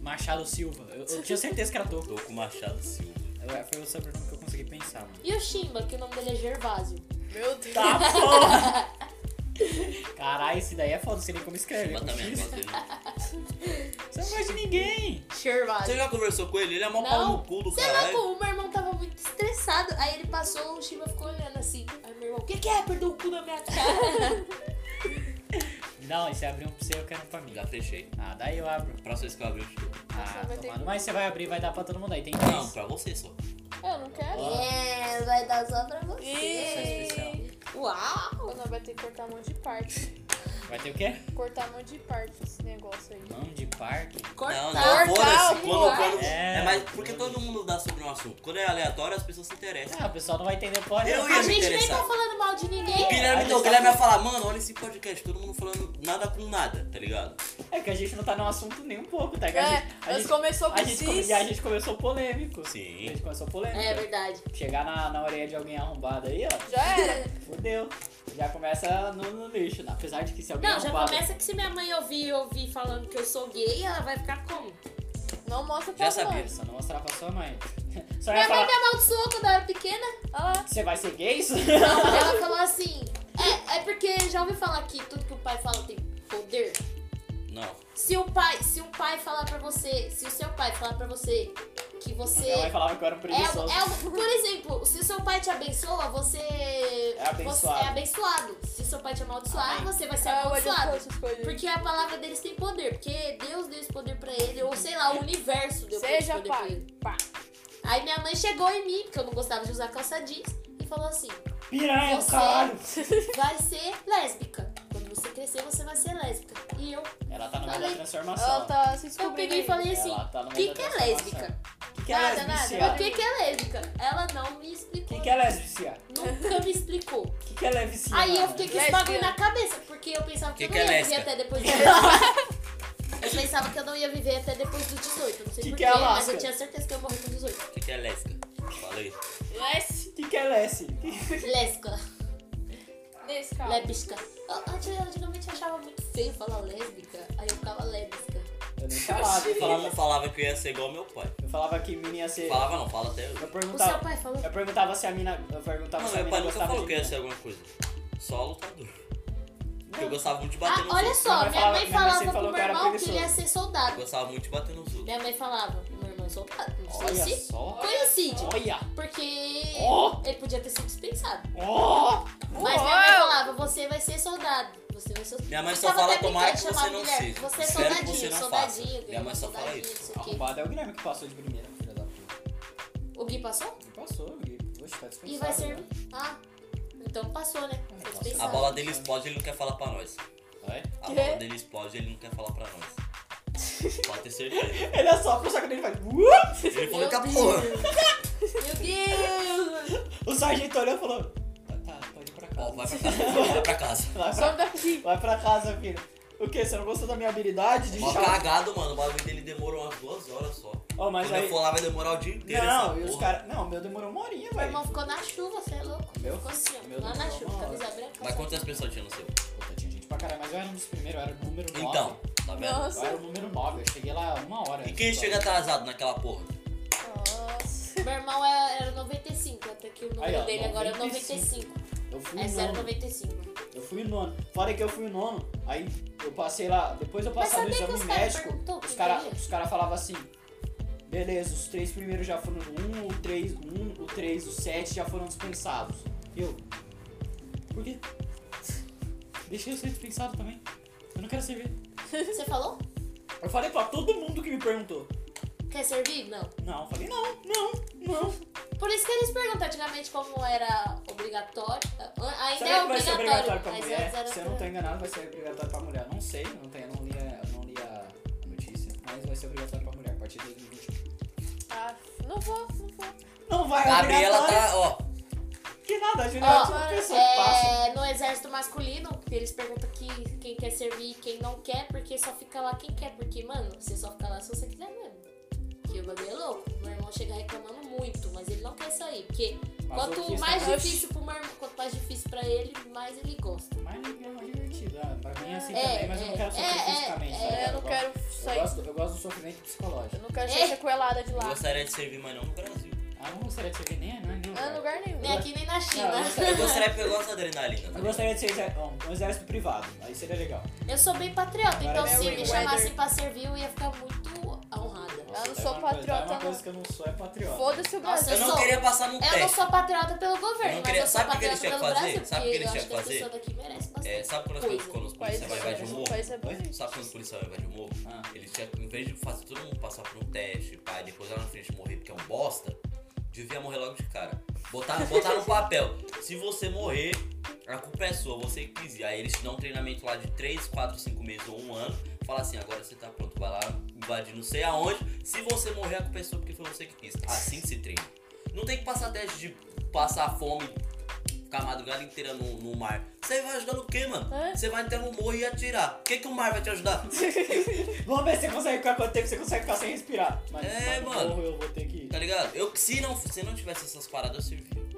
Speaker 1: Machado Silva. Eu, eu tinha certeza que era Toco.
Speaker 4: Tô com Machado assim, Silva.
Speaker 1: Eu- Foi o sobrenome que eu consegui pensar, mano.
Speaker 2: E o Shimba, que o nome dele é Gervásio.
Speaker 3: Meu Deus.
Speaker 1: Tá porra! Caralho, esse daí é foda, não sei nem como escreve.
Speaker 4: Mas
Speaker 1: com
Speaker 4: também,
Speaker 1: X.
Speaker 4: agora dele.
Speaker 1: Você não gosta de ninguém.
Speaker 4: Você
Speaker 3: Shervado.
Speaker 4: já conversou com ele? Ele é mó pau
Speaker 2: Não,
Speaker 4: no cu do é?
Speaker 2: sei lá
Speaker 4: caralho.
Speaker 2: como, o meu irmão tava muito estressado. Aí ele passou, o Shimba ficou olhando assim. Aí meu irmão, o que que é? Perdeu o cu na minha cara.
Speaker 1: Não, e você abriu um pra você, eu quero um pra mim.
Speaker 4: Já fechei.
Speaker 1: Ah, daí eu abro.
Speaker 4: Pra vocês que eu abri o show.
Speaker 1: Ah,
Speaker 3: vai ter um.
Speaker 1: tomado. Mas você vai abrir, vai dar pra todo mundo aí. Tem três.
Speaker 4: Não, pra você só.
Speaker 3: Eu não quero.
Speaker 1: Ó,
Speaker 2: é, vai dar só pra
Speaker 1: isso é especial.
Speaker 2: Uau!
Speaker 3: Pô, nós vai ter que cortar um monte de parte.
Speaker 1: Vai ter o quê?
Speaker 3: Cortar um monte de parte esse negócio aí.
Speaker 1: Mão de parque.
Speaker 4: Não,
Speaker 2: Cortar,
Speaker 4: não, foda-se.
Speaker 3: o
Speaker 4: Quando, quando...
Speaker 1: É.
Speaker 4: É, mas porque todo mundo dá sobre um assunto. Quando é aleatório, as pessoas se interessam.
Speaker 1: Ah, o pessoal não vai entender porra.
Speaker 4: Eu
Speaker 2: A
Speaker 4: ia me
Speaker 2: gente nem tá
Speaker 4: interessar.
Speaker 2: falando mal de
Speaker 4: O
Speaker 2: ninguém.
Speaker 4: Guilherme,
Speaker 1: Aí
Speaker 4: então, o
Speaker 1: tá-
Speaker 4: Guilherme vai falar, mano, olha esse podcast, todo mundo falando nada com nada, tá ligado?
Speaker 1: É que a gente não tá no assunto nem um pouco, tá? ligado? a
Speaker 3: É,
Speaker 1: gente, a
Speaker 3: nós
Speaker 1: gente-
Speaker 3: começou
Speaker 1: a
Speaker 3: com
Speaker 1: gente come-
Speaker 3: cis.
Speaker 1: e a gente começou polêmico.
Speaker 4: Sim.
Speaker 1: A gente começou polêmico.
Speaker 2: É verdade.
Speaker 1: Chegar na, na orelha de alguém arrombado aí, ó,
Speaker 3: Já era.
Speaker 1: fodeu. Já começa no, no lixo, né? apesar de que se alguém
Speaker 2: Não, já
Speaker 1: arrombado...
Speaker 2: começa que se minha mãe ouvir ouvir falando que eu sou gay, ela vai ficar como?
Speaker 3: Não mostra
Speaker 4: Já
Speaker 3: pra
Speaker 4: sabia.
Speaker 3: nós.
Speaker 1: Só não mostrar pra sua mãe. Só ia
Speaker 2: Minha mãe
Speaker 1: falar,
Speaker 2: me amaldiçoou quando eu era pequena.
Speaker 3: Olha lá.
Speaker 1: você vai ser gay isso?
Speaker 2: Não, ela falou assim. É, é porque já ouvi falar que tudo que o pai fala tem poder.
Speaker 4: Não.
Speaker 2: Se o pai, se o pai falar pra você, se o seu pai falar pra você que você
Speaker 1: Minha mãe
Speaker 2: é,
Speaker 1: falava que eu era um preguiçoso.
Speaker 2: é- por exemplo, se o seu pai te abençoa, você você
Speaker 1: abençoado.
Speaker 2: é abençoado. Se o seu pai te amaldiçoar,
Speaker 1: Amém.
Speaker 2: você vai ser
Speaker 3: Ah, o olho
Speaker 2: amaldiçoado.
Speaker 3: essas coisas.
Speaker 2: Porque a palavra deles tem poder, porque Deus deu esse poder pra ele, ou sei lá, o universo deu esse
Speaker 3: Seja
Speaker 2: poder pra
Speaker 3: pai.
Speaker 2: ele.
Speaker 3: Pá.
Speaker 2: Aí minha mãe chegou em mim, porque eu não gostava de usar calça jeans, e falou assim:
Speaker 1: Piranha, do
Speaker 2: Você-
Speaker 1: caralho!
Speaker 2: vai ser lésbica. Quando você crescer, você vai ser lésbica. E eu,
Speaker 1: Ela tá no meio da
Speaker 2: Falei.
Speaker 1: transformação.
Speaker 3: Ela tá se
Speaker 2: eu
Speaker 3: descobrindo.
Speaker 2: peguei e falei assim:
Speaker 1: Ela tá no
Speaker 2: o
Speaker 1: meio
Speaker 2: que,
Speaker 1: da
Speaker 2: que é
Speaker 1: transformação.
Speaker 2: lésbica?
Speaker 1: O que, que é
Speaker 3: Nada,
Speaker 1: lesbicia?
Speaker 3: nada.
Speaker 2: O que, que é lésbica? Ela não me explicou.
Speaker 1: O que, que é lesbicia?
Speaker 2: Nunca me explicou.
Speaker 1: O que, que é lesbicia?
Speaker 2: Aí eu fiquei com esse
Speaker 3: Lésbica.
Speaker 2: bagulho na cabeça, porque eu pensava que,
Speaker 4: Que
Speaker 2: eu não
Speaker 4: que é
Speaker 2: ia viver
Speaker 4: lésbica?
Speaker 2: até depois do Eu pensava que eu não ia viver até depois do 18. Não sei
Speaker 1: Que
Speaker 2: porquê,
Speaker 1: que é
Speaker 2: mas
Speaker 1: Alasca?
Speaker 2: eu tinha certeza que eu morri com 18.
Speaker 4: O que que é lésbica? Fala aí.
Speaker 3: Nesse,
Speaker 1: O que, que é lesbi?
Speaker 2: Lésbica,
Speaker 3: nesse carro.
Speaker 2: lébisca. Eu- antes- eu Antigamente eu achava muito feio falar lésbica, aí eu ficava lésbica.
Speaker 1: Eu nem falava. Eu
Speaker 4: Todo mundo
Speaker 1: falava,
Speaker 4: falava que eu ia ser igual ao meu pai.
Speaker 1: eu falava que menina ia ser.
Speaker 4: Falava não, fala até hoje.
Speaker 1: Eu
Speaker 2: O seu
Speaker 1: perguntava,
Speaker 2: pai falou. Ah,
Speaker 1: eu perguntava se a mina. Eu perguntava
Speaker 4: Não,
Speaker 1: se a
Speaker 4: meu
Speaker 1: mina
Speaker 4: pai nunca
Speaker 1: gostava
Speaker 4: falou
Speaker 1: de
Speaker 4: que eu ia ser
Speaker 1: mim.
Speaker 4: alguma coisa. Só lutador. Porque eu
Speaker 1: Não.
Speaker 4: gostava muito de bater
Speaker 2: Ah,
Speaker 4: nos
Speaker 2: olha
Speaker 4: outros.
Speaker 1: Minha
Speaker 2: só,
Speaker 1: mãe
Speaker 2: minha
Speaker 1: falava-
Speaker 2: mãe
Speaker 1: minha mãe
Speaker 2: falava
Speaker 1: sempre
Speaker 2: pro
Speaker 1: falou
Speaker 2: meu
Speaker 1: que eu era
Speaker 2: irmão que ele ia
Speaker 1: preguiçoso.
Speaker 2: ser
Speaker 4: Eu
Speaker 2: soldado.
Speaker 4: gostava muito de bater nos outros.
Speaker 2: Minha mãe falava, meu irmão é soldado, não sei
Speaker 1: Olha
Speaker 2: se.
Speaker 1: só.
Speaker 2: Coincide.
Speaker 1: Olha.
Speaker 2: Porque
Speaker 1: Ó.
Speaker 2: ele podia ter sido dispensado. Oh!
Speaker 1: Ó!
Speaker 2: Mas minha mãe falava, você vai ser soldado. Você vai ser
Speaker 4: Minha mãe
Speaker 2: Eu
Speaker 4: só
Speaker 2: tava
Speaker 4: fala
Speaker 2: até
Speaker 4: tomara que você
Speaker 2: brincando, chamava
Speaker 4: não
Speaker 2: Guilherme,
Speaker 4: seja.
Speaker 2: Você é
Speaker 4: Espero que você
Speaker 2: soldadinho,
Speaker 4: não faça.
Speaker 2: soldadinho.
Speaker 4: Minha mãe só fala
Speaker 2: soldadinho,
Speaker 4: isso.
Speaker 2: não sei o quê.
Speaker 1: Arrombado é o Guilherme que passou de primeira, filha da puta.
Speaker 2: O Gui passou?
Speaker 1: Ele passou, o Gui. Poxa, tá dispensado.
Speaker 2: E vai servir.
Speaker 1: né?
Speaker 2: Ah, então passou, né?
Speaker 1: Ah,
Speaker 2: Foi
Speaker 1: passou.
Speaker 4: A
Speaker 2: dispensado.
Speaker 4: bola dele explode, ele não quer falar pra nós.
Speaker 1: Vai.
Speaker 4: A
Speaker 3: Quê?
Speaker 4: bola dele explode, ele não quer falar pra nós. Pode ter certeza.
Speaker 1: É. Ele assopra, só que ele faz. "Uh!"
Speaker 4: Ele falou
Speaker 2: Meu
Speaker 4: que a
Speaker 2: Deus.
Speaker 4: porra.
Speaker 2: Meu Deus!
Speaker 1: O sargento olhou e falou: Tá, pode ir pra
Speaker 4: Ó,
Speaker 1: casa.
Speaker 4: vai pra casa. Vai pra casa.
Speaker 1: Vai pra,
Speaker 3: Some daqui.
Speaker 1: vai pra casa, filho. O que? Você não gostou da minha habilidade de
Speaker 4: Mó
Speaker 1: chamar?
Speaker 4: cagado, mano. O bagulho dele demorou umas duas horas só.
Speaker 1: Ó, Oh, mas
Speaker 4: Quando eu
Speaker 1: aí.
Speaker 4: for lá, vai demorar o dia inteiro.
Speaker 1: Não,
Speaker 4: essa
Speaker 1: e os
Speaker 4: porra.
Speaker 1: caras. Não, o meu demorou uma horinha,
Speaker 2: Meu
Speaker 1: velho.
Speaker 2: irmão ficou na chuva, você é louco.
Speaker 1: Meu-
Speaker 2: ficou assim, ó,
Speaker 1: meu
Speaker 2: lá na
Speaker 1: Deus,
Speaker 2: chuva,
Speaker 1: uma hora.
Speaker 2: camisa branca. assim.
Speaker 4: Mas quantas pessoas tinha no seu?
Speaker 1: Puta, tinha gente pra caralho, mas eu era um dos primeiros, eu era o número 9.
Speaker 4: Então, tá vendo?
Speaker 1: Eu era
Speaker 3: Nossa.
Speaker 1: o número 9, eu cheguei lá uma hora.
Speaker 4: E quem
Speaker 1: antes,
Speaker 4: chega
Speaker 1: ó.
Speaker 4: atrasado naquela porra?
Speaker 3: Nossa.
Speaker 2: Meu irmão é- era 95, até que o número
Speaker 1: Aí, ó,
Speaker 2: dele agora é
Speaker 1: 95.
Speaker 2: 95.
Speaker 1: Eu fui o
Speaker 2: Essa era
Speaker 1: nono.
Speaker 2: 95.
Speaker 1: Eu fui o nono. Fora que eu fui o nono, aí eu passei lá, depois eu passava no
Speaker 2: sabia que
Speaker 1: exame
Speaker 2: os cara
Speaker 1: médico,
Speaker 2: perguntou
Speaker 1: os
Speaker 2: que
Speaker 1: caras
Speaker 2: queria?
Speaker 1: os cara falavam assim. Beleza, os três primeiros já foram um, o três, um, o três, o sete já foram dispensados. E Eu. Por quê? Deixa eu ser dispensado também. Eu não quero servir.
Speaker 2: Você falou?
Speaker 1: Eu falei pra todo mundo que me perguntou.
Speaker 2: Quer servir? Não.
Speaker 1: Não, eu falei, não, não, não.
Speaker 2: Por isso que eles perguntam antigamente como era obrigatório. Ah, Ainda
Speaker 1: Será
Speaker 2: é
Speaker 1: que vai ser
Speaker 2: obrigatório,
Speaker 1: obrigatório pra
Speaker 2: mas
Speaker 1: mulher?
Speaker 2: antes era
Speaker 1: Se eu não tô enganado, vai ser obrigatório pra mulher. Não sei, não, tem, não, li, a- não li a notícia, mas vai ser obrigatório pra mulher a partir de 2020.
Speaker 3: Ah, não vou, não vou.
Speaker 1: um. Não vai, é
Speaker 4: Gabriela
Speaker 1: obrigatório.
Speaker 4: tá, ó.
Speaker 1: Que nada, a Juliana é uma
Speaker 2: Ó,
Speaker 1: pessoa que passa.
Speaker 2: é, no exército masculino, eles perguntam que, quem quer servir e quem não quer, porque só fica lá quem quer. Porque, mano, você só fica lá se você quiser mesmo. porque o bagulho é louco. Meu irmão chega reclamando muito, mas ele não quer sair. Porque quanto
Speaker 1: Masoquista né?
Speaker 2: mais
Speaker 1: mesmo.
Speaker 2: difícil pro meu irmão, quanto mais difícil pra ele, mais ele gosta.
Speaker 1: Mas é mais divertido. Ah, pra mim é assim
Speaker 2: É,
Speaker 1: também, mas eu não quero
Speaker 2: é,
Speaker 1: sofrer
Speaker 2: é,
Speaker 1: fisicamente.
Speaker 2: é,
Speaker 1: tá ligado?
Speaker 3: Eu não quero
Speaker 1: Eu
Speaker 3: sair.
Speaker 1: gosto, eu gosto do sofrimento psicológico.
Speaker 3: Eu não quero ser sequelada de
Speaker 4: Eu
Speaker 3: lá.
Speaker 4: gostaria de servir, mas não no Brasil.
Speaker 1: Ah, não gostaria de ser nem, não é nenhum.
Speaker 3: Ah, Não, em
Speaker 1: lugar.
Speaker 3: lugar nenhum.
Speaker 2: Nem aqui, nem na China.
Speaker 1: Não, eu
Speaker 4: Eu gostaria porque eu gosto da adrenalina. tá
Speaker 1: Eu
Speaker 4: ligado?
Speaker 1: gostaria de ser exer- um, um exército privado, aí seria legal.
Speaker 2: Eu sou bem patriota, então
Speaker 1: Agora é
Speaker 2: se
Speaker 1: Mary
Speaker 2: me
Speaker 1: Weather.
Speaker 2: chamassem pra servir, eu ia ficar muito honrada.
Speaker 1: Nossa,
Speaker 3: não
Speaker 1: tá uma coisa-
Speaker 3: sou
Speaker 1: tá
Speaker 3: patriota,
Speaker 1: Uma coisa
Speaker 3: não.
Speaker 1: que eu não sou é patriota.
Speaker 3: Foda-se o
Speaker 2: Nossa,
Speaker 3: Brasil.
Speaker 4: Eu não
Speaker 2: sou-
Speaker 4: queria passar num
Speaker 2: Eu não
Speaker 4: teste.
Speaker 2: sou patriota pelo
Speaker 4: Eu
Speaker 2: governo,
Speaker 4: não
Speaker 2: mas
Speaker 4: queria-
Speaker 2: eu sou
Speaker 4: sabe o que eles tinham
Speaker 2: patriota
Speaker 4: que
Speaker 2: pelo
Speaker 4: fazer? Sabe
Speaker 2: Brasil,
Speaker 4: o que
Speaker 2: porque
Speaker 4: eles
Speaker 2: eu acho
Speaker 4: tinham
Speaker 2: que
Speaker 4: que
Speaker 2: as
Speaker 4: fazer?
Speaker 2: pessoas daqui merecem
Speaker 4: É,
Speaker 2: bastante.
Speaker 4: sabe quando as
Speaker 2: Coisa.
Speaker 4: pessoas- quando os
Speaker 3: O país,
Speaker 4: policiais vai vai de um
Speaker 3: o
Speaker 4: morro?
Speaker 3: país é bonito.
Speaker 4: Sabe quando os policiais vai de um morro?
Speaker 1: Ah.
Speaker 4: Eles tinham, em vez de fazer todo mundo passar por um teste, pai, depois lá na frente morrer porque é um bosta, devia morrer logo de cara. Botar, botar no papel. Se você morrer, a culpa é sua, você que quis. ir. Aí eles te dão um treinamento lá de 3, 4, 5 meses ou um ano. Fala assim, agora você tá pronto, vai lá invadir não sei aonde. Se você morrer, a culpa é sua porque foi você que quis. Assim se treina. Não tem que passar teste de passar fome, ficar a madrugada inteira no, no mar. Você vai ajudar no quê, mano?
Speaker 3: É.
Speaker 4: Você vai entrar no morro e atirar. O que, que o mar vai te ajudar?
Speaker 1: Vamos ver se você consegue ficar quanto tempo você consegue ficar sem respirar. Mas,
Speaker 4: É,
Speaker 1: mas
Speaker 4: mano.
Speaker 1: porra, eu vou ter que ir.
Speaker 4: Tá ligado? Eu, se, não, se não tivesse essas paradas, eu servia.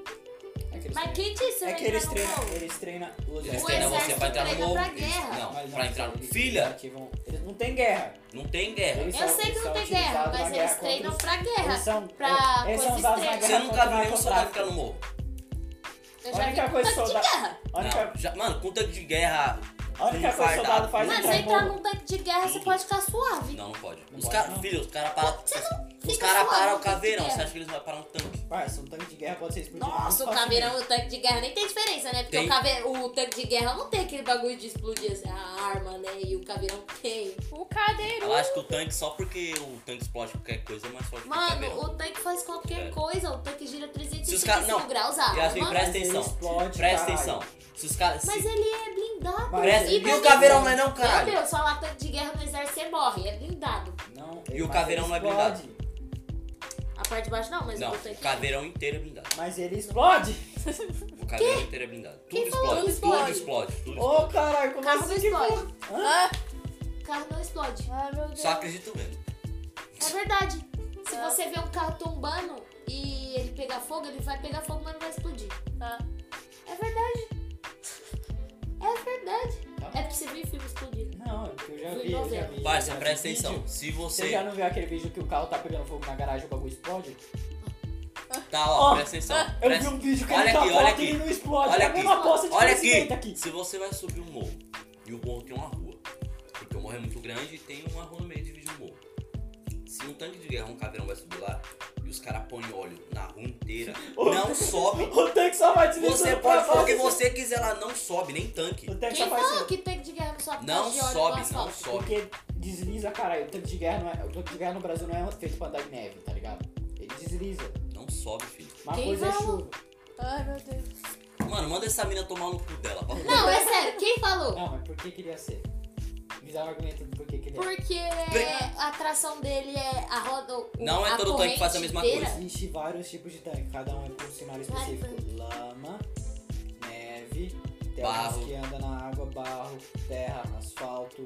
Speaker 1: É que eles
Speaker 2: Mas
Speaker 1: treinam-
Speaker 2: né, quem disse
Speaker 1: é que
Speaker 2: vai
Speaker 1: eles
Speaker 2: entrar no
Speaker 1: treinam,
Speaker 2: morro?
Speaker 1: eles treinam o
Speaker 4: Eles
Speaker 1: exército.
Speaker 2: O
Speaker 4: treinam você
Speaker 2: exército
Speaker 4: pra entrar no
Speaker 2: treina
Speaker 4: morro.
Speaker 2: pra
Speaker 4: eles-
Speaker 2: guerra.
Speaker 4: não,
Speaker 1: Mas
Speaker 4: pra entrar.
Speaker 1: eles- eles
Speaker 4: Filha,
Speaker 1: ativam- eles não tem guerra.
Speaker 4: não tem guerra.
Speaker 1: Eles
Speaker 2: Eu
Speaker 1: são-
Speaker 2: sei que
Speaker 1: eles
Speaker 2: não
Speaker 1: são
Speaker 2: tem guerra,
Speaker 1: utilizados na
Speaker 2: mas eles
Speaker 1: contra
Speaker 2: treinam
Speaker 1: os-
Speaker 2: pra guerra.
Speaker 1: Eles são,
Speaker 2: pra
Speaker 1: é, eles são
Speaker 2: coisas
Speaker 1: usados na guerra
Speaker 2: extremas.
Speaker 4: Você nunca
Speaker 1: contra
Speaker 4: viu nenhum soldado
Speaker 1: narcotráfico.
Speaker 4: ficar no morro.
Speaker 2: Eu
Speaker 1: A
Speaker 2: já
Speaker 1: única
Speaker 2: vi
Speaker 1: coisa
Speaker 2: um tanque
Speaker 1: solda-
Speaker 2: de guerra.
Speaker 1: A única,
Speaker 4: Não, já- mano, com tanque de guerra.
Speaker 1: a única coisa que o
Speaker 4: infartado.
Speaker 1: soldado faz é
Speaker 2: Mas
Speaker 1: entrar no
Speaker 2: entrar
Speaker 1: morro.
Speaker 2: num tanque de guerra, você pode ficar suave.
Speaker 4: Não, não pode.
Speaker 1: Não
Speaker 4: os
Speaker 1: pode,
Speaker 4: caras,
Speaker 1: não?
Speaker 4: filho, os caras param. Os
Speaker 2: fica
Speaker 4: caras
Speaker 2: suave,
Speaker 4: param o
Speaker 2: não tem
Speaker 4: caveirão.
Speaker 2: guerra.
Speaker 4: Você acha que eles vão parar um tanque?
Speaker 1: Parça, um tanque de guerra pode ser explodido.
Speaker 2: Nossa, o
Speaker 1: muito
Speaker 2: caveirão e
Speaker 1: facilmente.
Speaker 2: o tanque de guerra nem tem diferença, né? Porque
Speaker 4: Tem.
Speaker 2: o, cave... o tanque de guerra não tem aquele bagulho de explodir assim, a arma, né? E o caveirão tem.
Speaker 3: O
Speaker 4: Ela
Speaker 3: cadeirudo.
Speaker 4: acha que o tanque, só porque o tanque explode qualquer coisa, é mais forte que o
Speaker 2: Mano,
Speaker 4: caveirão.
Speaker 2: o tanque faz qualquer
Speaker 4: É.
Speaker 2: coisa, o tanque gira
Speaker 4: Se os
Speaker 2: 365
Speaker 4: caras. Não,
Speaker 2: graus a
Speaker 4: Yasmin,
Speaker 2: arma.
Speaker 4: assim, presta
Speaker 1: Mas ele
Speaker 4: atenção.
Speaker 1: explode,
Speaker 4: Presta
Speaker 1: caralho.
Speaker 4: atenção. Se os caras.
Speaker 2: Mas
Speaker 4: se-
Speaker 2: ele é blindado.
Speaker 1: Mas-
Speaker 4: Presta...
Speaker 1: E
Speaker 4: E
Speaker 2: pra
Speaker 4: o
Speaker 2: mim-
Speaker 4: caveirão não é não, caralho?
Speaker 2: Meu Deus, falar tanque de guerra no exército, você morre, é blindado.
Speaker 1: Não,
Speaker 4: E o
Speaker 1: mas
Speaker 4: caveirão
Speaker 1: ele
Speaker 4: não é blindado.
Speaker 1: explode.
Speaker 2: A parte de baixo não, mas
Speaker 4: Não,
Speaker 2: o tanque...
Speaker 4: o caveirão inteiro é blindado.
Speaker 1: Mas ele explode.
Speaker 4: O caveirão inteiro é blindado. Tudo
Speaker 2: Quem falou
Speaker 4: explode,
Speaker 2: que
Speaker 4: tudo
Speaker 2: explode?
Speaker 4: explode, tudo
Speaker 1: Ô,
Speaker 4: explode.
Speaker 1: caralho, como
Speaker 2: Carro não
Speaker 1: assim que
Speaker 2: explode.
Speaker 1: foi?
Speaker 3: Ah,
Speaker 2: Carro não explode.
Speaker 3: Ai, meu Deus.
Speaker 4: Só acredito mesmo.
Speaker 2: É verdade. Se
Speaker 3: Ah.
Speaker 2: você vê um carro tombando e ele pegar fogo, ele vai pegar fogo, mas não vai explodir.
Speaker 3: Ah.
Speaker 2: É verdade. É verdade.
Speaker 1: Tá.
Speaker 2: É porque você viu o filme explodir.
Speaker 1: Não, é porque eu já
Speaker 2: Fui
Speaker 1: vi, eu já
Speaker 2: novela.
Speaker 1: vi.
Speaker 4: Parça,
Speaker 1: já vi
Speaker 4: presta
Speaker 1: vídeo.
Speaker 4: atenção. Se
Speaker 1: Você
Speaker 4: você.
Speaker 1: já não viu aquele vídeo que o carro tá pegando fogo na garagem e o bagulho explode?
Speaker 4: Tá, ó,
Speaker 1: Ó,
Speaker 4: presta atenção.
Speaker 1: Eu
Speaker 4: presta-
Speaker 1: vi um vídeo que
Speaker 4: Olha
Speaker 1: ele tá
Speaker 4: aqui,
Speaker 1: foto
Speaker 4: olha
Speaker 1: e ele
Speaker 4: aqui.
Speaker 1: não explode.
Speaker 4: Olha
Speaker 1: é a
Speaker 4: aqui.
Speaker 1: mesma poça de
Speaker 4: Olha
Speaker 1: conhecimento
Speaker 4: aqui.
Speaker 1: aqui.
Speaker 4: Se você vai subir um morro e o morro tem uma rua, porque o morro é muito grande e tem uma rua no meio de vídeo morro. Se um tanque de guerra, um caveirão vai subir lá e os caras põem óleo na rua inteira, não sobe.
Speaker 1: O tanque só vai deslizando
Speaker 4: Você
Speaker 1: pra
Speaker 4: pode falar o que
Speaker 1: baixo.
Speaker 4: você quiser lá, não sobe, nem tanque.
Speaker 1: O tanque
Speaker 2: Quem
Speaker 1: só faz
Speaker 2: falou
Speaker 1: assim.
Speaker 2: que tanque de guerra não sobe? por
Speaker 4: Não
Speaker 2: causa de óleo no
Speaker 4: sobe, não
Speaker 2: asfalto?
Speaker 4: sobe.
Speaker 1: Porque desliza, caralho. O tanque de guerra, não é, o tanque de guerra no Brasil não é feito pra andar de neve, tá ligado? Ele desliza.
Speaker 4: Não sobe, filho.
Speaker 1: Uma
Speaker 2: Quem
Speaker 1: coisa é
Speaker 2: falou?
Speaker 1: chuva.
Speaker 3: Ai, meu Deus.
Speaker 4: Mano, manda essa mina tomar no cu dela. papo reto.
Speaker 2: Não, é sério. Quem falou?
Speaker 1: Não, mas por que queria ser? Me dá um argumento do porquê
Speaker 4: É.
Speaker 1: queria ser.
Speaker 2: Porque a atração dele é a roda. o-
Speaker 4: Não é
Speaker 2: a
Speaker 4: todo tanque que faz a
Speaker 2: corrente
Speaker 4: mesma
Speaker 2: inteira.
Speaker 4: coisa.
Speaker 1: Existe vários tipos de tanque, cada um é por um sinal específico. Lama, neve, tem
Speaker 4: Barro.
Speaker 1: alguns que andam na água, barro, terra, asfalto.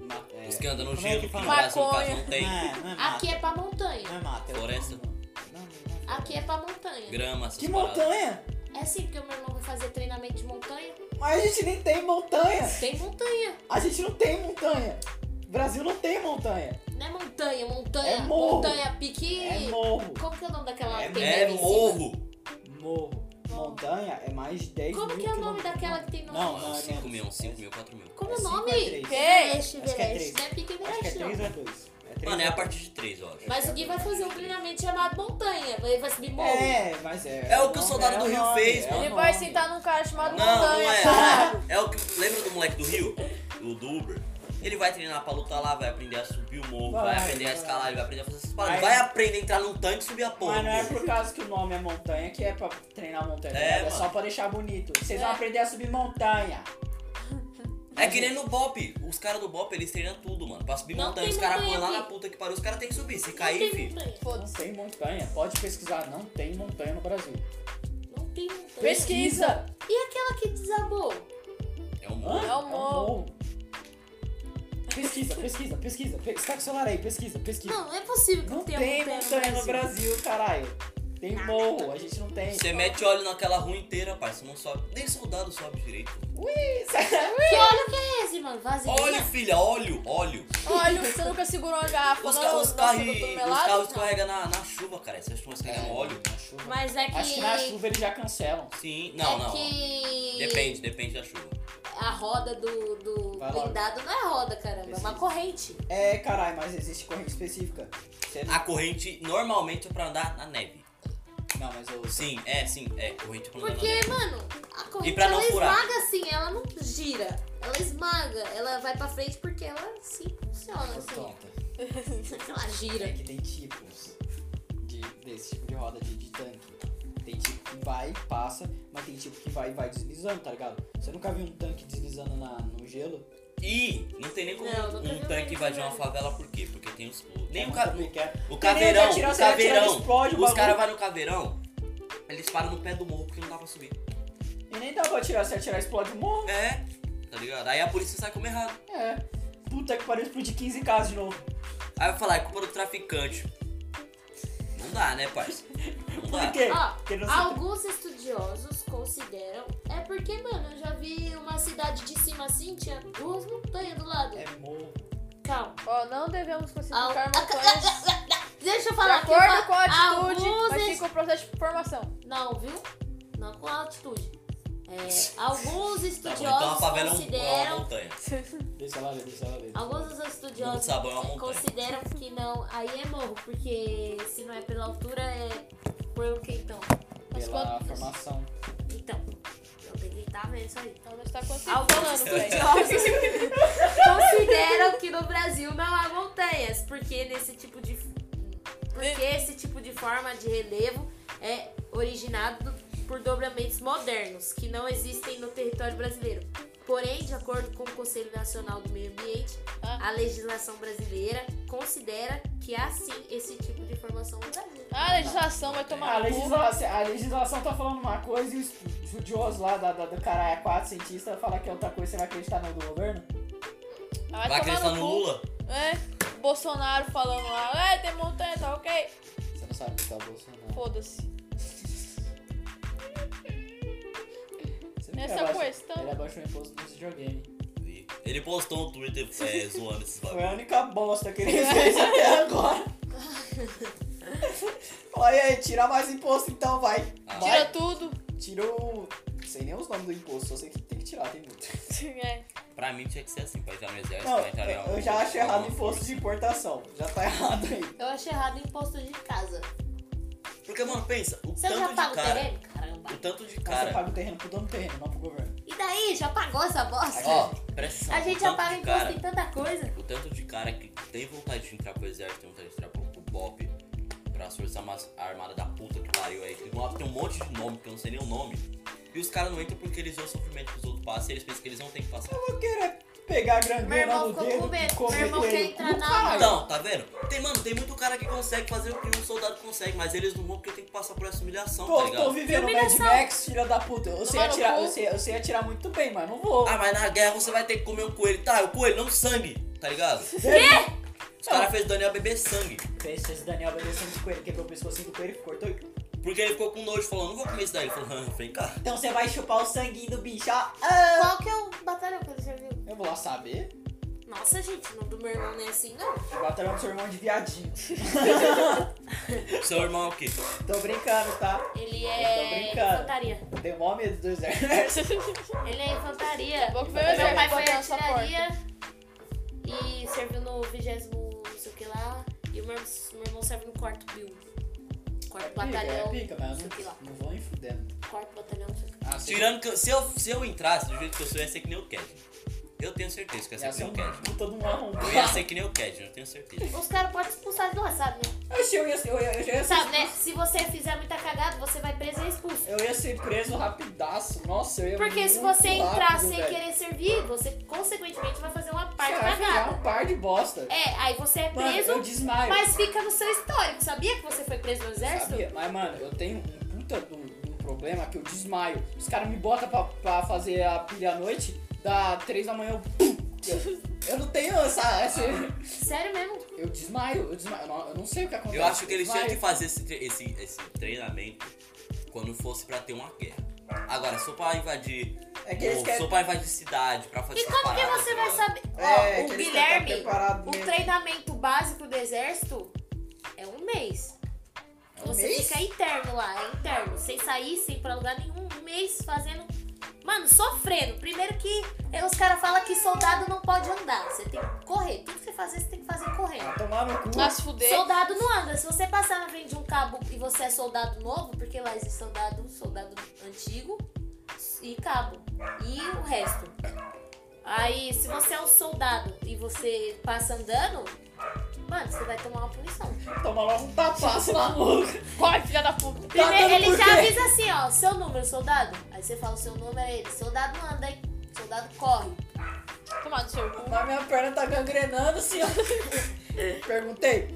Speaker 1: Ma é...
Speaker 4: Os que andam no
Speaker 1: Como é
Speaker 4: gelo,
Speaker 1: que
Speaker 4: que no
Speaker 1: fala?
Speaker 4: Brasil no caso
Speaker 3: Maconha.
Speaker 4: não
Speaker 1: Não
Speaker 4: tem.
Speaker 1: é, não é mata.
Speaker 2: Aqui é pra
Speaker 1: Não
Speaker 2: montanha.
Speaker 1: é mata. é
Speaker 4: Floresta.
Speaker 1: outro nome. Não, não é floresta.
Speaker 2: Aqui é pra montanha.
Speaker 4: Grama, essas
Speaker 1: Que
Speaker 4: paradas.
Speaker 1: montanha?
Speaker 2: É sim, porque o meu irmão vai fazer treinamento de montanha.
Speaker 1: Mas a gente nem tem montanha.
Speaker 2: Tem montanha.
Speaker 1: A gente não tem montanha. O Brasil não tem montanha.
Speaker 2: Não é montanha, montanha.
Speaker 1: É morro.
Speaker 2: Montanha, pique.
Speaker 1: É morro.
Speaker 2: Como que é o nome daquela
Speaker 1: É
Speaker 2: que tem
Speaker 4: É
Speaker 2: neve em cima?
Speaker 4: morro.
Speaker 1: Morro. Montanha é mais de 10
Speaker 2: Como
Speaker 1: mil
Speaker 2: que é o nome
Speaker 1: quilômetros.
Speaker 2: daquela que tem no-
Speaker 1: Não,
Speaker 4: Não, é
Speaker 1: não,
Speaker 4: uns
Speaker 1: é
Speaker 4: 5 mil,
Speaker 1: menos.
Speaker 4: 5 mil, 4 mil.
Speaker 2: Como
Speaker 1: É
Speaker 2: o
Speaker 1: cinco
Speaker 2: nome?
Speaker 1: a três.
Speaker 2: Everest,
Speaker 1: Acho que é três.
Speaker 2: Everest. Não é pique
Speaker 1: Acho que é
Speaker 2: Everest,
Speaker 1: 3
Speaker 2: não.
Speaker 1: ou é 2? É três é
Speaker 4: Mano, é
Speaker 1: ou
Speaker 4: a partir de 3, eu acho.
Speaker 2: Mas o Gui vai fazer um treinamento chamado montanha. Ele vai subir morro.
Speaker 1: É, mas é.
Speaker 4: É o que o
Speaker 1: nome,
Speaker 4: soldado
Speaker 1: é
Speaker 4: do Rio
Speaker 1: nome,
Speaker 4: fez, né?
Speaker 1: é
Speaker 4: mano.
Speaker 1: o
Speaker 3: Ele vai
Speaker 1: nome.
Speaker 3: sentar num cara chamado
Speaker 4: Não, não
Speaker 3: Montanha.
Speaker 4: é.
Speaker 3: sabe?
Speaker 4: É o que. Lembra do moleque do Rio? O do Uber? Ele vai treinar pra lutar lá, vai aprender a subir o morro, vai,
Speaker 1: Vai,
Speaker 4: aprender a
Speaker 1: vai.
Speaker 4: escalar, ele vai aprender a fazer essas paradas.
Speaker 1: Aí-
Speaker 4: Vai aprender a entrar num tanque e subir a porra.
Speaker 1: Mas
Speaker 4: do
Speaker 1: não é
Speaker 4: morro.
Speaker 1: por causa que o nome é montanha que é pra treinar montanha.
Speaker 4: É,
Speaker 1: É, é
Speaker 4: mano.
Speaker 1: só pra deixar bonito. Vocês
Speaker 2: É.
Speaker 1: vão aprender a subir montanha.
Speaker 4: É que nem no Bop. Os caras do Bop, eles treinam tudo, mano. Pra subir
Speaker 2: Não
Speaker 4: montanha,
Speaker 2: tem
Speaker 4: os caras
Speaker 2: montanha
Speaker 4: põem lá na
Speaker 2: aqui.
Speaker 4: puta que pariu, os caras têm que subir. Se
Speaker 2: Não
Speaker 4: cair,
Speaker 2: tem
Speaker 4: filho.
Speaker 2: montanha.
Speaker 1: Não tem montanha. Pode pesquisar, não tem montanha no Brasil.
Speaker 2: Não tem montanha.
Speaker 3: Pesquisa.
Speaker 2: E aquela que desabou?
Speaker 4: É um
Speaker 1: Hã?
Speaker 4: morro.
Speaker 3: É um morro.
Speaker 1: pesquisa, pesquisa, pesquisa. Pe- Está com o celular aí, pesquisa, pesquisa.
Speaker 2: Não, não é possível que
Speaker 1: Não,
Speaker 2: tenha
Speaker 1: tem montanha no Brasil, caralho. Tem morro, a gente não tem.
Speaker 4: Você mete óleo naquela rua inteira, pai. Você não sobe. Nem soldado sobe direito.
Speaker 2: Que óleo que é esse, mano? Vaselina?
Speaker 4: Óleo, filha, óleo, óleo.
Speaker 3: Olha, você nunca segurou uma garrafa,
Speaker 4: Os,
Speaker 3: não?
Speaker 4: ca- os
Speaker 3: não
Speaker 4: carros
Speaker 3: segurou tudo
Speaker 4: os
Speaker 3: melado?
Speaker 4: carros escorregam na, na chuva, cara. Vocês estão
Speaker 1: É.
Speaker 4: escorregando É óleo na chuva?
Speaker 2: Mas é que...
Speaker 1: Acho que na chuva eles já cancelam.
Speaker 4: Sim, não,
Speaker 2: é
Speaker 4: não.
Speaker 2: que...
Speaker 4: Depende, depende da chuva.
Speaker 2: A roda do, do
Speaker 1: Vai logo.
Speaker 2: blindado não é roda, caramba. É uma
Speaker 1: Precisa.
Speaker 2: corrente.
Speaker 1: É, caralho, mas existe corrente específica. Você-
Speaker 4: A corrente normalmente é pra andar na neve.
Speaker 1: Não, mas eu.
Speaker 4: Sim, é, sim, é. Corrente pra andar na
Speaker 2: Porque,
Speaker 4: neve.
Speaker 2: mano, a corrente
Speaker 4: pra não
Speaker 2: ela
Speaker 4: furar.
Speaker 2: esmaga assim, ela não gira. Ela esmaga, ela vai pra frente porque ela se funciona
Speaker 1: Sou
Speaker 2: assim.
Speaker 1: tonta.
Speaker 2: Ela gira.
Speaker 1: É que tem tipos de, desse tipo de roda de, de tanque. Tem tipo que vai e passa, mas tem tipo que vai e vai deslizando, tá ligado? Você nunca viu um tanque deslizando na, no gelo?
Speaker 4: E não tem nem como
Speaker 2: Não,
Speaker 4: um,
Speaker 2: nunca vi um
Speaker 4: tanque
Speaker 2: tanque
Speaker 4: invadir uma
Speaker 2: invadir.
Speaker 4: favela, por quê? Porque tem os. o- Nem um
Speaker 1: É
Speaker 4: o,
Speaker 1: muito
Speaker 4: ca-
Speaker 1: pequeno. Tem
Speaker 4: o
Speaker 1: nem onde
Speaker 4: caveirão,
Speaker 1: atirar,
Speaker 4: o
Speaker 1: você atira,
Speaker 4: caveirão.
Speaker 1: explode o
Speaker 4: Os
Speaker 1: bagulho.
Speaker 4: caras vão no caveirão, eles param no pé do morro porque não dá pra subir.
Speaker 1: E nem dá pra atirar, se atirar explode o morro.
Speaker 4: É, tá ligado? Aí a polícia sai como errado.
Speaker 1: É. Puta que pariu, explodir 15 casas de novo.
Speaker 4: Aí vai falar, é culpa do traficante. Não dá, né, parça? Não
Speaker 1: Por
Speaker 4: dá.
Speaker 1: quê? Porque não
Speaker 2: Ó,
Speaker 1: se-
Speaker 2: alguns estudiosos consideram. É porque, mano, eu já vi uma cidade de cima assim, tinha duas montanhas do lado.
Speaker 1: É morro.
Speaker 2: Calma.
Speaker 3: Ó, não devemos
Speaker 2: Al-
Speaker 3: classificar montanhas
Speaker 2: Deixa eu
Speaker 3: de
Speaker 2: falar. que eu
Speaker 3: acordo
Speaker 2: fa-
Speaker 3: com a atitude,
Speaker 2: alguns
Speaker 3: mas sim
Speaker 2: es-
Speaker 3: com o processo de formação.
Speaker 2: Não, viu? Não com a altitude. É, alguns
Speaker 4: Tá bom, então a
Speaker 2: estudiosos
Speaker 4: favela é um- é uma
Speaker 2: consideram.
Speaker 4: montanha.
Speaker 1: Deixa lá, ver, deixa lá. ver.
Speaker 2: Alguns dos
Speaker 4: Morro de
Speaker 2: estudiosos
Speaker 4: Sabão é uma montanha.
Speaker 2: consideram que não. Aí é morro, porque se não é pela altura, é por o que então? Mas
Speaker 1: Pela
Speaker 2: quantos?
Speaker 1: formação.
Speaker 2: Então, eu peguei tá vendo isso aí.
Speaker 3: Então não está
Speaker 2: Alguns
Speaker 3: acontecendo, velho.
Speaker 2: estudiosos consideram que no Brasil não há montanhas, porque nesse tipo de porque esse tipo de forma de relevo é originado por dobramentos modernos que não existem no território brasileiro. Porém, de acordo com o Conselho Nacional do Meio Ambiente,
Speaker 3: Ah.
Speaker 2: a legislação brasileira considera que há sim esse tipo de formação no Brasil.
Speaker 3: Ah, a legislação vai
Speaker 1: A
Speaker 3: tomar no cu.
Speaker 1: legislação, a legislação tá falando uma coisa e os estudiosos lá da, da, do caralho, quatro cientistas, falam que é outra coisa, você vai acreditar no do governo?
Speaker 3: Ah,
Speaker 4: Vai
Speaker 3: Vai tomar
Speaker 4: acreditar no
Speaker 3: no cu.
Speaker 4: Lula?
Speaker 3: É, Bolsonaro falando lá, é, tem montanha, tá ok?
Speaker 1: Você não sabe o que tá o Bolsonaro.
Speaker 3: Foda-se.
Speaker 1: Você nunca
Speaker 3: Nessa
Speaker 1: abaixou-
Speaker 3: questão.
Speaker 1: Ele abaixou o imposto desse videogame.
Speaker 4: Ele postou um Twitter é, zoando esses
Speaker 1: Foi
Speaker 4: bagulho.
Speaker 1: a única bosta que ele fez até agora. Olha aí, tira mais imposto então, vai.
Speaker 4: Ah.
Speaker 1: vai.
Speaker 3: Tira tudo.
Speaker 1: Tirou. Sei nem os nomes do imposto, só sei que tem que tirar, tem muito.
Speaker 3: É.
Speaker 4: Pra mim tinha que ser assim, pra entrar no exército,
Speaker 1: Não, é,
Speaker 4: pra entrar em
Speaker 1: eu
Speaker 4: alguma-
Speaker 1: já acho errado
Speaker 4: alguma
Speaker 1: imposto de importação. Já tá errado aí.
Speaker 2: Eu acho errado o imposto de casa.
Speaker 4: Porque, mano, pensa, o
Speaker 2: Você
Speaker 4: tanto
Speaker 2: já
Speaker 4: de
Speaker 2: paga o
Speaker 4: cara.
Speaker 2: terreno? Caramba.
Speaker 4: O tanto de
Speaker 1: Você
Speaker 4: cara.
Speaker 1: paga o terreno pro dono do terreno, não pro governo.
Speaker 2: E daí? Já pagou essa bosta?
Speaker 4: Ó, presta atenção.
Speaker 2: a gente
Speaker 4: o
Speaker 2: já
Speaker 4: tanto
Speaker 2: paga
Speaker 4: de
Speaker 2: imposto
Speaker 4: cara-
Speaker 2: em tanta coisa.
Speaker 4: O tanto de cara que tem vontade de entrar pro exército, tem vontade de entrar pro, pro BOP, pras forças Armas- armadas da puta que pariu aí. que Nossa, tem um monte de nome que eu não sei nem o nome. E os caras não entram porque eles veem o sofrimento que os outros passam e eles pensam que eles não têm que passar.
Speaker 1: Eu quero pegar a
Speaker 2: Meu
Speaker 1: grangana
Speaker 2: irmão
Speaker 1: no
Speaker 2: ficou com
Speaker 1: dedo e
Speaker 2: medo.
Speaker 1: comer
Speaker 2: Meu irmão quer
Speaker 1: ele.
Speaker 2: entrar na
Speaker 4: Então, tá vendo? Tem, mano, tem muito cara que consegue fazer o que um soldado consegue, mas eles não vão porque tem que passar por essa humilhação, tá
Speaker 1: Tô, tô
Speaker 4: ligado?
Speaker 1: vivendo Mad Max, filha da puta. Eu sei,
Speaker 3: Tomar no
Speaker 1: atirar,
Speaker 3: cu.
Speaker 1: eu, sei, eu sei atirar muito bem, mas não vou.
Speaker 4: Ah, mas na guerra você vai ter que comer um coelho. Tá, o coelho, não sangue, tá ligado? Os caras fez Daniel beber sangue.
Speaker 1: Fez esse Daniel obedecendo de coelho, quebrou o pescocinho do coelho, cortou. e-
Speaker 4: Porque ele ficou com nojo, falou, não vou comer isso daí. Ele falou, "Ah, vem cá.
Speaker 1: Então você vai chupar o sanguinho do bicho, ó. Ah!
Speaker 2: Qual que é o batalhão que ele serviu?
Speaker 1: Eu vou lá saber.
Speaker 2: Nossa, gente, o nome do meu irmão não é assim, não.
Speaker 1: O batalhão do seu irmão de viadinho.
Speaker 4: Seu irmão aqui.
Speaker 1: Tô brincando, tá?
Speaker 2: Ele
Speaker 1: tô
Speaker 2: é
Speaker 1: brincando.
Speaker 2: infantaria.
Speaker 1: Eu tenho o maior medo do exército.
Speaker 2: Ele é infantaria.
Speaker 3: Bom que veio o
Speaker 2: Meu pai foi
Speaker 3: exército bater na sua
Speaker 2: artilharia e serviu no vigésimo não sei o que lá. E o meu, meu irmão serve no quarto Bill. Quarto batalhão.
Speaker 1: Pica, é pica, mas
Speaker 2: não sei o que
Speaker 1: eu
Speaker 2: um lá.
Speaker 1: não, não vou me fudendo.
Speaker 2: Quarto batalhão, não sei o que lá.
Speaker 1: Ah, sei.
Speaker 4: Tirando que eu- se eu, se eu entrasse do jeito que eu sou, eu ia ser que nem o Cad. Eu tenho certeza que eu ia
Speaker 1: Ia
Speaker 4: ser
Speaker 1: ser
Speaker 4: que
Speaker 1: um
Speaker 4: nem o Cad.
Speaker 1: puta de um arrombado.
Speaker 4: é Eu ia ser que nem o Cad, eu tenho certeza.
Speaker 2: Os caras podem expulsar de lá, sabe, né?
Speaker 1: Eu achei, eu ia ser- eu ia- eu já ia ser
Speaker 2: Sabe, né? Se você fizer muita cagada, você vai preso e é expulso.
Speaker 1: Eu ia ser preso rapidaço. Nossa, eu ia
Speaker 2: Porque se
Speaker 1: muito
Speaker 2: você
Speaker 1: rápido,
Speaker 2: entrar sem
Speaker 1: velho.
Speaker 2: querer servir, você consequentemente vai fazer uma parte
Speaker 1: Cara,
Speaker 2: cagada.
Speaker 1: um par de bosta.
Speaker 2: É, aí você é
Speaker 1: Mano,
Speaker 2: preso,
Speaker 1: eu desmaio.
Speaker 2: mas fica no seu histórico. Sabia que você foi preso no exército?
Speaker 1: Sabia? Mas, mano, eu tenho um puta do, do problema que eu desmaio. Os caras me botam pra, pra fazer a pilha à noite, dá três da manhã eu... pum. Eu, eu não tenho essa, essa.
Speaker 2: Sério mesmo?
Speaker 1: Eu desmaio, eu desmaio. Eu não, eu não sei o que acontece.
Speaker 4: Eu acho que eles
Speaker 1: desmaio.
Speaker 4: tinham que fazer esse, tre- esse, esse treinamento quando fosse pra ter uma guerra. Agora, se for pra invadir.
Speaker 1: É que eles
Speaker 4: ou,
Speaker 1: querem-
Speaker 4: Se for pra invadir cidade, pra fazer
Speaker 2: E como que
Speaker 4: paradas,
Speaker 2: você
Speaker 4: sei
Speaker 2: vai
Speaker 4: lá.
Speaker 2: saber?
Speaker 1: É,
Speaker 2: Ó, o
Speaker 1: que eles
Speaker 2: Guilherme,
Speaker 1: tentam preparado
Speaker 2: o
Speaker 1: mesmo.
Speaker 2: treinamento básico do exército é um mês.
Speaker 1: um
Speaker 2: você
Speaker 1: mês?
Speaker 2: fica interno lá, é interno. Sem sair, sem ir pra lugar nenhum, um mês fazendo. Mano, sofrendo. Primeiro que eh, os caras falam que soldado não pode andar. Você tem que correr. Tudo que você fazer, você tem que fazer
Speaker 1: Ah,
Speaker 2: correndo.
Speaker 1: tomar no cu.
Speaker 3: Ah, se fuder.
Speaker 2: Soldado não anda. Se você passar na frente de um cabo e você é soldado novo, porque lá existe soldado, soldado antigo e cabo. E o resto. Aí, se você é um soldado e você passa andando, mano, você vai tomar uma punição.
Speaker 1: Toma logo um tapaço na boca.
Speaker 3: Corre, filha da puta.
Speaker 2: Primeiro,
Speaker 1: dando
Speaker 2: ele
Speaker 1: por
Speaker 2: já
Speaker 1: quê?
Speaker 2: avisa assim, ó, seu número, soldado. Aí você fala o seu número, aí ele, soldado não anda, hein? Soldado corre.
Speaker 3: Tomar no seu cu.
Speaker 1: Mas minha perna tá gangrenando, senhor.
Speaker 4: É.
Speaker 1: Perguntei.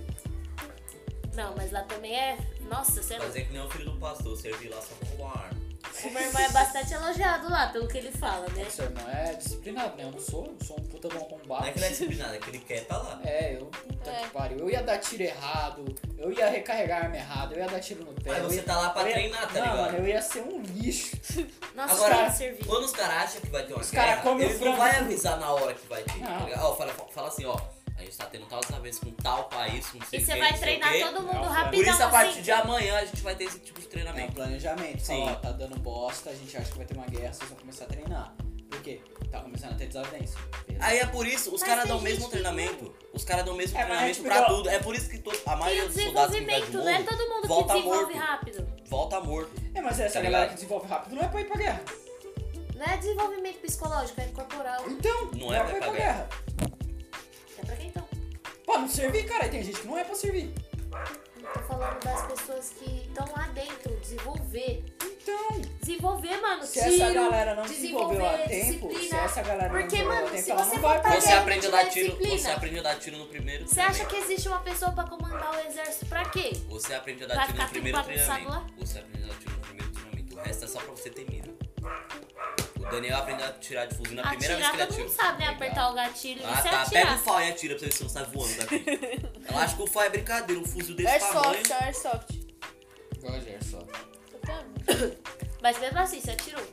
Speaker 2: Não, mas lá também é. Nossa, você não.
Speaker 4: Fazer que nem o filho do pastor, servir lá só com uma arma.
Speaker 2: O meu irmão é bastante elogiado lá, pelo que ele fala, né?
Speaker 1: Seu irmão é disciplinado, né? Eu não sou, eu sou um puta bom
Speaker 4: Não
Speaker 1: arrombado.
Speaker 4: é que ele é disciplinado, é que ele quer tá lá.
Speaker 1: É, eu, puta
Speaker 3: É.
Speaker 1: que pariu. Eu ia dar tiro errado, eu ia recarregar a arma errada, eu ia dar tiro no pé.
Speaker 4: Mas
Speaker 1: eu
Speaker 4: você
Speaker 1: ia-
Speaker 4: tá lá pra
Speaker 1: eu ia-
Speaker 4: treinar, tá
Speaker 1: Não,
Speaker 4: ligado?
Speaker 1: mano, eu ia ser um lixo.
Speaker 2: Nossa,
Speaker 4: Agora-
Speaker 2: tem que servir.
Speaker 4: Quando os caras acham que vai ter uma
Speaker 1: Os caras
Speaker 4: guerra,
Speaker 1: comem o
Speaker 4: eles não
Speaker 1: frango.
Speaker 4: vai avisar na hora que vai ter. tá
Speaker 1: Não.
Speaker 4: ligado? Ó, fala, fala assim, ó, a gente tá tendo tal desavença com tal país, com não sei
Speaker 2: E
Speaker 4: o
Speaker 2: você
Speaker 4: quê,
Speaker 2: vai
Speaker 4: não sei o
Speaker 2: treinar
Speaker 4: quê. É um
Speaker 2: todo mundo
Speaker 1: Não,
Speaker 2: rapidão
Speaker 4: Por isso, a partir
Speaker 2: assim.
Speaker 4: de amanhã, a gente vai ter esse tipo de
Speaker 1: É um
Speaker 4: treinamento.
Speaker 1: planejamento.
Speaker 4: Sim.
Speaker 1: Fala, ó, tá dando bosta, a gente acha que vai ter uma guerra, vocês vão começar a treinar. Por quê? Tá começando a ter desavença. Beleza.
Speaker 4: Aí é por isso, os
Speaker 2: Mas
Speaker 4: caras
Speaker 2: tem
Speaker 4: dão o
Speaker 2: gente
Speaker 4: mesmo
Speaker 2: que-
Speaker 4: treinamento. Os caras dão o mesmo
Speaker 1: É, mas a
Speaker 4: treinamento
Speaker 1: gente
Speaker 4: pra
Speaker 1: pegou-
Speaker 4: tudo. É por isso que todo- a
Speaker 2: Tem
Speaker 4: maioria
Speaker 2: o
Speaker 4: dos soldados que invade
Speaker 2: desenvolvimento,
Speaker 4: o
Speaker 2: não é
Speaker 4: mundo
Speaker 2: todo mundo que
Speaker 4: volta
Speaker 2: desenvolve
Speaker 4: morto.
Speaker 2: rápido.
Speaker 4: volta morto.
Speaker 1: É, mas essa
Speaker 4: Tá
Speaker 1: galera
Speaker 4: ligado?
Speaker 1: que desenvolve rápido não é pra ir pra guerra.
Speaker 2: Não é desenvolvimento psicológico, é corporal.
Speaker 1: Então,
Speaker 4: Não é pra ir pra
Speaker 1: guerra.
Speaker 2: É pra quem então?
Speaker 1: Pra não servir, cara, e tem gente que não é pra servir.
Speaker 2: Eu tô falando das pessoas que estão lá dentro, desenvolver.
Speaker 1: Então,
Speaker 2: Desenvolver, mano,
Speaker 1: se
Speaker 2: tiro,
Speaker 1: essa galera não desenvolveu a
Speaker 2: desenvolver,
Speaker 1: tempo, se
Speaker 2: disciplina.
Speaker 1: essa galera não
Speaker 2: Porque,
Speaker 1: desenvolveu a
Speaker 2: mano,
Speaker 1: tempo,
Speaker 2: se
Speaker 1: ela
Speaker 2: você
Speaker 1: não vai
Speaker 2: for
Speaker 1: pra
Speaker 2: pra
Speaker 4: Você
Speaker 2: guerra,
Speaker 1: guerra.
Speaker 4: aprende a
Speaker 2: tiver
Speaker 4: dar tiro,
Speaker 2: disciplina.
Speaker 4: você aprende a dar tiro no primeiro
Speaker 2: Você acha que
Speaker 4: treinamento.
Speaker 2: existe uma pessoa pra comandar o exército pra quê?
Speaker 4: Você aprende a
Speaker 2: Vai
Speaker 4: dar tiro
Speaker 2: ficar
Speaker 4: no
Speaker 2: tudo
Speaker 4: primeiro
Speaker 2: bagunçado
Speaker 4: treinamento. Você aprende a dar tiro no primeiro treinamento. O resto é só pra você ter mira. O Daniel aprendeu a tirar de fuzil na primeira vez
Speaker 2: atirar
Speaker 4: que ele atira.
Speaker 2: todo mundo sabe, né? Apertar o gatilho e
Speaker 4: Ah
Speaker 2: você
Speaker 4: tá, pega o
Speaker 2: atirar.
Speaker 4: fal e atira pra você ver se você não sai voando daqui. Ela acha que o fal é brincadeira, um fuzil
Speaker 1: tá
Speaker 4: desse tamanho.
Speaker 3: Airsoft, é airsoft. tá
Speaker 1: Roger, só.
Speaker 3: Tô tendo.
Speaker 2: Mas mesmo assim, você atirou.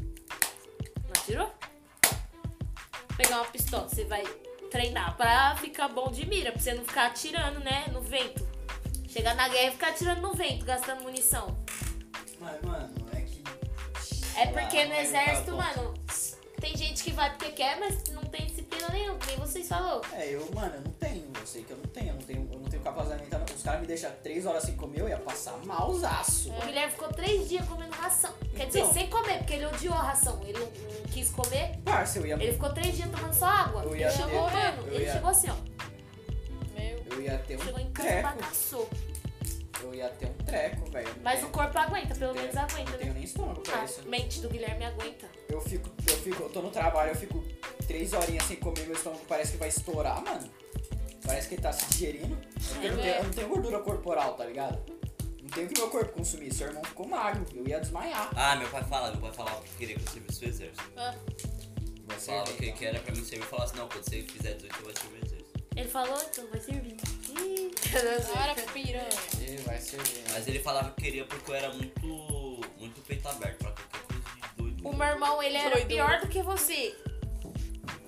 Speaker 2: Não atirou? Pegar uma pistola, você vai treinar pra ficar bom de mira, pra você não ficar atirando, né? No vento. Chegar na guerra e ficar atirando no vento, gastando munição.
Speaker 1: Mas, mano, é que. tá Sei
Speaker 2: É
Speaker 1: lá,
Speaker 2: porque no
Speaker 1: eu
Speaker 2: exército,
Speaker 1: tava-
Speaker 2: mano, tem gente que vai porque quer, mas não tem disciplina nenhuma, que nem vocês falou.
Speaker 1: É, eu, mano, eu não tenho, eu sei que eu não tenho, eu não tenho, eu não tenho capacidade mental. Os caras me deixam três horas sem comer, eu ia passar malzaço.
Speaker 2: O Guilherme ficou três dias comendo ração. Quer dizer,
Speaker 1: É. Então.
Speaker 2: sem comer, porque ele odiou a ração. Ele não- não quis comer,
Speaker 1: Parça, eu ia,
Speaker 2: ele ficou três dias tomando só água.
Speaker 1: Eu ia
Speaker 2: Ele chegou,
Speaker 1: ter-
Speaker 2: mano,
Speaker 1: eu
Speaker 2: ele
Speaker 1: ia-
Speaker 2: chegou assim, ó.
Speaker 3: Meu.
Speaker 1: eu ia ter
Speaker 2: Chegou
Speaker 1: um
Speaker 2: em casa e
Speaker 1: treco,
Speaker 2: bagaçou.
Speaker 1: eu ia ter um treco, velho. eu não
Speaker 2: Mas
Speaker 1: tenho-
Speaker 2: o corpo aguenta, pelo menos
Speaker 1: Não
Speaker 2: aguenta,
Speaker 1: tenho
Speaker 2: né?
Speaker 1: nem estômago pra isso.
Speaker 2: A mente do Guilherme aguenta.
Speaker 1: Eu fico, eu fico, eu tô no trabalho, eu fico três horinhas sem comer, meu estômago parece que vai estourar, mano. Parece que ele tá se digerindo. Eu, tenho- eu não
Speaker 2: É.
Speaker 1: tenho- eu não tenho gordura corporal, tá ligado? Não tenho o que meu corpo consumir. Seu irmão ficou magro, eu ia desmaiar.
Speaker 4: Ah, meu pai fala, meu pai falava que queria que eu servisse o exército.
Speaker 3: Ah,
Speaker 1: Vai
Speaker 4: Falava que,
Speaker 1: então.
Speaker 4: que era pra mim servir e falava assim, não, quando você fizer 18 você vai servir o exército.
Speaker 2: Ele falou, então vai servir. Ih,
Speaker 3: Cara, piranha.
Speaker 1: Ih, vai servir.
Speaker 4: Mas ele falava que queria porque eu era muito. muito peito aberto pra qualquer coisa de doido.
Speaker 2: O meu irmão, ele era
Speaker 3: Doido.
Speaker 2: pior do que você.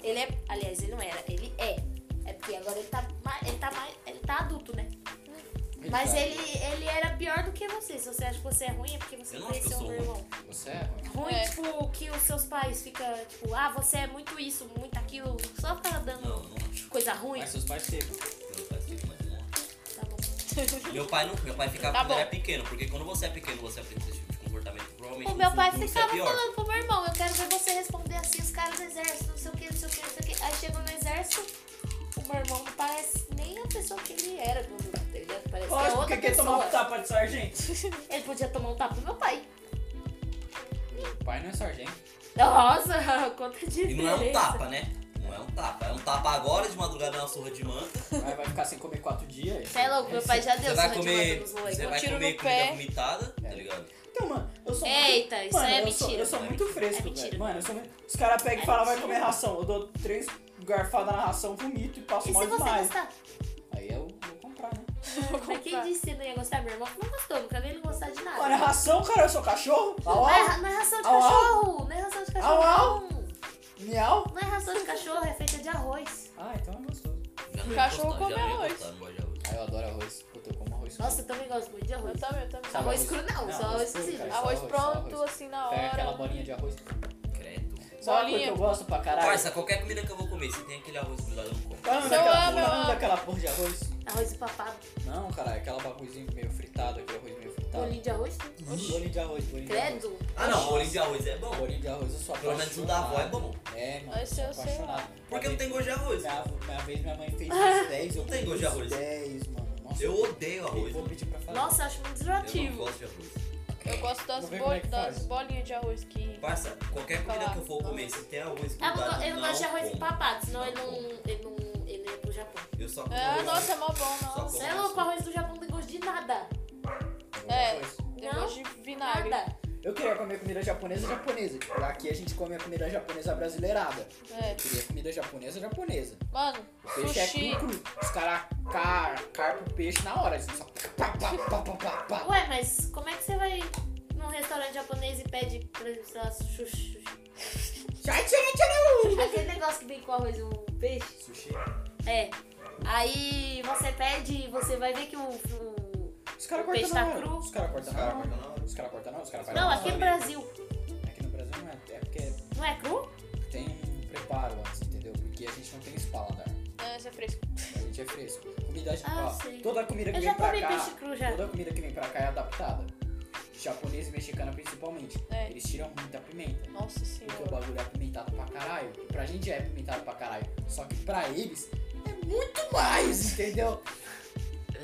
Speaker 2: Ele é. Aliás, ele não era, ele é. É porque agora ele tá mais. Ele tá mais. Ele tá adulto, né? Mas
Speaker 1: tá-
Speaker 2: ele, ele era pior do que você. Se você acha que você é ruim, é porque você
Speaker 4: Eu não acho que
Speaker 2: conheceu
Speaker 4: eu
Speaker 2: o
Speaker 4: sou
Speaker 2: meu irmão.
Speaker 1: Você é ruim.
Speaker 2: Ruim,
Speaker 3: É.
Speaker 2: tipo, que os seus pais ficam, tipo, ah, você é muito isso, muito aquilo. Só ficar dando
Speaker 4: Não, não acho
Speaker 2: coisa ruim.
Speaker 1: Mas seus pais teve.
Speaker 4: que meu pai seja mais bom.
Speaker 2: Tá bom.
Speaker 4: Meu pai não, meu pai ficava
Speaker 3: Tá
Speaker 4: quando
Speaker 3: bom.
Speaker 4: era pequeno, porque quando você é pequeno você aprende esse tipo de comportamento. Provavelmente
Speaker 2: O
Speaker 4: no
Speaker 2: meu pai
Speaker 4: futuro você é
Speaker 2: ficava
Speaker 4: pior.
Speaker 2: falando pro meu irmão, eu quero ver você responder assim, os caras do exército, não sei o que, não sei o que, não sei o que. Aí chegou no exército, o meu irmão não parece nem a pessoa que ele era quando, tá ligado? Parece que é
Speaker 1: Lógico
Speaker 2: outra
Speaker 1: que quer
Speaker 2: pessoa.
Speaker 1: tomar um tapa de sargento.
Speaker 2: Ele podia tomar um tapa do meu pai.
Speaker 1: Meu pai não é sargento.
Speaker 2: Nossa, conta de
Speaker 4: E não é um tapa, né? Não é um tapa. É um tapa agora de madrugada na surra de manta.
Speaker 1: Vai, vai ficar sem comer quatro dias.
Speaker 2: Você é louco, meu pai já deu
Speaker 4: Você vai
Speaker 2: surra de manta um
Speaker 4: comer.
Speaker 2: nos moleques.
Speaker 4: Você vai
Speaker 3: tiro
Speaker 4: comer
Speaker 3: no
Speaker 4: comida
Speaker 3: pé.
Speaker 4: vomitada,
Speaker 1: É.
Speaker 4: tá ligado?
Speaker 1: Então, mano, Eu sou
Speaker 2: Eita, isso
Speaker 1: Mano,
Speaker 2: aí é
Speaker 1: eu
Speaker 2: mentira. É
Speaker 1: sou, eu sou muito fresco,
Speaker 2: mentira. É
Speaker 1: velho. Mano, eu sou muito... Os caras pegam e falam, vai
Speaker 2: mentira.
Speaker 1: comer ração. Eu dou três garfadas na ração, vomito e passo
Speaker 2: E
Speaker 1: mal
Speaker 2: se você
Speaker 1: demais.
Speaker 2: gostar?
Speaker 1: Aí eu vou comprar, né?
Speaker 2: Mas quem disse que você não ia gostar? Meu irmão não gostou, nunca vi ele gostar de nada.
Speaker 1: Mano, é ração, cara. Eu sou cachorro. Au,
Speaker 2: Ah. Não
Speaker 4: Tá
Speaker 2: é, ra-
Speaker 1: au.
Speaker 2: não é ração de
Speaker 1: Au, au.
Speaker 2: cachorro! Não é ração de cachorro,
Speaker 1: Au, au.
Speaker 2: não!
Speaker 1: Miau.
Speaker 2: Não é ração de cachorro, é feita de arroz.
Speaker 1: Ah, então é gostoso.
Speaker 4: Já não ia
Speaker 3: Cachorro
Speaker 4: gostar, já
Speaker 3: come
Speaker 4: não ia
Speaker 3: arroz.
Speaker 4: gostar, não gosto de arroz.
Speaker 1: Ah, eu adoro arroz. Puta, eu como arroz.
Speaker 2: Nossa, eu também gosto muito de arroz.
Speaker 3: Eu também, eu também.
Speaker 1: Sabe
Speaker 2: Arroz cru não, só arroz
Speaker 1: cru,
Speaker 2: cozido.
Speaker 1: cara, só
Speaker 3: Arroz
Speaker 1: só
Speaker 3: pronto,
Speaker 1: arroz.
Speaker 3: assim, na
Speaker 1: Tá Pega aquela
Speaker 3: hora.
Speaker 1: bolinha de arroz.
Speaker 4: Credo.
Speaker 1: Sabe uma coisa que
Speaker 3: Bolinha.
Speaker 1: eu gosto pra caralho?
Speaker 4: Parça, qualquer comida que eu vou comer, se tem aquele arroz grudado, eu não como.
Speaker 1: Qual é o nome
Speaker 3: Eu
Speaker 1: daquela porra?
Speaker 3: amo,
Speaker 1: Qual
Speaker 3: eu
Speaker 1: é o nome
Speaker 3: amo.
Speaker 1: daquela porra de arroz?
Speaker 2: Arroz empapado,
Speaker 1: Não, cara, é aquela bagulhozinho meio fritada, aquele arroz meio fritado.
Speaker 2: bolinho de arroz,
Speaker 1: Bolinho de arroz, bolinho de arroz.
Speaker 2: credo.
Speaker 4: Ah não, bolinho de arroz é bom.
Speaker 1: Bolinho de arroz, eu sou
Speaker 4: Pelo menos o da avó é bom.
Speaker 1: É, mano,
Speaker 3: Mas
Speaker 1: sou
Speaker 3: eu sei lá.
Speaker 1: apaixonado.
Speaker 4: Porque não tem gosto de arroz.
Speaker 1: Minha, avó- minha vez minha mãe fez
Speaker 2: Ah.
Speaker 1: uns 10, eu
Speaker 4: Não tem
Speaker 1: comi
Speaker 4: gosto de
Speaker 1: uns
Speaker 4: arroz.
Speaker 1: 10, mano. Nossa,
Speaker 4: Eu odeio
Speaker 1: eu
Speaker 4: arroz.
Speaker 1: vou
Speaker 4: mano.
Speaker 1: pedir pra fazer.
Speaker 2: Nossa, eu acho muito
Speaker 4: Eu não
Speaker 2: desativo.
Speaker 4: gosto de arroz.
Speaker 3: Eu gosto das,
Speaker 1: Vamos ver
Speaker 3: bol-
Speaker 1: como é que
Speaker 3: das
Speaker 1: faz.
Speaker 3: bolinhas de arroz que.
Speaker 4: Parça, qualquer comida que eu for comer, se tem arroz
Speaker 2: Ah, Eu não,
Speaker 4: grudado,
Speaker 2: go- eu não gosto de arroz
Speaker 4: como. Tá
Speaker 2: empapado, senão ele
Speaker 4: como.
Speaker 2: não, ele não ele ia pro Japão.
Speaker 4: Eu só como
Speaker 3: É,
Speaker 4: arroz.
Speaker 3: nossa, é mó bom,
Speaker 4: Só
Speaker 3: nossa.
Speaker 2: Você é louco, arroz do Japão não tem gosto de nada.
Speaker 3: É,
Speaker 1: Arroz.
Speaker 3: tem
Speaker 2: Não?
Speaker 3: gosto de vinagre.
Speaker 2: Nada.
Speaker 1: Eu queria comer comida japonesa japonesa. Tipo, aqui a gente come a comida japonesa brasileirada.
Speaker 3: É.
Speaker 1: Eu queria comida japonesa japonesa.
Speaker 3: Mano,
Speaker 1: O peixe
Speaker 3: sushi.
Speaker 1: é cru, cru. Os caras car, carpa o peixe na hora. Eles só pá, pá, pá, pá, pá, pá.
Speaker 2: Ué, mas como é que você vai num restaurante japonês e pede, por exemplo, sei lá, xuxu?
Speaker 1: Tchau, tchau, tchau.
Speaker 2: Aquele negócio que vem com arroz e um peixe?
Speaker 1: Sushi.
Speaker 2: É. Aí você pede e você vai ver que o. o-
Speaker 1: Os caras
Speaker 2: O peixe
Speaker 1: cortam na
Speaker 2: tá
Speaker 1: hora.
Speaker 2: cru.
Speaker 1: Os caras cortam
Speaker 4: Os
Speaker 1: na
Speaker 4: caras
Speaker 1: hora.
Speaker 4: cortam na hora.
Speaker 1: Os caras cortam na hora. Os caras
Speaker 2: Não,
Speaker 1: cortam na
Speaker 2: aqui
Speaker 1: hora.
Speaker 2: no Brasil.
Speaker 1: Aqui no Brasil não é. É porque
Speaker 2: Não é cru?
Speaker 1: tem um preparo antes, entendeu? Porque a gente não tem esse paladar.
Speaker 3: É, isso é fresco.
Speaker 1: A gente é fresco. Comida
Speaker 2: Ah,
Speaker 1: ó,
Speaker 2: sei.
Speaker 1: Toda comida que
Speaker 2: Eu
Speaker 1: vem
Speaker 2: já
Speaker 1: pra
Speaker 2: comi
Speaker 1: cá.
Speaker 2: peixe cru já.
Speaker 1: Toda comida que vem pra cá é adaptada. Japonesa e mexicana principalmente.
Speaker 3: É.
Speaker 1: Eles tiram muita pimenta.
Speaker 3: Nossa
Speaker 1: Porque o
Speaker 3: senhora.
Speaker 1: bagulho é apimentado pra caralho. E pra gente é apimentado pra caralho. Só que pra eles é muito mais, entendeu?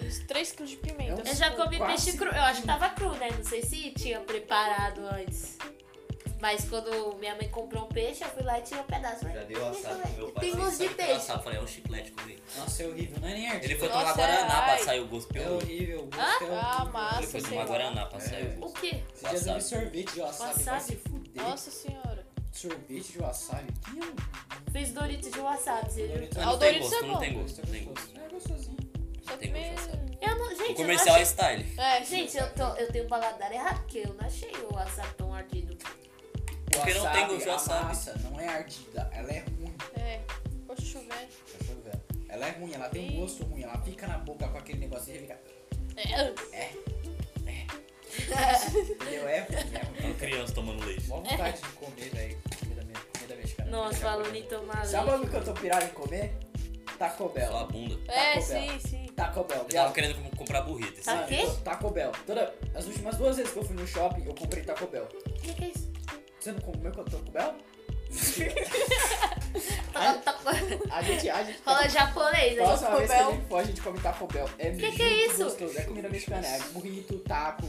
Speaker 3: Uns 3 quilos de pimenta.
Speaker 1: É
Speaker 2: Eu já comi
Speaker 1: Quase.
Speaker 2: peixe cru. Eu acho que tava cru, né? Não sei se tinha preparado antes. Mas quando minha mãe comprou um peixe, eu fui lá e tirei um pedaço.
Speaker 4: Já deu assado pro meu pai.
Speaker 2: Tem
Speaker 4: Ele
Speaker 2: gosto
Speaker 4: sabe
Speaker 2: de
Speaker 4: que era
Speaker 2: peixe.
Speaker 4: Assado, falei, é um chiclete comigo.
Speaker 1: Nossa, é horrível, não é nerd?
Speaker 4: Ele foi
Speaker 3: Nossa,
Speaker 4: tomar Guaraná
Speaker 3: ai.
Speaker 4: pra sair o gosto
Speaker 1: É
Speaker 4: pelo. Ele
Speaker 1: horrível, o gosto é
Speaker 3: Ah,
Speaker 1: horrível.
Speaker 3: massa,
Speaker 4: foi
Speaker 3: sei
Speaker 4: tomar
Speaker 3: lá.
Speaker 4: Guaraná pra sair o
Speaker 2: O
Speaker 4: gosto.
Speaker 2: quê?
Speaker 1: Esse dia eu vi
Speaker 4: Wasabi.
Speaker 1: sorvete de wasabi, vai
Speaker 2: Wasabi.
Speaker 1: se fuder.
Speaker 3: Nossa senhora.
Speaker 1: Sorvete de wasabi, que
Speaker 2: Fiz Doritos de wasabi, você viu?
Speaker 1: Doritos.
Speaker 3: Ah,
Speaker 4: Não
Speaker 3: o
Speaker 4: tem
Speaker 3: Doritos
Speaker 4: gosto,
Speaker 3: é
Speaker 4: não
Speaker 3: bom.
Speaker 4: tem gosto,
Speaker 1: gosto,
Speaker 4: não tem gosto.
Speaker 1: É gostosinho.
Speaker 3: Só
Speaker 4: Tem
Speaker 3: que meio.
Speaker 4: gosto,
Speaker 2: Eu não,
Speaker 4: O
Speaker 2: gente, eu não
Speaker 4: comercial é
Speaker 2: achei...
Speaker 4: style.
Speaker 3: É,
Speaker 2: Gente, eu, tô, eu tenho um paladar errado, porque eu não achei o wasabi tão ardido.
Speaker 4: Porque não tem gosto de
Speaker 1: A
Speaker 4: wasabi.
Speaker 1: massa não é ardida, ela é ruim.
Speaker 3: é. Poxa, chovendo.
Speaker 1: Deixa eu ver. Ela é ruim, ela tem um gosto ruim, ela fica na boca com aquele negócio e fica.
Speaker 3: É.
Speaker 1: Entendeu? É ruim, é ruim.
Speaker 4: Uma criança tomando leite.
Speaker 1: Mó vontade de comer, velho. Comida me- comida mexicana.
Speaker 2: Nossa,
Speaker 1: comida
Speaker 2: falando em
Speaker 1: japonesa.
Speaker 2: tomar
Speaker 1: Sabe
Speaker 2: leite.
Speaker 1: o que eu tô pirado em comer? Taco Bell.
Speaker 4: Só a bunda. Eu
Speaker 3: É,
Speaker 1: Taco
Speaker 3: sim,
Speaker 1: Bell.
Speaker 3: sim.
Speaker 1: Taco Bell.
Speaker 4: tava querendo com- comprar burrito.
Speaker 2: Tá.
Speaker 4: Sabe?
Speaker 1: Mano,
Speaker 2: quê?
Speaker 1: eu- Taco Bell. Toda, as últimas duas vezes que eu fui no shopping, eu comprei Taco Bell.
Speaker 2: O que, que é isso?
Speaker 1: Você não comeu Taco Bell? Ah?
Speaker 2: Tá, tá, tá,
Speaker 1: A gente, a gente.
Speaker 2: fala japonês né? aí.
Speaker 1: Próxima
Speaker 3: Taco
Speaker 1: vez que
Speaker 3: Bell.
Speaker 1: a gente for, a gente come Taco Bell. É
Speaker 2: que é
Speaker 1: muito
Speaker 2: isso?
Speaker 1: gostoso. É comida mexicana, é burrito, taco.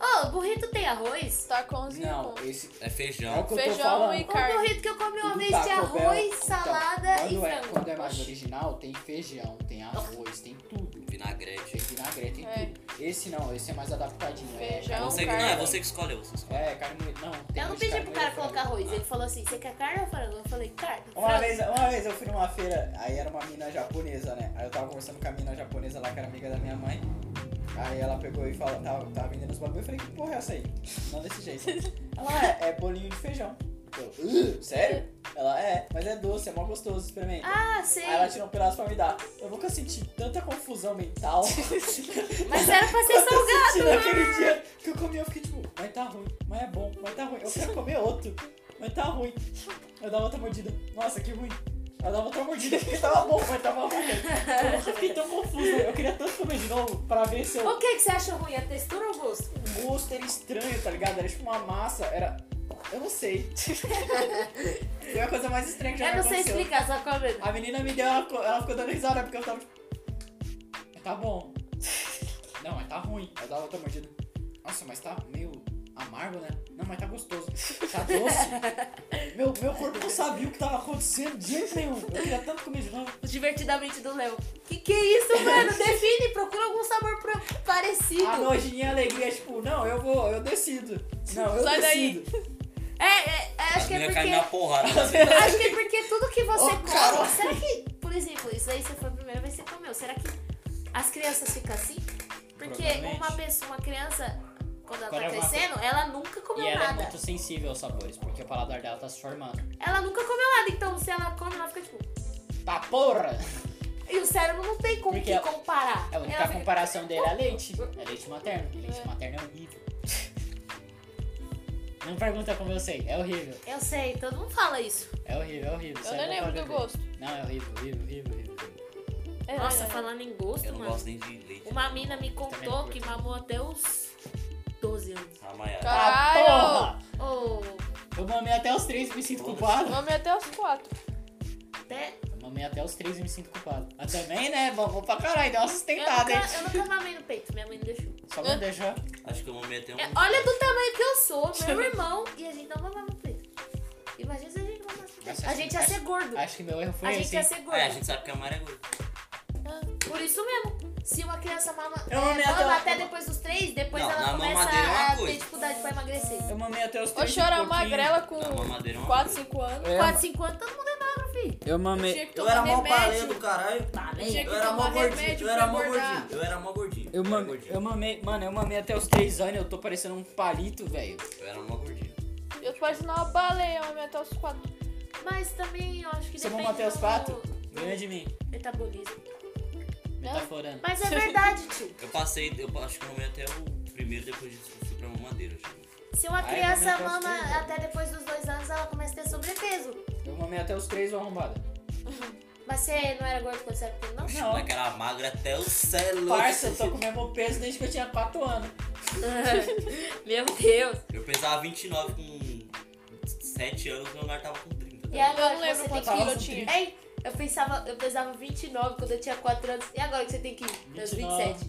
Speaker 2: Ô, burrito tem arroz?
Speaker 3: Tá com 11
Speaker 1: Não, esse
Speaker 4: É
Speaker 1: é o
Speaker 4: feijão.
Speaker 1: que eu tô
Speaker 3: Feijão
Speaker 1: falando.
Speaker 3: e
Speaker 2: O
Speaker 3: Carne.
Speaker 2: burrito que eu comi uma
Speaker 1: Do
Speaker 2: vez tem
Speaker 1: Taco Bell.
Speaker 2: arroz,
Speaker 1: Então,
Speaker 2: salada e
Speaker 1: quando é,
Speaker 2: frango.
Speaker 1: Quando é mais
Speaker 2: Oxi.
Speaker 1: original, tem feijão, tem arroz, tem tudo.
Speaker 4: Vinagrete.
Speaker 1: Tem vinagrete, tem
Speaker 3: É.
Speaker 1: tudo. Esse não, esse é mais adaptadinho. é
Speaker 3: Feijão,
Speaker 1: carne
Speaker 4: Você que, não,
Speaker 1: moída.
Speaker 4: é você que escolhe, você escolhe.
Speaker 1: É, carne moída. Não, tem
Speaker 2: Eu não
Speaker 1: muito
Speaker 2: pedi
Speaker 1: carne moída,
Speaker 2: pro cara
Speaker 1: frango.
Speaker 2: colocar arroz. Ele falou assim: você quer carne ou frango? Eu falei: carne.
Speaker 1: Uma
Speaker 2: frango."
Speaker 1: vez, uma vez eu fui numa feira, aí era uma mina japonesa, né? Aí eu tava conversando com a mina japonesa lá, que era amiga da minha mãe. Aí ela pegou e falou, tava, tava vendendo os bagulho, eu falei, que porra é essa aí? Não desse jeito. Ela é, é bolinho de feijão. Eu, "Uh, sério? Ela é, mas é doce, é mó gostoso, experimenta.
Speaker 2: Ah, sei.
Speaker 1: Aí ela tirou um pedaço pra me dar. Eu nunca senti tanta confusão mental.
Speaker 2: Mas era pra
Speaker 1: Quanto
Speaker 2: ser
Speaker 1: eu
Speaker 2: é salgado. né?
Speaker 1: senti naquele dia que eu comi, eu fiquei tipo, mas tá ruim, mas é bom, mas tá ruim. Eu quero comer outro, mas tá ruim. Eu dava outra mordida. Nossa, que ruim. Eu dava outra mordida porque tava bom, mas tava ruim. Eu nunca fiquei tão confuso. Eu queria tanto comer de novo pra ver se eu...
Speaker 2: O que, que você acha ruim? A textura ou o gosto?
Speaker 1: o gosto era estranho, tá ligado? Era tipo uma massa, era. Eu não sei. Foi a coisa mais estranha que já
Speaker 2: Eu
Speaker 1: me
Speaker 2: não sei
Speaker 1: aconteceu.
Speaker 2: explicar, só comendo.
Speaker 1: A menina me deu, ela ficou, ela ficou dando risada porque eu tava tipo. Tá bom. Não, mas tá ruim. Eu dava outra mordida. Nossa, mas tá meio amargo, né? Não, mas tá gostoso. Tá doce. Meu, meu corpo não sabia o que tava acontecendo de jeito nenhum. Eu queria tanto comer de novo.
Speaker 2: Os Divertidamente do Léo. Que que é isso, mano? Define, procura algum sabor pro- parecido.
Speaker 3: Então.
Speaker 1: A nojinha e a alegria, é tipo, não, eu vou, eu decido. Não, eu
Speaker 3: Sai daí.
Speaker 1: decido.
Speaker 2: É, é, é, acho
Speaker 4: As
Speaker 2: que é
Speaker 4: meninas caem na
Speaker 2: porque.
Speaker 4: porrada.
Speaker 2: Acho que é porque tudo que você
Speaker 1: Ô,
Speaker 2: come. Será que, por exemplo, isso aí você foi o primeiro, mas você comeu. Será que as crianças ficam assim? Porque
Speaker 1: Provavelmente.
Speaker 2: uma pessoa, uma criança, quando ela
Speaker 1: Quando
Speaker 2: tá
Speaker 1: é uma-
Speaker 2: crescendo, ela nunca
Speaker 1: E
Speaker 2: comeu
Speaker 1: ela é
Speaker 2: nada.
Speaker 1: muito sensível aos sabores, porque o paladar dela tá se formando.
Speaker 2: Ela nunca comeu nada, então se ela come, ela fica tipo.
Speaker 1: Tá porra!
Speaker 2: E o cérebro não tem como
Speaker 1: Porque
Speaker 2: que
Speaker 1: ela- tá
Speaker 2: comparar.
Speaker 1: A única
Speaker 2: Ela fica-
Speaker 1: comparação dele é leite. É leite materno. E leite materno é horrível. Não pergunta como eu sei. É horrível.
Speaker 2: Eu sei, todo mundo fala isso.
Speaker 1: É horrível, é horrível.
Speaker 3: Eu
Speaker 1: Só é
Speaker 3: nem
Speaker 1: bom
Speaker 3: lembro
Speaker 1: pra
Speaker 3: do
Speaker 1: beber.
Speaker 3: gosto.
Speaker 1: Não, é horrível, horrível, horrível, horrível.
Speaker 3: É,
Speaker 2: Nossa,
Speaker 3: é, é.
Speaker 2: falando em gosto,
Speaker 4: Eu não
Speaker 2: mano.
Speaker 4: gosto nem de leite.
Speaker 2: Uma mina me contou
Speaker 1: Também
Speaker 2: que
Speaker 1: não
Speaker 2: mamou até os 12 anos.
Speaker 4: A Maiara.
Speaker 3: Caralho!
Speaker 1: Ah, porra!
Speaker 2: Ô,
Speaker 1: Eu mamei até os três e me sinto
Speaker 4: Todas.
Speaker 1: culpado.
Speaker 3: Nome até os quatro.
Speaker 2: até.
Speaker 1: Eu mamei até os três e me sinto culpado. Mas também, né? Vovô pra caralho, deu uma
Speaker 2: Eu
Speaker 1: sustentada, hein?
Speaker 2: nunca, eu nunca mamei no peito, minha mãe não deixou.
Speaker 1: Só não deixou.
Speaker 4: Acho que eu vou meter um.
Speaker 2: É, olha do tamanho que eu sou, meu irmão, e a gente não mamava no peito. Imagina se a gente mamasse no peito.
Speaker 1: Nossa,
Speaker 2: A gente ia
Speaker 1: acho-
Speaker 2: ser gordo.
Speaker 1: Acho que meu erro foi assim.
Speaker 2: A gente
Speaker 1: esse.
Speaker 2: ia
Speaker 1: hein?
Speaker 2: ser
Speaker 4: É, a
Speaker 2: gordo.
Speaker 4: gente sabe que a Mara é gorda.
Speaker 2: Por isso mesmo. Se uma criança mama,
Speaker 1: Eu
Speaker 2: é,
Speaker 1: mamei
Speaker 2: mama
Speaker 1: até-
Speaker 2: até depois dos três, depois
Speaker 4: Não,
Speaker 2: ela
Speaker 4: na
Speaker 2: começa
Speaker 4: mamadeira é uma
Speaker 2: a ter
Speaker 4: coisa.
Speaker 2: dificuldade pra emagrecer.
Speaker 1: Eu mamei até os três.
Speaker 3: Oxe, eu era
Speaker 1: um pouquinho.
Speaker 3: magrela com
Speaker 4: Dá Tá, uma madeira, é uma
Speaker 3: 4, 5 anos.
Speaker 1: Eu-
Speaker 2: 4, 5 anos, todo mundo é magro, filho.
Speaker 1: Eu
Speaker 3: Eu tinha
Speaker 1: mamei.
Speaker 3: que tomar remédio.
Speaker 4: do caralho.
Speaker 3: Tinha que
Speaker 4: Eu era mó
Speaker 3: tomar
Speaker 4: gordinho,
Speaker 3: remédio
Speaker 4: eu era
Speaker 3: pra
Speaker 4: mó
Speaker 3: engordar.
Speaker 4: gordinho, eu era mó gordinho.
Speaker 1: Eu,
Speaker 4: era
Speaker 1: mam-
Speaker 4: gordinho.
Speaker 1: eu mamei, mano, eu mamei até os três anos, eu tô parecendo um palito, velho.
Speaker 4: Eu era mó gordinho.
Speaker 3: Eu tô parecendo uma baleia, homem até os quatro.
Speaker 2: Mas também eu acho que
Speaker 1: Você
Speaker 2: depende
Speaker 1: mamou até os
Speaker 2: do-
Speaker 1: quatro?
Speaker 2: do
Speaker 1: Ganha de mim. tá
Speaker 2: metabolismo.
Speaker 3: Tá.
Speaker 1: Metaforando.
Speaker 2: Mas é verdade, tio.
Speaker 4: Eu passei, eu acho que eu mamei até o primeiro, depois disso eu fui pra assim. mamadeira. já.
Speaker 2: Se uma
Speaker 1: Aí,
Speaker 2: criança
Speaker 1: mamãe, eu
Speaker 2: mama
Speaker 1: posso ter, né?
Speaker 2: até depois dos dois anos, ela começa a ter sobrepeso.
Speaker 1: Eu mamei até os três, ou arrombada.
Speaker 2: Mas você não era gordo quando você era pequeno, não?
Speaker 4: Não. Moleque era magra até o céu.
Speaker 1: Parça, eu tô com o mesmo peso desde que eu tinha 4 anos.
Speaker 2: Meu Deus.
Speaker 4: Eu pesava 29 com 7 anos e o Leonardo tava com 30.
Speaker 2: E
Speaker 4: Tá?
Speaker 3: Eu
Speaker 2: agora
Speaker 3: não
Speaker 2: que
Speaker 3: lembro
Speaker 2: você tem
Speaker 3: quantos
Speaker 2: que
Speaker 3: quilos eu
Speaker 2: ir?
Speaker 3: tinha.
Speaker 2: Ei, eu pensava, eu pesava 29 quando eu tinha 4 anos. E agora que você tem que ir? Meus 27.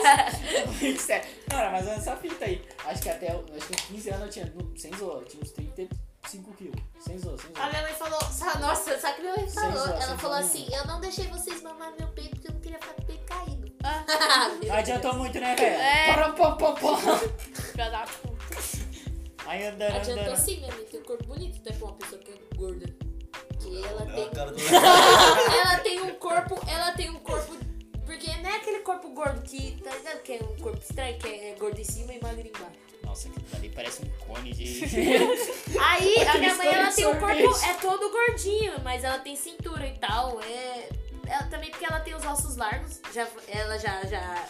Speaker 1: 27. Cara, mas olha essa fita aí. Acho que até eu- acho que uns 15 anos eu tinha. não, Sem zoa, eu tinha uns 35 quilos. Sem zoa, sem
Speaker 2: A
Speaker 1: zoa.
Speaker 2: minha mãe falou, sa- nossa, sabe o que minha mãe falou?
Speaker 1: Sem zoar,
Speaker 2: Ela
Speaker 1: sem
Speaker 2: falou
Speaker 1: zoar
Speaker 2: assim, eu não deixei vocês mamar meu peito porque eu não queria ficar com o peito caído.
Speaker 3: Ah.
Speaker 1: Não adiantou muito, né, velho?
Speaker 3: É.
Speaker 1: Parou, pô, pô, pô.
Speaker 3: Filha da puta.
Speaker 1: Aí andando,
Speaker 7: Adiantou
Speaker 1: andando.
Speaker 7: sim, minha amiga. Tem um corpo bonito até pra uma pessoa que é gorda. Que ela
Speaker 4: Não, tá
Speaker 7: tem.
Speaker 4: um
Speaker 2: um
Speaker 4: cara do-
Speaker 7: ela tem um corpo. Ela tem um corpo.
Speaker 2: Porque não é aquele corpo gordo que, tá ligado? Que é um corpo estranho, que é gordo em cima e magro embaixo.
Speaker 1: Nossa, aquilo dali parece um cone de.
Speaker 2: Aí a minha mãe ela tem um
Speaker 1: Sorvete.
Speaker 2: corpo é todo gordinho, mas ela tem cintura e tal. É ela, também porque ela tem os ossos largos. Já ela já já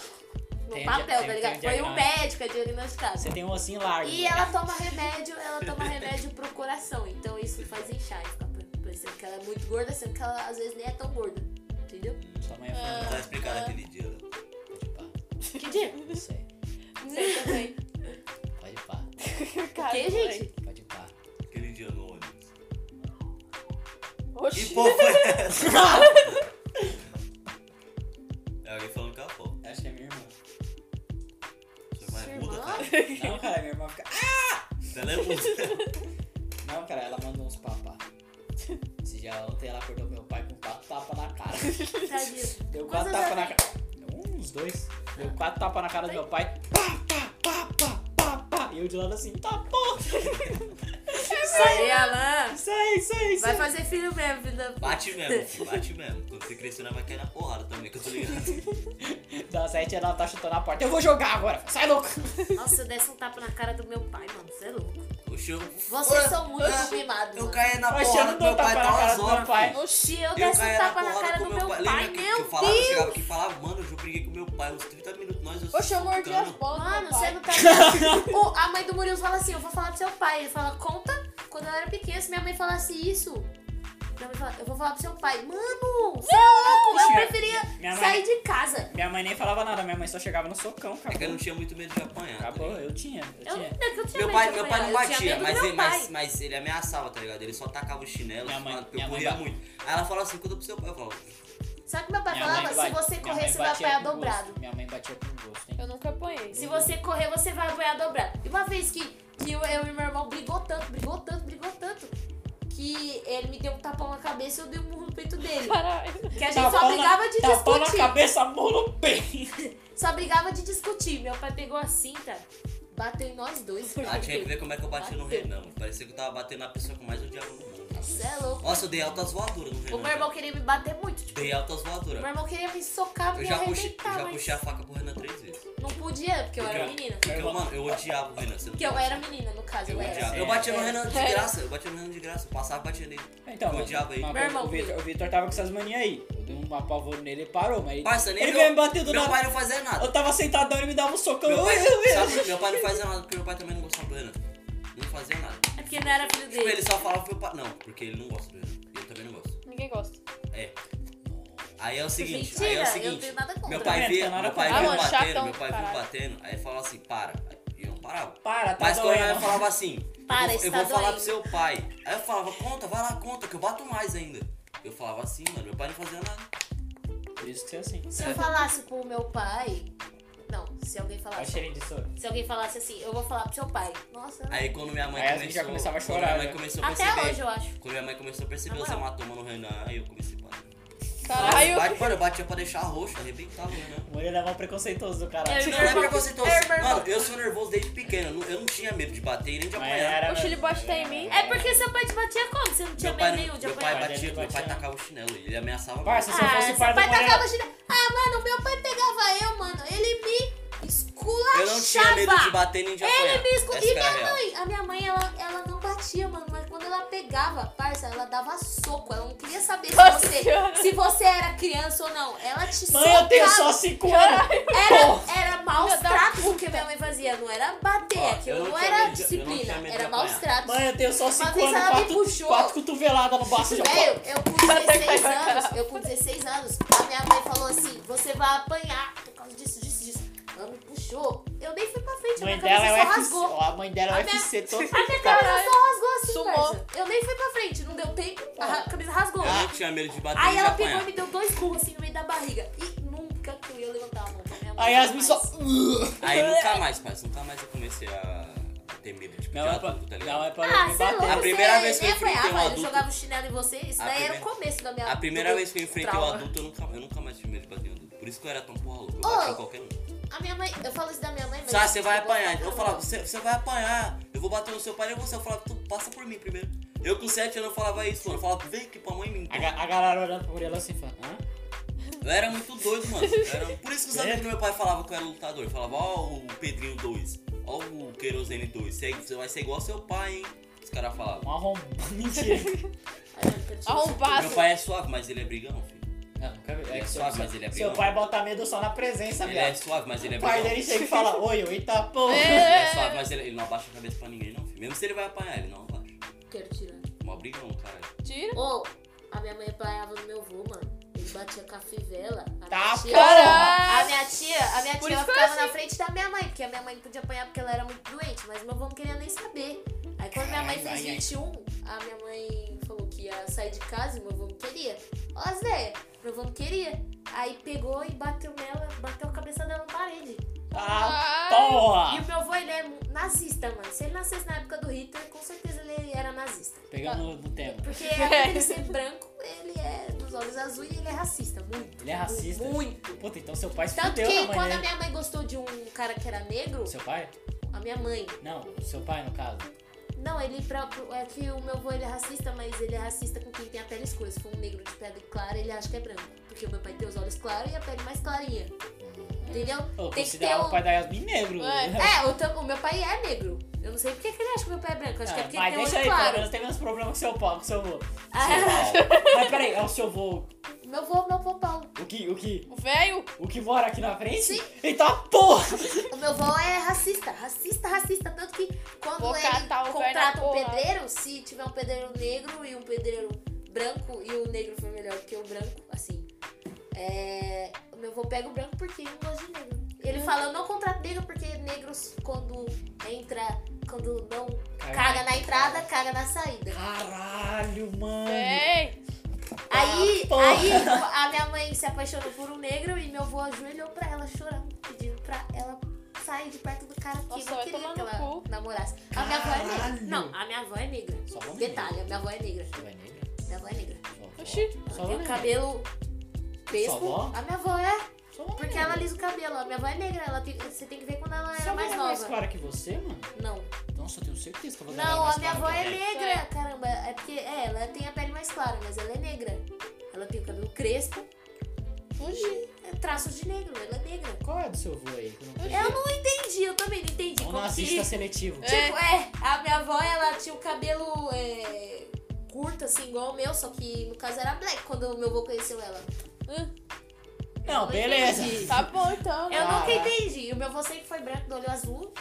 Speaker 2: no
Speaker 1: Tem,
Speaker 2: papel,
Speaker 1: tem,
Speaker 2: tá
Speaker 1: tem
Speaker 2: ligado?
Speaker 1: um
Speaker 2: Foi um
Speaker 1: diagnóstico.
Speaker 2: médico a diagnosticar.
Speaker 1: Você tem um ossinho largo.
Speaker 2: E ela toma remédio, ela toma remédio pro coração, então isso faz tá inchar e ficar parecendo que ela é muito gorda, sendo que ela às vezes nem é tão gorda. Entendeu?
Speaker 1: Sua mãe é fã.
Speaker 4: Tá explicado aquele dia, né?
Speaker 2: Ah. Que dia?
Speaker 1: Não sei.
Speaker 2: Você também.
Speaker 1: Pode pá, Tá,
Speaker 3: Cara,
Speaker 2: Que, gente?
Speaker 1: pode pá.
Speaker 4: Aquele dia no ônibus. Que
Speaker 3: Oxi.
Speaker 4: porra foi essa? é alguém falando com a pó.
Speaker 1: Acho que é minha irmã.
Speaker 4: Sua irmã
Speaker 2: Sua
Speaker 4: é muda,
Speaker 2: irmã?
Speaker 4: cara.
Speaker 1: Não, cara, minha irmã fica.
Speaker 4: Ela é muda.
Speaker 1: Não, cara, ela mandou uns papá. Esse dia ontem ela acordou meu pai com quatro tapas na cara.
Speaker 2: Tadinho.
Speaker 1: Deu
Speaker 2: Tá
Speaker 1: quatro
Speaker 2: Quantos
Speaker 1: tapas na
Speaker 2: anos
Speaker 1: cara. Um, Uns dois. Deu quatro tapas na cara do meu pai. Pá, pá, pá, pá, pá, pá. E eu de lado assim, tá porra.
Speaker 2: Isso aí, Alan.
Speaker 1: Isso aí, isso aí, isso
Speaker 2: Vai
Speaker 1: aí.
Speaker 2: fazer filho mesmo, vida.
Speaker 4: Bate mesmo, filho, bate mesmo. Quando você crescer, ela vai cair na porrada também, que eu tô ligado.
Speaker 1: Da sete ela tá chutando a porta. Eu vou jogar agora. Sai louco.
Speaker 2: Nossa, se eu desse um tapa na cara do meu pai, mano. Você é louco.
Speaker 4: Oxe, eu...
Speaker 7: Vocês
Speaker 4: Ora,
Speaker 7: são muito
Speaker 4: eu-
Speaker 7: mimados.
Speaker 4: Eu
Speaker 7: mano.
Speaker 4: caí na
Speaker 1: Mas eu
Speaker 4: porrada
Speaker 1: não
Speaker 4: do meu
Speaker 1: dou
Speaker 4: pai,
Speaker 1: tapa na
Speaker 4: tá
Speaker 1: cara
Speaker 4: umas
Speaker 1: do meu
Speaker 4: horas,
Speaker 1: pai.
Speaker 2: Oxi, né? eu
Speaker 4: Eu
Speaker 2: desse
Speaker 4: caí
Speaker 2: um
Speaker 4: na
Speaker 2: tapa na cara
Speaker 4: porrada
Speaker 2: do
Speaker 4: com meu pai.
Speaker 2: pai,
Speaker 4: Lembra que eu
Speaker 2: meu
Speaker 4: falava, assim, eu chegava
Speaker 2: Deus!
Speaker 4: aqui e falava, mano, eu briguei com meu pai uns 30 minutos, nós eu
Speaker 3: Oxi, eu mordi as
Speaker 4: socando.
Speaker 3: bolas. do
Speaker 2: Mano,
Speaker 3: meu
Speaker 2: você
Speaker 3: pai.
Speaker 2: não tá ligado? Ô, A mãe do Murilo fala assim: eu vou falar pro seu pai. Ele fala, conta quando eu era pequena. Se minha mãe falasse isso, minha mãe fala, eu vou falar pro seu pai. Mano, você é louco! Eu
Speaker 1: Minha-
Speaker 2: preferia
Speaker 1: minha mãe-
Speaker 2: sair de casa.
Speaker 1: Minha mãe nem falava nada, minha mãe só chegava no socão,
Speaker 4: É que eu
Speaker 1: acabou.
Speaker 4: não tinha muito medo de apanhar. tá
Speaker 1: Acabou,
Speaker 4: ligado?
Speaker 1: eu tinha, eu
Speaker 2: Eu,
Speaker 1: tinha.
Speaker 2: é que eu tinha
Speaker 4: Meu
Speaker 2: medo
Speaker 4: pai,
Speaker 2: de
Speaker 4: meu
Speaker 2: apanhar,
Speaker 4: pai não
Speaker 2: eu tinha
Speaker 4: batia,
Speaker 2: medo do
Speaker 4: mas
Speaker 2: meu
Speaker 4: ele,
Speaker 2: pai.
Speaker 4: mas, mas ele ameaçava, tá ligado? Ele só tacava o chinelo,
Speaker 1: Minha mãe-
Speaker 4: falava que
Speaker 1: minha
Speaker 4: eu
Speaker 1: mãe
Speaker 4: corria
Speaker 1: bate-
Speaker 4: muito. Aí ela falava assim, conta pro seu pai. Eu falava,
Speaker 2: Sabe o que meu pai
Speaker 1: Minha mãe
Speaker 2: falava? Se
Speaker 1: bate-
Speaker 2: você
Speaker 1: minha
Speaker 2: correr,
Speaker 1: mãe
Speaker 2: você vai
Speaker 1: batia
Speaker 2: apanhar
Speaker 1: com gosto.
Speaker 2: é dobrado.
Speaker 1: Minha mãe batia com gosto, hein?
Speaker 3: Eu nunca apanhei.
Speaker 2: Se você correr, você vai apanhar dobrado. E uma vez que, que eu, eu e meu irmão brigou tanto, brigou tanto, brigou tanto, que ele me deu um tapão na cabeça e eu dei um murro no peito dele.
Speaker 3: Caralho.
Speaker 2: Que a gente só
Speaker 1: Tapão Tá na-
Speaker 2: brigava de
Speaker 1: Tapão na
Speaker 2: discutir.
Speaker 1: cabeça, mão no peito.
Speaker 2: Só brigava de discutir. Meu pai pegou a cinta, bateu em nós dois.
Speaker 4: Ah, tinha que ver como é que eu bati no Renan. Parecia que eu tava batendo na pessoa que eu mais odiava no mundo.
Speaker 2: Você é louco.
Speaker 4: Nossa, eu dei altas voadoras no Renan.
Speaker 2: O meu irmão queria me bater muito. Tipo,
Speaker 4: Dei altas
Speaker 2: meu
Speaker 4: voadoras.
Speaker 2: irmão queria me socar,
Speaker 4: Eu
Speaker 2: me
Speaker 4: já, puxei, eu
Speaker 2: arrebentar,
Speaker 4: já
Speaker 2: mas
Speaker 4: puxei a faca pro Renan três vezes.
Speaker 2: não podia, porque eu era menina.
Speaker 4: Porque eu, mano, eu odiava o Renan. Você não
Speaker 2: Porque eu
Speaker 4: sabe.
Speaker 2: era um É. menina, no caso, eu
Speaker 4: Eu
Speaker 2: era.
Speaker 4: odiava. Eu batia no Renan de graça. Eu batia no Renan de graça. Eu passava e batia nele.
Speaker 1: Então,
Speaker 4: Eu
Speaker 1: mas-
Speaker 4: odiava ele.
Speaker 1: mas
Speaker 2: Meu irmão,
Speaker 1: o, Vitor, o Vitor tava com essas manias aí. Eu dei um apavoro nele e parou, mas.
Speaker 4: Parça, nem
Speaker 1: ele
Speaker 4: meu-
Speaker 1: veio me bater do
Speaker 4: Meu
Speaker 1: nada.
Speaker 4: pai não fazia nada.
Speaker 1: Eu tava sentadão e me dava um socão.
Speaker 4: Meu pai,
Speaker 1: Eu- eu- eu-
Speaker 4: sabe, meu pai não fazia nada porque meu pai também não gostava do Renan. Não fazia nada.
Speaker 2: É porque não era filho
Speaker 4: Tipo,
Speaker 2: dele.
Speaker 4: ele só falava pro meu pai. Não, porque ele não gosta do Renan. E eu também não gosto.
Speaker 3: Ninguém gosta.
Speaker 4: É. Aí é o seguinte,
Speaker 2: Mentira,
Speaker 4: aí é o
Speaker 2: eu
Speaker 4: seguinte.
Speaker 2: não tenho nada contra.
Speaker 4: Meu pai
Speaker 1: Tá vendo?
Speaker 4: via,
Speaker 1: Tá nada
Speaker 4: meu pai
Speaker 3: contra.
Speaker 4: via
Speaker 3: Ah, mano,
Speaker 4: batendo,
Speaker 3: chatão,
Speaker 4: meu pai via
Speaker 3: caralho.
Speaker 4: batendo, aí falava assim, para. E eu não parava.
Speaker 1: Para, tá
Speaker 4: Mas quando
Speaker 1: doendo.
Speaker 4: eu falava assim, eu
Speaker 2: Para,
Speaker 4: vou- eu,
Speaker 2: está
Speaker 4: vou falar
Speaker 2: doendo.
Speaker 4: pro seu pai. Aí eu falava, conta, vai lá, conta, que eu bato mais ainda. Eu falava assim, mano, meu pai não fazia nada.
Speaker 1: Por isso que você é assim.
Speaker 2: Se eu falasse pro meu pai. Não, se alguém
Speaker 1: Olha o
Speaker 2: falasse.
Speaker 1: cheirinho de soro.
Speaker 2: Se alguém falasse assim, eu vou falar pro seu pai. Nossa,
Speaker 4: Aí quando minha mãe
Speaker 1: Aí a
Speaker 4: começou.
Speaker 1: gente já começava a
Speaker 4: quando
Speaker 1: chorar,
Speaker 4: Minha
Speaker 1: né?
Speaker 4: mãe começou a
Speaker 2: até
Speaker 4: perceber.
Speaker 2: hoje eu acho.
Speaker 4: Quando minha mãe começou a perceber
Speaker 2: Na
Speaker 4: os
Speaker 2: moral.
Speaker 4: hematomas no Renan, aí eu comecei a bater.
Speaker 3: Caralho.
Speaker 4: Bate, mano, eu batia pra deixar roxo, arrebentava o Renan.
Speaker 1: O Moreira é mal preconceituoso do caralho.
Speaker 4: Não,
Speaker 2: Eu- meu
Speaker 4: não é
Speaker 2: irmão-
Speaker 4: preconceituoso.
Speaker 2: é, meu irmão-
Speaker 4: Mano, eu sou nervoso desde pequeno. Eu não- Eu não tinha medo de bater e nem de
Speaker 1: Mas
Speaker 4: apanhar.
Speaker 1: era-
Speaker 3: O Chile Bosch tá em mim.
Speaker 2: É porque seu pai te batia como? Você não tinha
Speaker 4: Meu pai,
Speaker 2: medo nenhum de
Speaker 4: meu pai
Speaker 2: apanhar.
Speaker 1: apanhar.
Speaker 4: batia, meu pai
Speaker 1: Batia.
Speaker 4: tacava o chinelo, ele ameaçava.
Speaker 1: Parça, se eu
Speaker 2: Ah,
Speaker 1: fosse
Speaker 2: seu
Speaker 1: o pai do
Speaker 2: pai
Speaker 1: Moreira.
Speaker 2: tacava chinelo. Ah, mano, meu pai pegava eu, mano. Ele me esculachava.
Speaker 4: eu não tinha medo de bater nem de apanhar.
Speaker 2: Ele me escu...
Speaker 4: Essa
Speaker 2: E
Speaker 4: que
Speaker 2: minha
Speaker 4: era a real.
Speaker 2: mãe? A minha mãe, ela, ela não batia, mano. Mas quando ela pegava, parça, ela dava soco. Ela não queria saber se
Speaker 3: Nossa
Speaker 2: você,
Speaker 3: Senhora.
Speaker 2: se você era criança ou não. Ela te
Speaker 1: Mãe, eu tenho
Speaker 2: socava.
Speaker 1: só 5 anos. Porra.
Speaker 2: Era, era maus
Speaker 3: Filha da
Speaker 2: tratos o que minha mãe fazia. Não era bater,
Speaker 4: Ó,
Speaker 2: aquilo
Speaker 4: eu não
Speaker 2: não
Speaker 4: tinha
Speaker 2: era
Speaker 4: medo de- eu não tinha
Speaker 2: disciplina.
Speaker 4: medo de
Speaker 2: Era
Speaker 4: apanhar.
Speaker 2: maus tratos.
Speaker 1: Mãe, eu tenho só 5
Speaker 2: vez
Speaker 1: anos.
Speaker 2: ela me
Speaker 1: Quatro,
Speaker 2: puxou.
Speaker 1: quatro cotoveladas no baço já.
Speaker 2: Velho, eu com
Speaker 3: Vai, vai,
Speaker 2: 16
Speaker 3: vai, vai.
Speaker 2: anos, eu com 16 anos, a minha mãe falou assim, você vai apanhar por causa disso, disso, disso. Ela me puxou, eu nem fui pra frente, a
Speaker 1: Mãe
Speaker 2: minha
Speaker 1: dela é
Speaker 2: cabeça
Speaker 1: o
Speaker 2: só
Speaker 1: UFC.
Speaker 2: rasgou.
Speaker 1: ó, A mãe dela é o
Speaker 2: A minha-
Speaker 1: UFC todo.
Speaker 2: A minha cabeça só rasgou assim,
Speaker 3: Sumou.
Speaker 2: parça. Eu nem fui pra frente, não deu tempo, a ra- camisa rasgou.
Speaker 4: Eu não tinha medo de bater
Speaker 2: Aí
Speaker 4: nem
Speaker 2: ela
Speaker 4: de
Speaker 2: pegou e
Speaker 4: Ah, apanhar.
Speaker 2: me deu dois burros assim no meio da barriga. E nunca que eu ia levantar a mão pra minha mãe.
Speaker 1: A Yasmin
Speaker 2: jamais.
Speaker 1: só.
Speaker 4: Aí nunca mais, parceiro, nunca mais eu comecei a ter medo de
Speaker 1: Não
Speaker 4: pedir
Speaker 1: é pra.
Speaker 4: adulto, tá
Speaker 1: Não
Speaker 4: ligado?
Speaker 1: é pra
Speaker 2: Ah,
Speaker 1: me
Speaker 2: você é
Speaker 1: bater.
Speaker 2: louco,
Speaker 4: A primeira
Speaker 2: você
Speaker 4: vez que eu
Speaker 2: nem
Speaker 4: enfrentei um
Speaker 2: apanhava,
Speaker 4: adulto-
Speaker 2: Eu jogava o chinelo em você, isso
Speaker 4: A
Speaker 2: daí era
Speaker 4: primeira-
Speaker 2: o começo da minha
Speaker 4: A primeira
Speaker 2: do-
Speaker 4: vez que eu enfrentei um
Speaker 2: trauma.
Speaker 4: adulto, eu nunca, eu nunca mais tive medo de bater em adulto. Por isso que eu era tão porra louca, eu
Speaker 2: Ô.
Speaker 4: batia em qualquer um.
Speaker 2: A minha mãe, eu falo isso da minha mãe, mas...
Speaker 4: Ah, você vai apanhar.
Speaker 2: vou
Speaker 4: Eu
Speaker 2: falar
Speaker 4: falava, você você vai apanhar. Eu vou bater no seu pai e você. Eu falava, tu passa por mim primeiro. Eu com 7 anos eu falava isso, mano. Eu falava, vem aqui pra mãe mim.
Speaker 1: A ga- a galera olhando por ela assim, falando. Hã?
Speaker 4: Eu era muito doido, mano. Eu era- Por isso que os
Speaker 1: É?
Speaker 4: amigos do meu pai falavam que eu era um lutador. Falava, ó o Pedrinho 2, ó o Querosene 2, você você vai ser igual seu pai, hein? Os caras falavam.
Speaker 1: Um arrombado. Mentira.
Speaker 2: É,
Speaker 3: Arrombado.
Speaker 4: Meu pai é suave, mas ele é brigão, filho.
Speaker 1: Não, nunca vi.
Speaker 4: Ele é
Speaker 1: que
Speaker 4: suave, mas ele é
Speaker 1: Seu
Speaker 4: brigão.
Speaker 1: pai bota medo só na presença,
Speaker 4: Ele é
Speaker 1: viado.
Speaker 4: suave, mas ele é
Speaker 1: O pai
Speaker 4: brigão.
Speaker 1: dele chega e fala, oi, oi, tá porra.
Speaker 3: É.
Speaker 4: Ele é suave, mas ele, ele não abaixa a cabeça pra ninguém, não, filho. Mesmo se ele vai apanhar, ele não abaixa.
Speaker 2: Quero tirar.
Speaker 4: Mó brigão, cara.
Speaker 3: Tira.
Speaker 2: Ô, a minha mãe apanhava do meu avô, mano. Ele batia com a fivela. A
Speaker 1: Tá,
Speaker 2: minha tia,
Speaker 3: Caralho.
Speaker 2: a minha tia, a minha
Speaker 3: Por
Speaker 2: tia
Speaker 3: isso
Speaker 2: ela
Speaker 3: que eu
Speaker 2: ficava
Speaker 3: assim.
Speaker 2: na frente da minha mãe, porque a minha mãe não podia apanhar porque ela era muito doente, mas meu avô não queria nem saber. Aí quando minha mãe
Speaker 1: Ai,
Speaker 2: fez
Speaker 1: ai, ai.
Speaker 2: 21, a minha mãe falou que ia sair de casa e meu avô não queria. Ó as ideias, meu avô não queria. Aí pegou e bateu nela, bateu a cabeça dela na parede.
Speaker 1: Tá
Speaker 3: Ai.
Speaker 2: Ah, E
Speaker 1: porra.
Speaker 2: o meu avô, ele é nazista, mano. Se ele nascesse na época do Hitler, com certeza ele era nazista.
Speaker 1: Pegando
Speaker 2: tá?
Speaker 1: no tempo.
Speaker 2: Porque além dele ser branco, ele é dos olhos azuis e ele é racista, muito.
Speaker 1: Ele é racista?
Speaker 2: Muito.
Speaker 1: Puta, então seu pai se
Speaker 2: Tanto
Speaker 1: fudeu na
Speaker 2: que
Speaker 1: mãe
Speaker 2: quando a
Speaker 1: dele.
Speaker 2: minha mãe gostou de um cara que era negro,
Speaker 1: Seu pai?
Speaker 2: a minha mãe.
Speaker 1: Não, seu pai no caso.
Speaker 2: Não, ele próprio. É que o meu avô ele é racista, mas ele é racista com quem tem a pele escura. Se for um negro de pele clara, ele acha que é branco. Porque o meu pai tem os olhos claros e a pele mais clarinha. Entendeu?
Speaker 1: Hum. Eu
Speaker 2: tem que ter
Speaker 1: considerava
Speaker 2: um.
Speaker 1: o pai da Yasmin negro.
Speaker 3: É.
Speaker 2: É, o, tam- o meu pai é negro. Eu não sei por que que ele acha que meu pai é branco. Eu acho que é
Speaker 1: Ah,
Speaker 2: porque
Speaker 1: mas
Speaker 2: ele
Speaker 1: deixa
Speaker 2: tem
Speaker 1: aí, pelo
Speaker 2: olho claro.
Speaker 1: menos tem menos problema com seu pau, com seu avô.
Speaker 2: Ah,
Speaker 1: Mas peraí, é o seu avô,
Speaker 2: meu avô, meu avô Paulo.
Speaker 1: o que, o que,
Speaker 3: O velho.
Speaker 1: o que mora aqui na frente?
Speaker 2: Sim.
Speaker 1: Eita porra!
Speaker 2: O meu avô é racista, racista, racista. Tanto que quando
Speaker 3: Vou
Speaker 2: ele
Speaker 3: catar o velho
Speaker 2: contrata
Speaker 3: na
Speaker 2: um
Speaker 3: porra.
Speaker 2: pedreiro, se tiver um pedreiro negro e um pedreiro branco, e o negro for melhor que o branco, assim. É... O meu avô pega o branco porque ele não gosta de negro. Ele
Speaker 3: Hum.
Speaker 2: fala, eu não contrato negro porque negros, quando entra, quando não caga na entrada, É. caga na saída.
Speaker 1: Caralho, mano.
Speaker 3: Vem.
Speaker 2: Aí,
Speaker 1: Ah, porra.
Speaker 2: aí a minha mãe se apaixonou por um negro e meu avô ajoelhou pra ela chorando, pedindo pra ela sair de perto do cara que
Speaker 3: Nossa,
Speaker 2: eu não
Speaker 3: vai
Speaker 2: queria
Speaker 3: tomar
Speaker 2: que
Speaker 3: no
Speaker 2: ela
Speaker 3: cu.
Speaker 2: namorasse. A minha avó é negra.
Speaker 1: Caralho.
Speaker 2: Não, a minha avó é negra.
Speaker 1: Só vamos ver.
Speaker 2: Detalhe, a minha avó é negra.
Speaker 1: Sua avó é negra?
Speaker 2: Minha avó é negra.
Speaker 1: Sua avó-
Speaker 3: Oxi.
Speaker 1: sua
Speaker 2: Ela
Speaker 1: avó
Speaker 2: tem
Speaker 1: é
Speaker 2: o
Speaker 1: negra?
Speaker 2: cabelo crespo.
Speaker 1: avó?
Speaker 2: A minha avó é.
Speaker 1: Sua avó é
Speaker 2: Porque
Speaker 1: negra.
Speaker 2: ela lisa o cabelo. A minha avó é negra. Ela tem- você tem que ver quando ela
Speaker 1: Sua
Speaker 2: era
Speaker 1: avó
Speaker 2: mais
Speaker 1: não é mais
Speaker 2: nova.
Speaker 1: clara que você, mano?
Speaker 2: Não.
Speaker 1: Nossa, eu tenho certeza que a voz dela
Speaker 2: Não,
Speaker 1: mais
Speaker 2: a minha avó
Speaker 1: clara
Speaker 2: é
Speaker 1: que a dela.
Speaker 2: negra, caramba. É porque é, ela tem a pele mais clara, mas ela é negra. Ela tem o cabelo crespo. Oxi. É traço de negro, ela é negra.
Speaker 1: Qual é do seu avô aí? que eu não conheço?
Speaker 2: Eu não entendi, eu também não entendi.
Speaker 1: É um
Speaker 2: como
Speaker 1: nazista
Speaker 2: que-
Speaker 1: seletivo.
Speaker 2: Tipo, é, a minha avó, ela tinha o cabelo é, curto, assim, igual o meu, só que no caso era black quando o meu avô conheceu ela.
Speaker 1: Não, Ah, beleza.
Speaker 3: Tá bom então, né?
Speaker 2: Eu nunca
Speaker 1: Caraca.
Speaker 2: entendi. O meu avô sempre foi branco, do olho azul.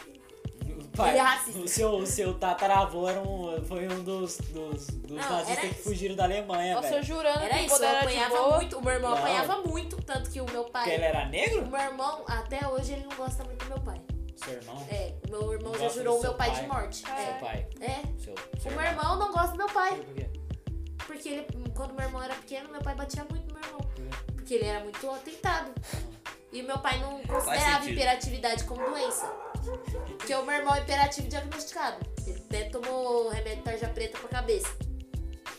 Speaker 1: Pai,
Speaker 2: Ele é racista.
Speaker 1: o seu, o seu tataravô era um, foi um dos, dos, dos
Speaker 2: Não,
Speaker 1: nazistas
Speaker 2: era
Speaker 1: que
Speaker 2: isso.
Speaker 1: fugiram da Alemanha,
Speaker 3: Nossa, eu
Speaker 1: É, velho.
Speaker 3: jurando
Speaker 2: Era
Speaker 3: que o
Speaker 2: isso,
Speaker 3: poder
Speaker 2: eu
Speaker 3: era de
Speaker 2: apanhava
Speaker 3: boa.
Speaker 2: muito. O meu irmão
Speaker 1: Não.
Speaker 2: apanhava muito, tanto que o meu
Speaker 1: Porque ele
Speaker 2: pai...
Speaker 1: era
Speaker 2: O
Speaker 1: negro?
Speaker 2: meu irmão, até hoje, ele não gosta muito do meu pai.
Speaker 1: Seu irmão?
Speaker 2: É, o meu irmão
Speaker 1: Não
Speaker 2: já
Speaker 1: gosta
Speaker 2: jurou
Speaker 1: do
Speaker 2: o meu
Speaker 1: seu
Speaker 2: pai,
Speaker 1: pai.
Speaker 2: de morte.
Speaker 1: Seu pai.
Speaker 2: É. é.
Speaker 1: Seu,
Speaker 2: O
Speaker 1: seu
Speaker 2: meu irmão não gosta do meu pai.
Speaker 1: Por é quê?
Speaker 2: Porque ele, quando meu irmão era pequeno, meu pai batia muito no meu irmão. Porque ele era muito atentado. E meu pai não considerava
Speaker 4: sentido.
Speaker 2: hiperatividade como doença. Porque o meu irmão é hiperativo diagnosticado. Ele até tomou remédio tarja preta pra cabeça.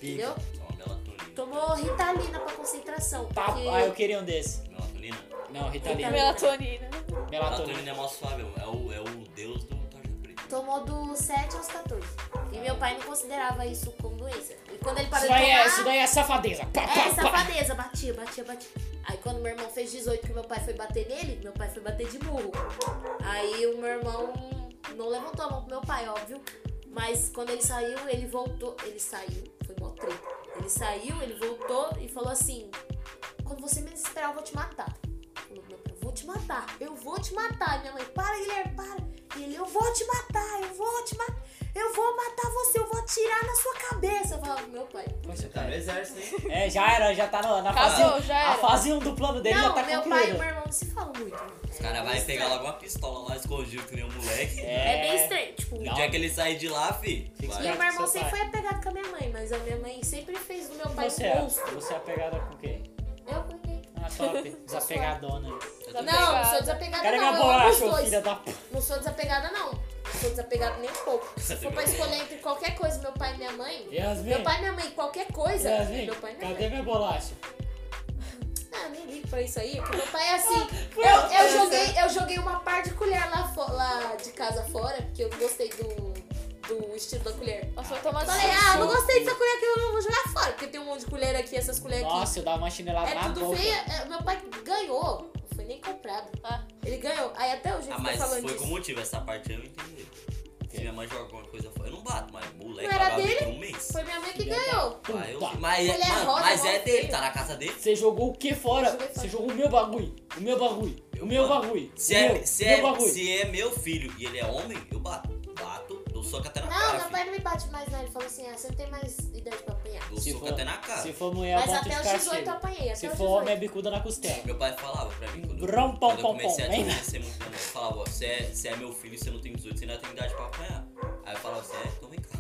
Speaker 2: Entendeu?
Speaker 4: Só é uma melatonina.
Speaker 2: Tomou ritalina pra concentração.
Speaker 1: Tá,
Speaker 2: porque-
Speaker 1: Ah, eu queria um desse.
Speaker 4: Melatonina?
Speaker 1: Não, Ritalina.
Speaker 2: Ritalina.
Speaker 3: Melatonina.
Speaker 1: Melatonina.
Speaker 4: Melatonina é mó suave, é o, é o deus do tarja preta.
Speaker 2: Tomou dos 7 aos 14. E meu pai não considerava isso como doença. E quando ele parou
Speaker 1: Isso
Speaker 2: de
Speaker 1: daí, é,
Speaker 2: tomar.
Speaker 1: isso daí é safadeza. Pá,
Speaker 2: É,
Speaker 1: pá, pá.
Speaker 2: safadeza, batia, batia, batia. Aí quando meu irmão fez 18 que meu pai foi bater nele, meu pai foi bater de burro. Aí o meu irmão não levantou a mão pro meu pai, óbvio. Mas quando ele saiu, ele voltou. Ele saiu, foi mó treta. Ele saiu, ele voltou e falou assim: Quando você menos esperar, eu vou te matar. Falou, meu pai, eu vou te matar, eu vou te matar. E minha mãe, para, Guilherme, para. E ele, eu vou te matar, eu vou te matar, eu vou matar você, eu vou atirar na sua cabeça. Eu falava, meu pai.
Speaker 1: Poxa,
Speaker 4: Você tá no
Speaker 1: cara.
Speaker 4: exército, hein?
Speaker 1: É, já era, já tá na, na
Speaker 3: Casou,
Speaker 1: fase.
Speaker 3: já
Speaker 1: A
Speaker 3: era.
Speaker 1: fase 1 do plano dele
Speaker 2: não,
Speaker 1: já tá
Speaker 2: meu pai e
Speaker 1: concluída.
Speaker 2: meu irmão não se falam muito. né?
Speaker 4: Os caras vão pegar logo uma pistola lá escondido que nem um moleque.
Speaker 2: É bem estranho. Tipo,
Speaker 4: No dia que ele sair de lá, fi,
Speaker 1: Fica
Speaker 2: e
Speaker 4: vai.
Speaker 2: o meu irmão
Speaker 1: Seu pai.
Speaker 2: sempre foi apegado com a minha mãe, mas a minha mãe sempre fez do meu pai
Speaker 1: Você
Speaker 2: um
Speaker 1: é,
Speaker 2: monstro.
Speaker 1: você é apegada com quem?
Speaker 2: Eu cuidei.
Speaker 1: Ah, top. Desapegadona.
Speaker 4: Eu também.
Speaker 2: Não, não sou
Speaker 3: Apegada.
Speaker 2: desapegada
Speaker 1: Cadê minha
Speaker 2: não, eu amo os
Speaker 1: bolacha, ô
Speaker 2: dois.
Speaker 1: filha da p.
Speaker 2: Não sou desapegada não. Não sou desapegada nem um pouco. Se for pra escolher entre qualquer coisa, meu pai e minha mãe...
Speaker 1: Yasmin.
Speaker 2: Meu pai e minha mãe, qualquer coisa,
Speaker 1: Yasmin,
Speaker 2: é, meu pai e minha mãe.
Speaker 1: cadê minha bolacha?
Speaker 2: Ah, nem ligo pra isso aí, porque meu pai é assim.
Speaker 1: Não,
Speaker 2: Eu, eu joguei, eu joguei uma par de colher lá, fo- lá de casa fora, porque eu não gostei do, do estilo da colher.
Speaker 3: Nossa, eu tô tomando
Speaker 2: Falei, ah, não gostei dessa colher aqui, eu não vou jogar fora, porque tem um monte de colher aqui, essas colheres aqui.
Speaker 1: Nossa, eu dava uma chinelada
Speaker 2: é
Speaker 1: na
Speaker 2: tudo
Speaker 1: boca.
Speaker 2: feia. É, meu pai ganhou, não foi nem comprado.
Speaker 3: Ah.
Speaker 2: Ele ganhou. Aí até hoje ele
Speaker 4: Ah,
Speaker 2: fica
Speaker 4: mas
Speaker 2: falando
Speaker 4: foi
Speaker 2: disso.
Speaker 4: com motivo, essa parte eu não entendi.
Speaker 1: quê?
Speaker 4: Se minha mãe joga alguma coisa fora, eu não bato, mas moleque,
Speaker 2: Não era
Speaker 4: ela
Speaker 2: dele?
Speaker 4: por um mês.
Speaker 2: Foi minha mãe que
Speaker 1: Filha da
Speaker 2: ganhou.
Speaker 4: Ah, eu-
Speaker 1: Puta.
Speaker 4: mas,
Speaker 2: Ele é
Speaker 4: mano,
Speaker 2: rosa,
Speaker 4: mas
Speaker 2: rosa,
Speaker 4: é dele,
Speaker 2: filho.
Speaker 4: tá na casa dele.
Speaker 1: Você jogou o que fora?
Speaker 2: Joguei fora.
Speaker 1: Você jogou o meu bagulho. O meu bagulho. O
Speaker 4: Eu
Speaker 1: meu
Speaker 4: bato.
Speaker 1: bagulho.
Speaker 4: Se
Speaker 1: o
Speaker 4: é,
Speaker 1: meu,
Speaker 4: se,
Speaker 1: meu
Speaker 4: é,
Speaker 1: bagulho.
Speaker 4: se é meu filho e ele é homem, eu bato. Bato, dou soco até na
Speaker 2: Não,
Speaker 4: cara.
Speaker 2: meu
Speaker 4: filho.
Speaker 2: pai não me bate mais, não. Ele falou assim, ah, você não tem mais idade pra apanhar.
Speaker 4: Dou
Speaker 1: Se
Speaker 4: soco
Speaker 1: for-
Speaker 4: até na cara.
Speaker 1: Se for mulher, é eu
Speaker 2: Mas
Speaker 1: boto
Speaker 2: até
Speaker 1: de
Speaker 2: os
Speaker 1: cara
Speaker 2: 18 eu
Speaker 1: cheia.
Speaker 2: apanhei, até
Speaker 1: Se
Speaker 2: os
Speaker 1: for homem, é
Speaker 2: 18.
Speaker 1: bicuda na costela.
Speaker 4: Meu pai falava pra mim quando,
Speaker 1: Brum, pom,
Speaker 4: quando eu
Speaker 1: pom,
Speaker 4: comecei
Speaker 1: pom,
Speaker 4: a
Speaker 1: hein?
Speaker 4: desconhecer muito minha mãe. Eu falava, ó, você é, você é meu filho, você não tem 18, você ainda tem idade pra apanhar. Aí eu falava, você é? Então vem cá.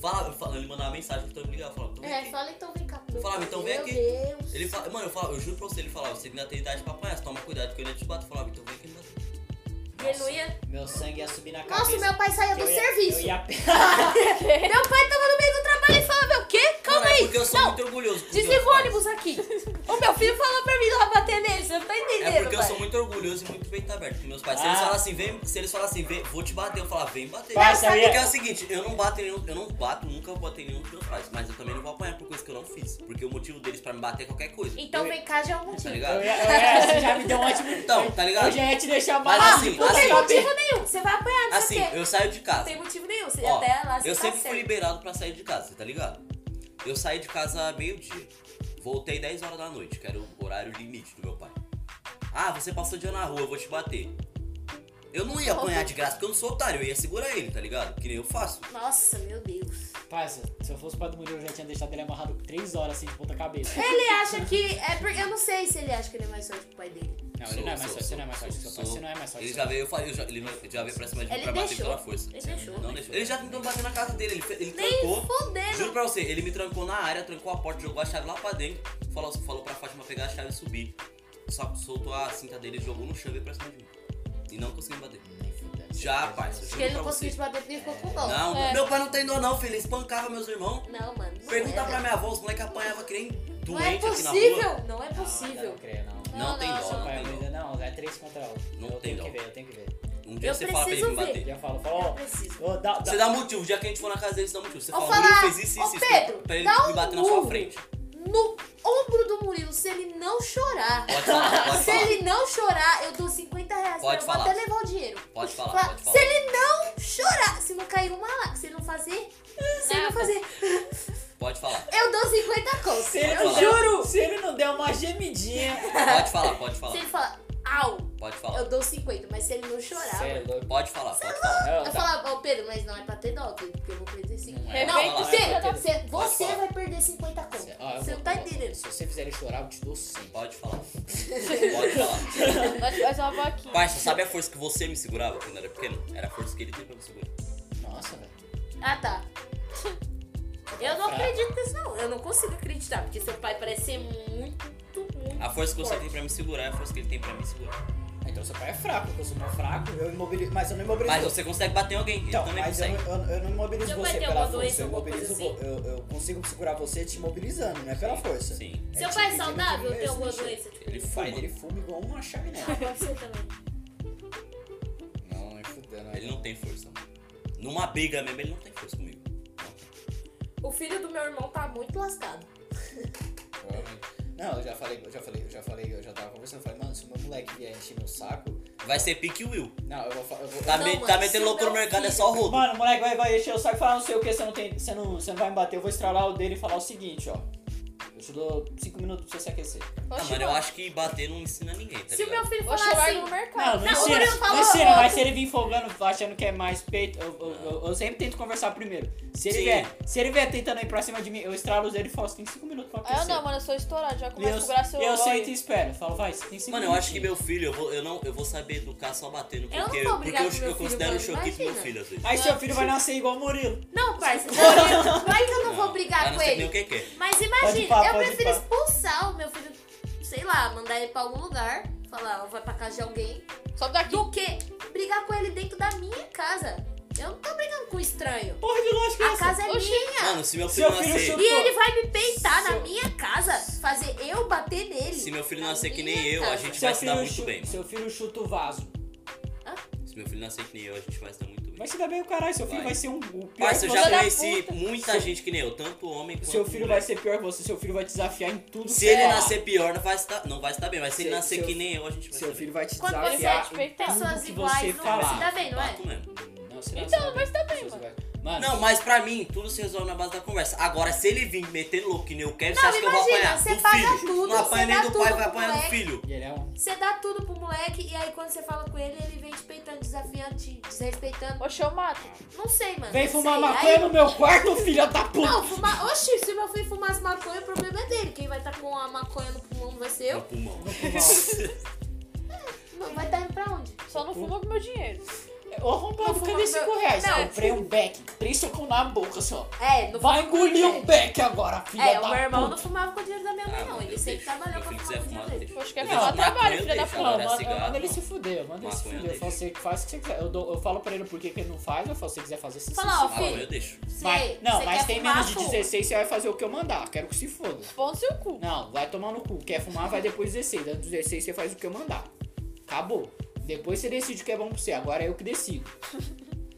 Speaker 4: Fala, eu fala, ele mandava mensagem, então eu ligava, eu falava, então vem
Speaker 2: É,
Speaker 4: aqui.
Speaker 2: fala então vem cá. pro meu
Speaker 4: Falava,
Speaker 2: pai.
Speaker 4: então vem
Speaker 2: meu
Speaker 4: aqui.
Speaker 2: Deus.
Speaker 4: Ele fala, mano, eu, falava, eu juro pra você, ele falava, você ainda tem idade pra apanhar, você toma cuidado que eu ainda te bato. Eu falava, então vem aqui, me bate.
Speaker 2: E ele não ia...
Speaker 1: Meu sangue ia subir na cabeça.
Speaker 2: Nossa, meu pai saiu do
Speaker 1: Eu ia-
Speaker 2: serviço.
Speaker 1: Eu ia pe-
Speaker 2: Meu pai tava no meio do trabalho e falava, o quê? Calma
Speaker 4: Mano, é
Speaker 2: aí.
Speaker 4: porque eu sou
Speaker 2: Não,
Speaker 4: muito orgulhoso. com
Speaker 2: desliga
Speaker 4: meus
Speaker 2: o
Speaker 4: pais.
Speaker 2: ônibus aqui. O meu filho falou pra mim não bater nele, você não tá entendendo,
Speaker 4: É porque eu
Speaker 2: pai.
Speaker 4: sou muito orgulhoso e muito peito aberto com meus pais. Se
Speaker 1: Ah.
Speaker 4: eles falam assim, vem, se eles falam assim, vem, vou te bater, eu falo, vem bater.
Speaker 1: Pai, sabia-
Speaker 4: Porque é o seguinte, eu não bato em nenhum, eu não bato, nunca botei em nenhum dos meus pais, mas eu também não vou apanhar por coisa que eu não fiz. Porque o motivo deles pra me bater é qualquer coisa.
Speaker 2: Então vem cá já é um
Speaker 4: Tá
Speaker 2: motivo.
Speaker 1: Eu
Speaker 4: ligado?
Speaker 1: ia, eu ia, você já me deu um ótimo.
Speaker 4: Então, tá ligado?
Speaker 1: Eu já ia te deixar
Speaker 4: Mas
Speaker 1: mal.
Speaker 4: assim,
Speaker 2: Não tem
Speaker 4: assim,
Speaker 2: motivo nenhum, você vai apanhar, não
Speaker 4: assim,
Speaker 2: sei o quê.
Speaker 4: eu saio de
Speaker 2: Não
Speaker 4: casa.
Speaker 2: tem motivo nenhum, você
Speaker 4: Ó,
Speaker 2: até lá você
Speaker 4: eu
Speaker 2: tá
Speaker 4: sempre fui
Speaker 2: certo.
Speaker 4: liberado pra sair de casa, tá ligado? Eu saí de casa meio-dia. Voltei 10 horas da noite, que era o horário limite do meu pai. Ah, você passou o dia na rua, eu vou te bater. Eu não ia apanhar de graça porque eu não sou otário, eu ia segurar ele, tá ligado? Que nem eu faço.
Speaker 2: Nossa, meu Deus.
Speaker 4: assim.
Speaker 1: Parça, se eu fosse pai do Murilo, eu já tinha deixado ele amarrado 3 horas assim de ponta cabeça.
Speaker 2: Ele acha que. É porque eu não sei se ele acha que ele é mais forte que o pai dele.
Speaker 1: Não, ele
Speaker 4: Sou,
Speaker 1: não é mais
Speaker 4: sou,
Speaker 1: forte, você não é mais
Speaker 4: sou,
Speaker 1: forte que seu pai.
Speaker 4: sou.
Speaker 1: Você não é mais forte.
Speaker 4: Ele
Speaker 1: que
Speaker 4: já
Speaker 1: seu
Speaker 4: veio, eu falei, eu já- ele já veio pra cima de mim
Speaker 2: Ele
Speaker 4: pra bater
Speaker 2: deixou.
Speaker 4: pela força.
Speaker 2: Ele deixou.
Speaker 4: Não deixou. Ele já tentou bater na casa dele, ele, fe- ele
Speaker 2: Nem
Speaker 4: trancou.
Speaker 2: fudendo.
Speaker 4: Juro pra você, ele me trancou na área, trancou a porta, jogou a chave lá pra dentro, falou, falou pra Fátima pegar a chave e subir. Só soltou a cinta dele, jogou no chão e veio pra cima de mim. E não consegui me bater.
Speaker 1: Nem fudendo.
Speaker 4: Já, parça. eu
Speaker 2: Porque
Speaker 4: juro
Speaker 2: ele não
Speaker 4: pra
Speaker 2: conseguiu te
Speaker 4: você.
Speaker 2: bater porque ele ficou com dó.
Speaker 4: Não,
Speaker 3: É.
Speaker 4: meu pai não tem dor não, filho. Ele espancava meus irmãos.
Speaker 2: Não, mano. não
Speaker 4: Pergunta
Speaker 2: é,
Speaker 4: pra minha avó, os moleques apanhavam que nem doente
Speaker 2: Não é
Speaker 4: aqui na rua.
Speaker 2: possível, não é
Speaker 1: Não,
Speaker 2: possível.
Speaker 1: Não, creio, não.
Speaker 4: Não,
Speaker 3: Não,
Speaker 4: tem
Speaker 3: não,
Speaker 4: dó,
Speaker 1: Seu
Speaker 4: não
Speaker 1: pai
Speaker 4: tem dó.
Speaker 1: ainda não, é três contra um.
Speaker 4: Não
Speaker 1: eu tenho
Speaker 4: tem
Speaker 1: que
Speaker 4: dó.
Speaker 1: ver, eu tenho que ver.
Speaker 4: Um dia
Speaker 2: Eu
Speaker 4: você fala pra ele
Speaker 2: preciso
Speaker 4: me bater.
Speaker 1: Já falo, fala,
Speaker 2: Eu
Speaker 1: ó,
Speaker 2: preciso.
Speaker 1: ó, dá,
Speaker 4: Você
Speaker 1: dá.
Speaker 4: dá motivo, o dia que a gente for na casa dele, você dá motivo. Você
Speaker 2: Ou
Speaker 4: fala,
Speaker 2: falar,
Speaker 4: Murilo fez isso,
Speaker 2: "Ô,
Speaker 4: isso, isso,
Speaker 2: Pedro,
Speaker 4: pra ele
Speaker 2: dá
Speaker 4: me
Speaker 2: um
Speaker 4: bater na sua
Speaker 2: murro."
Speaker 4: frente.
Speaker 2: No ombro do Murilo, se ele não
Speaker 4: Pode
Speaker 2: chorar,
Speaker 4: falar, É, pode
Speaker 2: se
Speaker 4: falar.
Speaker 2: ele não chorar, eu dou 50 reais pra
Speaker 4: Pode
Speaker 2: eu vou
Speaker 4: falar.
Speaker 2: até levar o dinheiro.
Speaker 4: Pode falar,
Speaker 2: Fala,
Speaker 4: pode
Speaker 2: se
Speaker 4: falar.
Speaker 2: ele não chorar, se não cair uma lá, se ele não fazer, se ele não
Speaker 7: Nada.
Speaker 2: fazer,
Speaker 4: Pode falar,
Speaker 2: eu dou 50 conto.
Speaker 1: Se ele
Speaker 2: Eu
Speaker 1: não
Speaker 2: juro.
Speaker 1: der, se ele não der uma gemidinha.
Speaker 4: pode falar, pode
Speaker 2: Se
Speaker 4: falar.
Speaker 2: ele falar, au,
Speaker 4: Pode falar,
Speaker 2: eu dou 50, mas se ele não chorar,
Speaker 1: Cê é louco.
Speaker 4: pode falar, pode falar.
Speaker 1: Não,
Speaker 2: eu
Speaker 1: tá.
Speaker 2: falava, ô Pedro, mas não é pra ter dó, Pedro, porque eu vou perder 50.
Speaker 1: Não é.
Speaker 2: Não,
Speaker 4: Não,
Speaker 2: você,
Speaker 1: não é.
Speaker 2: você- você
Speaker 4: falar.
Speaker 2: vai perder 50 conto.
Speaker 1: Cê- ó, eu
Speaker 2: Você
Speaker 1: vou-
Speaker 2: não tá
Speaker 1: ó,
Speaker 2: entendendo.
Speaker 1: Se você fizer ele chorar, eu te dou 100.
Speaker 4: Pode falar. Pode falar.
Speaker 3: Nós faz uma vaquinha.
Speaker 4: Parça, sabe a força que você me segurava quando era pequeno? Era a força que ele tem pra me segurar.
Speaker 1: Nossa, velho.
Speaker 2: Ah, tá. Eu não acredito nisso, não. Eu não consigo acreditar, porque seu pai parece ser muito, muito.
Speaker 4: A força que você
Speaker 2: Pode.
Speaker 4: tem pra me segurar é a força que ele tem pra me segurar.
Speaker 1: Ah, Então seu pai é fraco, porque eu sou mais fraco, eu imobilizo. Mas eu não imobilizo.
Speaker 4: Mas você consegue bater em alguém, ele
Speaker 1: Então,
Speaker 4: também
Speaker 1: mas eu,
Speaker 4: consegue.
Speaker 1: não- eu- eu não imobilizo
Speaker 2: Seu pai
Speaker 1: você
Speaker 2: tem
Speaker 1: pela
Speaker 2: alguma
Speaker 1: força,
Speaker 2: doença,
Speaker 1: eu
Speaker 2: alguma
Speaker 1: imobilizo
Speaker 2: coisa
Speaker 1: vo- eu, eu consigo segurar você te imobilizando, não é pela força.
Speaker 4: Sim.
Speaker 2: Seu
Speaker 1: te
Speaker 2: pai é
Speaker 1: impedindo
Speaker 2: saudável?
Speaker 1: de
Speaker 2: Tem alguma
Speaker 1: mexer.
Speaker 2: doença? Tipo,
Speaker 4: Ele
Speaker 1: Ele faz,
Speaker 4: fuma.
Speaker 1: ele fuma igual uma chaminé.
Speaker 2: pode ser também.
Speaker 1: não, é fudendo.
Speaker 4: Ele não tem força. mano. Numa briga mesmo, ele não tem força comigo. Não tem.
Speaker 2: O filho do meu irmão tá muito lascado.
Speaker 1: Não, eu já falei, eu já falei, eu já falei, eu já tava conversando, eu falei, mano, se o meu moleque vier encher meu saco,
Speaker 4: Vai ser pique Will.
Speaker 1: não, eu vou, fa- eu vou
Speaker 4: Tá,
Speaker 2: Não,
Speaker 4: me-
Speaker 2: mano,
Speaker 4: tá metendo
Speaker 2: se
Speaker 4: louco no
Speaker 2: meu
Speaker 4: mercado, é
Speaker 2: filho-
Speaker 4: só rodo.
Speaker 1: Mano, o moleque vai, vai encher o saco e falar não sei o que, você não tem. Você não, você não vai me bater, eu vou estralar o dele e falar o seguinte, ó. Eu te dou 5 minutos pra você se aquecer.
Speaker 4: Ah, mano, eu acho que bater não ensina ninguém, tá
Speaker 2: Se o meu
Speaker 4: ligado?
Speaker 2: filho
Speaker 3: Vou
Speaker 2: falar
Speaker 3: chamar ele
Speaker 2: assim.
Speaker 3: no
Speaker 1: Não, É
Speaker 3: mercado.
Speaker 1: não
Speaker 2: Não, o
Speaker 1: ensina.
Speaker 2: Murilo
Speaker 1: Não
Speaker 2: falou
Speaker 1: ensina, mas
Speaker 2: outro.
Speaker 1: se ele vir folgando, achando que é mais peito, eu, eu, eu- eu sempre tento conversar primeiro. Se ele
Speaker 4: Sim.
Speaker 1: vier, se ele vier tentando ir pra cima de mim, eu estralo os dele e falo, você tem 5 minutos pra
Speaker 3: Ah,
Speaker 1: aquecer.
Speaker 3: eu não, mano, eu sou estourado. Já
Speaker 1: E eu,
Speaker 3: começo a segurar seu
Speaker 1: eu
Speaker 3: olho.
Speaker 1: sento e espero. Eu Falo, vai, você tem 5 minutos.
Speaker 4: Mano, eu acho que meu filho, eu vou, eu não, eu vou saber educar só batendo,
Speaker 2: Eu não
Speaker 4: porque,
Speaker 2: vou
Speaker 4: porque
Speaker 2: brigar
Speaker 4: eu,
Speaker 2: com meu
Speaker 4: eu
Speaker 2: filho,
Speaker 4: considero o
Speaker 2: mano,
Speaker 4: choquito meu
Speaker 2: imagina.
Speaker 4: filho às vezes.
Speaker 1: Aí seu filho vai nascer igual o Murilo.
Speaker 2: Não, parça. Não, não é que eu não vou
Speaker 4: vai
Speaker 1: Ah,
Speaker 2: brigar com
Speaker 4: nascer que é.
Speaker 2: ele.
Speaker 4: nem o que
Speaker 2: Mas
Speaker 1: Pode
Speaker 2: imagina,
Speaker 1: pá,
Speaker 2: eu
Speaker 1: pode
Speaker 2: prefiro
Speaker 1: pá.
Speaker 2: expulsar o meu filho, sei lá, mandar ele pra algum lugar, falar, ó, vai pra casa de alguém,
Speaker 3: Só daqui.
Speaker 2: do que brigar com ele dentro da minha casa. Eu não tô brigando com estranho.
Speaker 1: Porra de lógica é
Speaker 2: A
Speaker 1: essa?
Speaker 2: casa é minha.
Speaker 4: Mano, se meu
Speaker 1: Seu
Speaker 4: filho
Speaker 1: filho
Speaker 4: nascer.
Speaker 1: chupa-
Speaker 2: E ele vai me peitar na
Speaker 1: Seu-
Speaker 2: minha casa, fazer eu bater nele.
Speaker 4: Se meu filho
Speaker 2: Na
Speaker 4: nascer que nem
Speaker 2: minha
Speaker 4: eu, a
Speaker 2: casa.
Speaker 4: gente
Speaker 1: Seu
Speaker 4: vai se dar
Speaker 1: filho
Speaker 4: muito
Speaker 1: chu-
Speaker 4: bem, mano.
Speaker 1: Seu filho chuta o vaso.
Speaker 4: Se meu filho nascer que nem eu, a gente vai se dar muito bem.
Speaker 1: Vai se dar bem o caralho, seu filho vai,
Speaker 4: Vai.
Speaker 1: ser um o pior. que
Speaker 4: Parça, eu
Speaker 1: você.
Speaker 4: já
Speaker 3: filho da
Speaker 4: conheci
Speaker 3: puta.
Speaker 4: muita gente que nem eu, tanto homem quanto
Speaker 1: Seu filho
Speaker 4: mulher.
Speaker 1: vai ser pior que você, seu filho vai te desafiar em tudo
Speaker 4: é Se
Speaker 1: que é você
Speaker 4: ele
Speaker 1: falar.
Speaker 4: nascer pior, não vai se dar, não vai se dar bem, mas se ele
Speaker 1: Seu-
Speaker 4: nascer
Speaker 1: seu-
Speaker 4: que nem eu, a gente vai se
Speaker 1: Seu
Speaker 4: dar bem.
Speaker 1: filho vai te
Speaker 2: Quando você
Speaker 1: desafiar
Speaker 3: é, tipo,
Speaker 1: em
Speaker 3: tem
Speaker 1: tudo
Speaker 2: Então, pessoas
Speaker 1: que
Speaker 2: iguais,
Speaker 1: você
Speaker 2: não vai se
Speaker 1: falar.
Speaker 2: dar bem, não é?
Speaker 4: Bato mesmo.
Speaker 1: Não, se
Speaker 3: Então,
Speaker 1: dá
Speaker 3: mas tá bem,
Speaker 1: pessoas
Speaker 3: mano.
Speaker 1: iguais. Mano,
Speaker 4: Não, mas pra mim, tudo se resolve na base da conversa. Agora, se ele vir metendo louco que nem eu quero, você
Speaker 2: Não,
Speaker 4: acha que eu vou
Speaker 2: imagina,
Speaker 4: apanhar?
Speaker 2: você
Speaker 4: do
Speaker 2: paga
Speaker 4: filho.
Speaker 2: tudo,
Speaker 4: não apanha
Speaker 2: você
Speaker 4: nem
Speaker 2: dá
Speaker 4: do pai,
Speaker 2: tudo
Speaker 4: vai
Speaker 2: pro
Speaker 4: apanhar do
Speaker 2: moleque.
Speaker 4: filho.
Speaker 1: E ele é um.
Speaker 2: Você dá tudo pro moleque e aí quando você fala com ele, ele vem te peitando, desafiando, te desrespeitando.
Speaker 3: Oxe, eu mato.
Speaker 2: Não sei, mano.
Speaker 1: Vem
Speaker 2: não
Speaker 1: fumar
Speaker 2: sei.
Speaker 1: maconha
Speaker 2: Aí-
Speaker 1: no meu quarto, filha da puta!
Speaker 2: Não, fumar. Oxi, se meu filho fumasse maconha, o problema é dele. Quem vai estar com a maconha no pulmão vai ser
Speaker 4: No
Speaker 2: eu.
Speaker 4: pulmão.
Speaker 2: Não, vai estar indo pra onde?
Speaker 3: Só não fuma com meu dinheiro.
Speaker 1: Ô, arrombado,
Speaker 2: Não,
Speaker 1: cadê
Speaker 2: fuma-
Speaker 1: 5 reais?
Speaker 2: não.
Speaker 1: Eu comprei um beck, três socão na boca só.
Speaker 2: É, não
Speaker 1: Vai
Speaker 2: fuma com
Speaker 1: engolir um
Speaker 2: dinheiro.
Speaker 1: beck agora, filha
Speaker 2: É,
Speaker 1: da
Speaker 2: o meu irmão não
Speaker 1: puta.
Speaker 2: fumava com o dinheiro da minha mãe,
Speaker 4: Ah,
Speaker 2: não.
Speaker 4: mano,
Speaker 2: Ele
Speaker 4: eu deixo.
Speaker 2: sempre trabalhou pra
Speaker 4: Meu filho
Speaker 2: fumar com o
Speaker 4: quiser
Speaker 2: dinheiro
Speaker 4: fumar,
Speaker 2: dele.
Speaker 4: eu deixo.
Speaker 3: Poxa, quer
Speaker 4: Eu
Speaker 3: falar
Speaker 4: deixo.
Speaker 3: trabalho,
Speaker 4: Maconha eu
Speaker 3: filha da
Speaker 4: deixo,
Speaker 3: puta.
Speaker 1: Não,
Speaker 4: agora é
Speaker 1: manda,
Speaker 4: cigarro.
Speaker 1: manda ele se fuder, eu mando ele se
Speaker 4: Maconha
Speaker 1: fuder. Eu falo, você faz o que você quiser. Eu, dou- eu falo pra ele por que que ele não faz, eu falo, se você quiser fazer, você
Speaker 2: Fala, ó,
Speaker 4: Ah, eu
Speaker 2: filho.
Speaker 4: deixo.
Speaker 2: Você,
Speaker 1: Vai. Não,
Speaker 2: você
Speaker 1: mas
Speaker 2: quer
Speaker 1: tem
Speaker 2: fumar,
Speaker 1: menos de
Speaker 2: fuma.
Speaker 1: 16, você vai fazer o que eu mandar. Quero que se foda.
Speaker 3: Pão no seu cu.
Speaker 1: Não, vai tomar no cu. Quer fumar, vai depois 16. Antes dos 16, você faz o que eu mandar. Acabou. Depois você decide o que é bom pra você. Agora é eu que decido.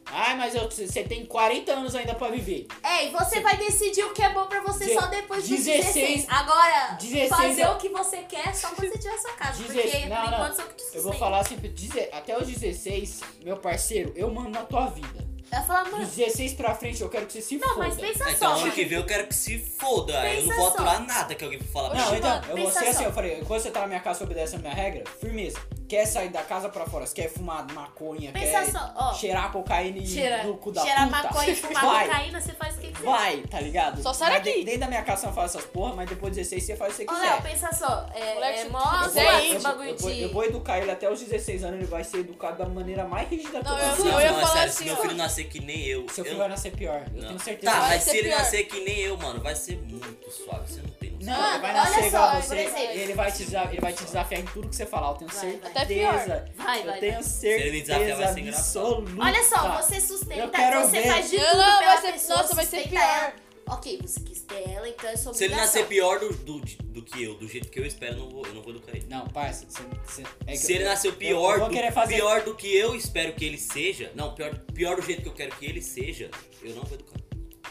Speaker 1: Ai, mas eu- você tem 40 anos ainda pra viver.
Speaker 2: É, e você vai decidir o que é bom pra você
Speaker 1: De-
Speaker 2: só depois dos
Speaker 1: 16.
Speaker 2: 16. Agora,
Speaker 1: 16
Speaker 2: fazer
Speaker 1: é-
Speaker 2: o que você quer só quando você tiver a sua casa.
Speaker 1: 16
Speaker 2: Porque,
Speaker 1: não,
Speaker 2: por
Speaker 1: não.
Speaker 2: enquanto, só que te
Speaker 1: Eu vou
Speaker 2: sustenta.
Speaker 1: falar sempre, deze- até os 16, meu parceiro, eu mando na tua vida.
Speaker 2: Eu vou falar, mano...
Speaker 1: Dos 16 pra frente, eu quero que você se
Speaker 2: Não,
Speaker 1: foda.
Speaker 2: mas pensa
Speaker 4: Ah,
Speaker 2: só.
Speaker 4: Então ano que vem eu quero que se foda. eu não
Speaker 2: Pensa
Speaker 4: vou
Speaker 2: só.
Speaker 4: aturar nada que alguém for falar pra
Speaker 1: Não,
Speaker 4: mim.
Speaker 1: então,
Speaker 2: mano,
Speaker 1: eu vou
Speaker 2: pensa
Speaker 1: ser
Speaker 2: só.
Speaker 1: assim, eu falei, quando você tá na minha casa e obedece a minha regra, firmeza. Quer sair da casa pra fora, se quer fumar maconha,
Speaker 2: Pensa
Speaker 1: quer
Speaker 2: só, ó.
Speaker 1: cheirar cocaína e
Speaker 2: Cheira,
Speaker 1: no cu da
Speaker 2: cheira
Speaker 1: puta.
Speaker 2: maconha e fumar
Speaker 1: vai,
Speaker 2: cocaína, você faz o que quiser.
Speaker 1: vai, tá ligado?
Speaker 3: Só sai
Speaker 1: Mas
Speaker 3: daqui.
Speaker 1: de- Dentro da minha casa você não faz essas porra, mas depois de 16 você faz o que você
Speaker 2: Ô,
Speaker 1: quiser.
Speaker 2: Léo, pensa só. É,
Speaker 3: Moleque,
Speaker 2: é
Speaker 3: você-
Speaker 2: mó
Speaker 1: Eu
Speaker 3: você
Speaker 1: vou-
Speaker 3: é
Speaker 2: zoado
Speaker 1: eu
Speaker 2: esse
Speaker 1: vou-
Speaker 2: bagulho
Speaker 1: eu vou-
Speaker 2: de...
Speaker 1: Eu vou educar ele até os 16 anos, ele vai ser educado da maneira mais rígida
Speaker 3: Não,
Speaker 1: possível.
Speaker 3: eu-
Speaker 4: não,
Speaker 3: ia
Speaker 4: não, é
Speaker 3: falar
Speaker 4: sério,
Speaker 3: assim,
Speaker 4: se meu
Speaker 3: ó.
Speaker 4: filho nascer que nem eu.
Speaker 1: Seu
Speaker 4: eu-
Speaker 1: filho vai nascer pior, eu
Speaker 4: Não.
Speaker 1: tenho certeza.
Speaker 4: Tá,
Speaker 3: Vai
Speaker 4: mas
Speaker 3: ser
Speaker 4: se ele
Speaker 3: pior.
Speaker 4: nascer que nem eu, mano, vai ser muito suave. Você não tem noção.
Speaker 1: Não,
Speaker 3: Mano,
Speaker 1: ele vai
Speaker 3: olha
Speaker 1: nascer
Speaker 3: só,
Speaker 1: igual a
Speaker 3: por
Speaker 1: você.
Speaker 3: exemplo.
Speaker 1: Ele vai, te, desa- ele vai te desafiar em tudo que você falar, eu tenho
Speaker 2: Vai,
Speaker 1: certeza.
Speaker 2: vai.
Speaker 3: Até pior.
Speaker 2: Vai,
Speaker 1: Eu
Speaker 2: vai.
Speaker 1: tenho certeza
Speaker 4: ele me desafiar, vai ser engraçado.
Speaker 1: absoluta.
Speaker 2: Olha só, você sustenta,
Speaker 1: Eu quero
Speaker 2: você
Speaker 1: ver.
Speaker 2: faz de
Speaker 3: Não,
Speaker 2: tudo
Speaker 3: não,
Speaker 2: pela
Speaker 3: vai ser-
Speaker 2: pessoa,
Speaker 3: nossa, vai ser
Speaker 2: sustenta
Speaker 3: pior.
Speaker 2: ela. Ok, você quis ter ela, então é sua
Speaker 4: Se ele
Speaker 2: obrigação.
Speaker 4: nascer pior do, do, do que eu, do jeito que eu espero, eu não vou, eu não vou educar ele.
Speaker 1: Não, parça, você... você- é que
Speaker 4: Se
Speaker 1: eu-
Speaker 4: ele nasceu
Speaker 1: eu
Speaker 4: pior,
Speaker 1: vou
Speaker 4: do,
Speaker 1: querer fazer-
Speaker 4: pior do que eu espero que ele seja, não, pior, pior do jeito que eu quero que ele seja, eu não vou educar.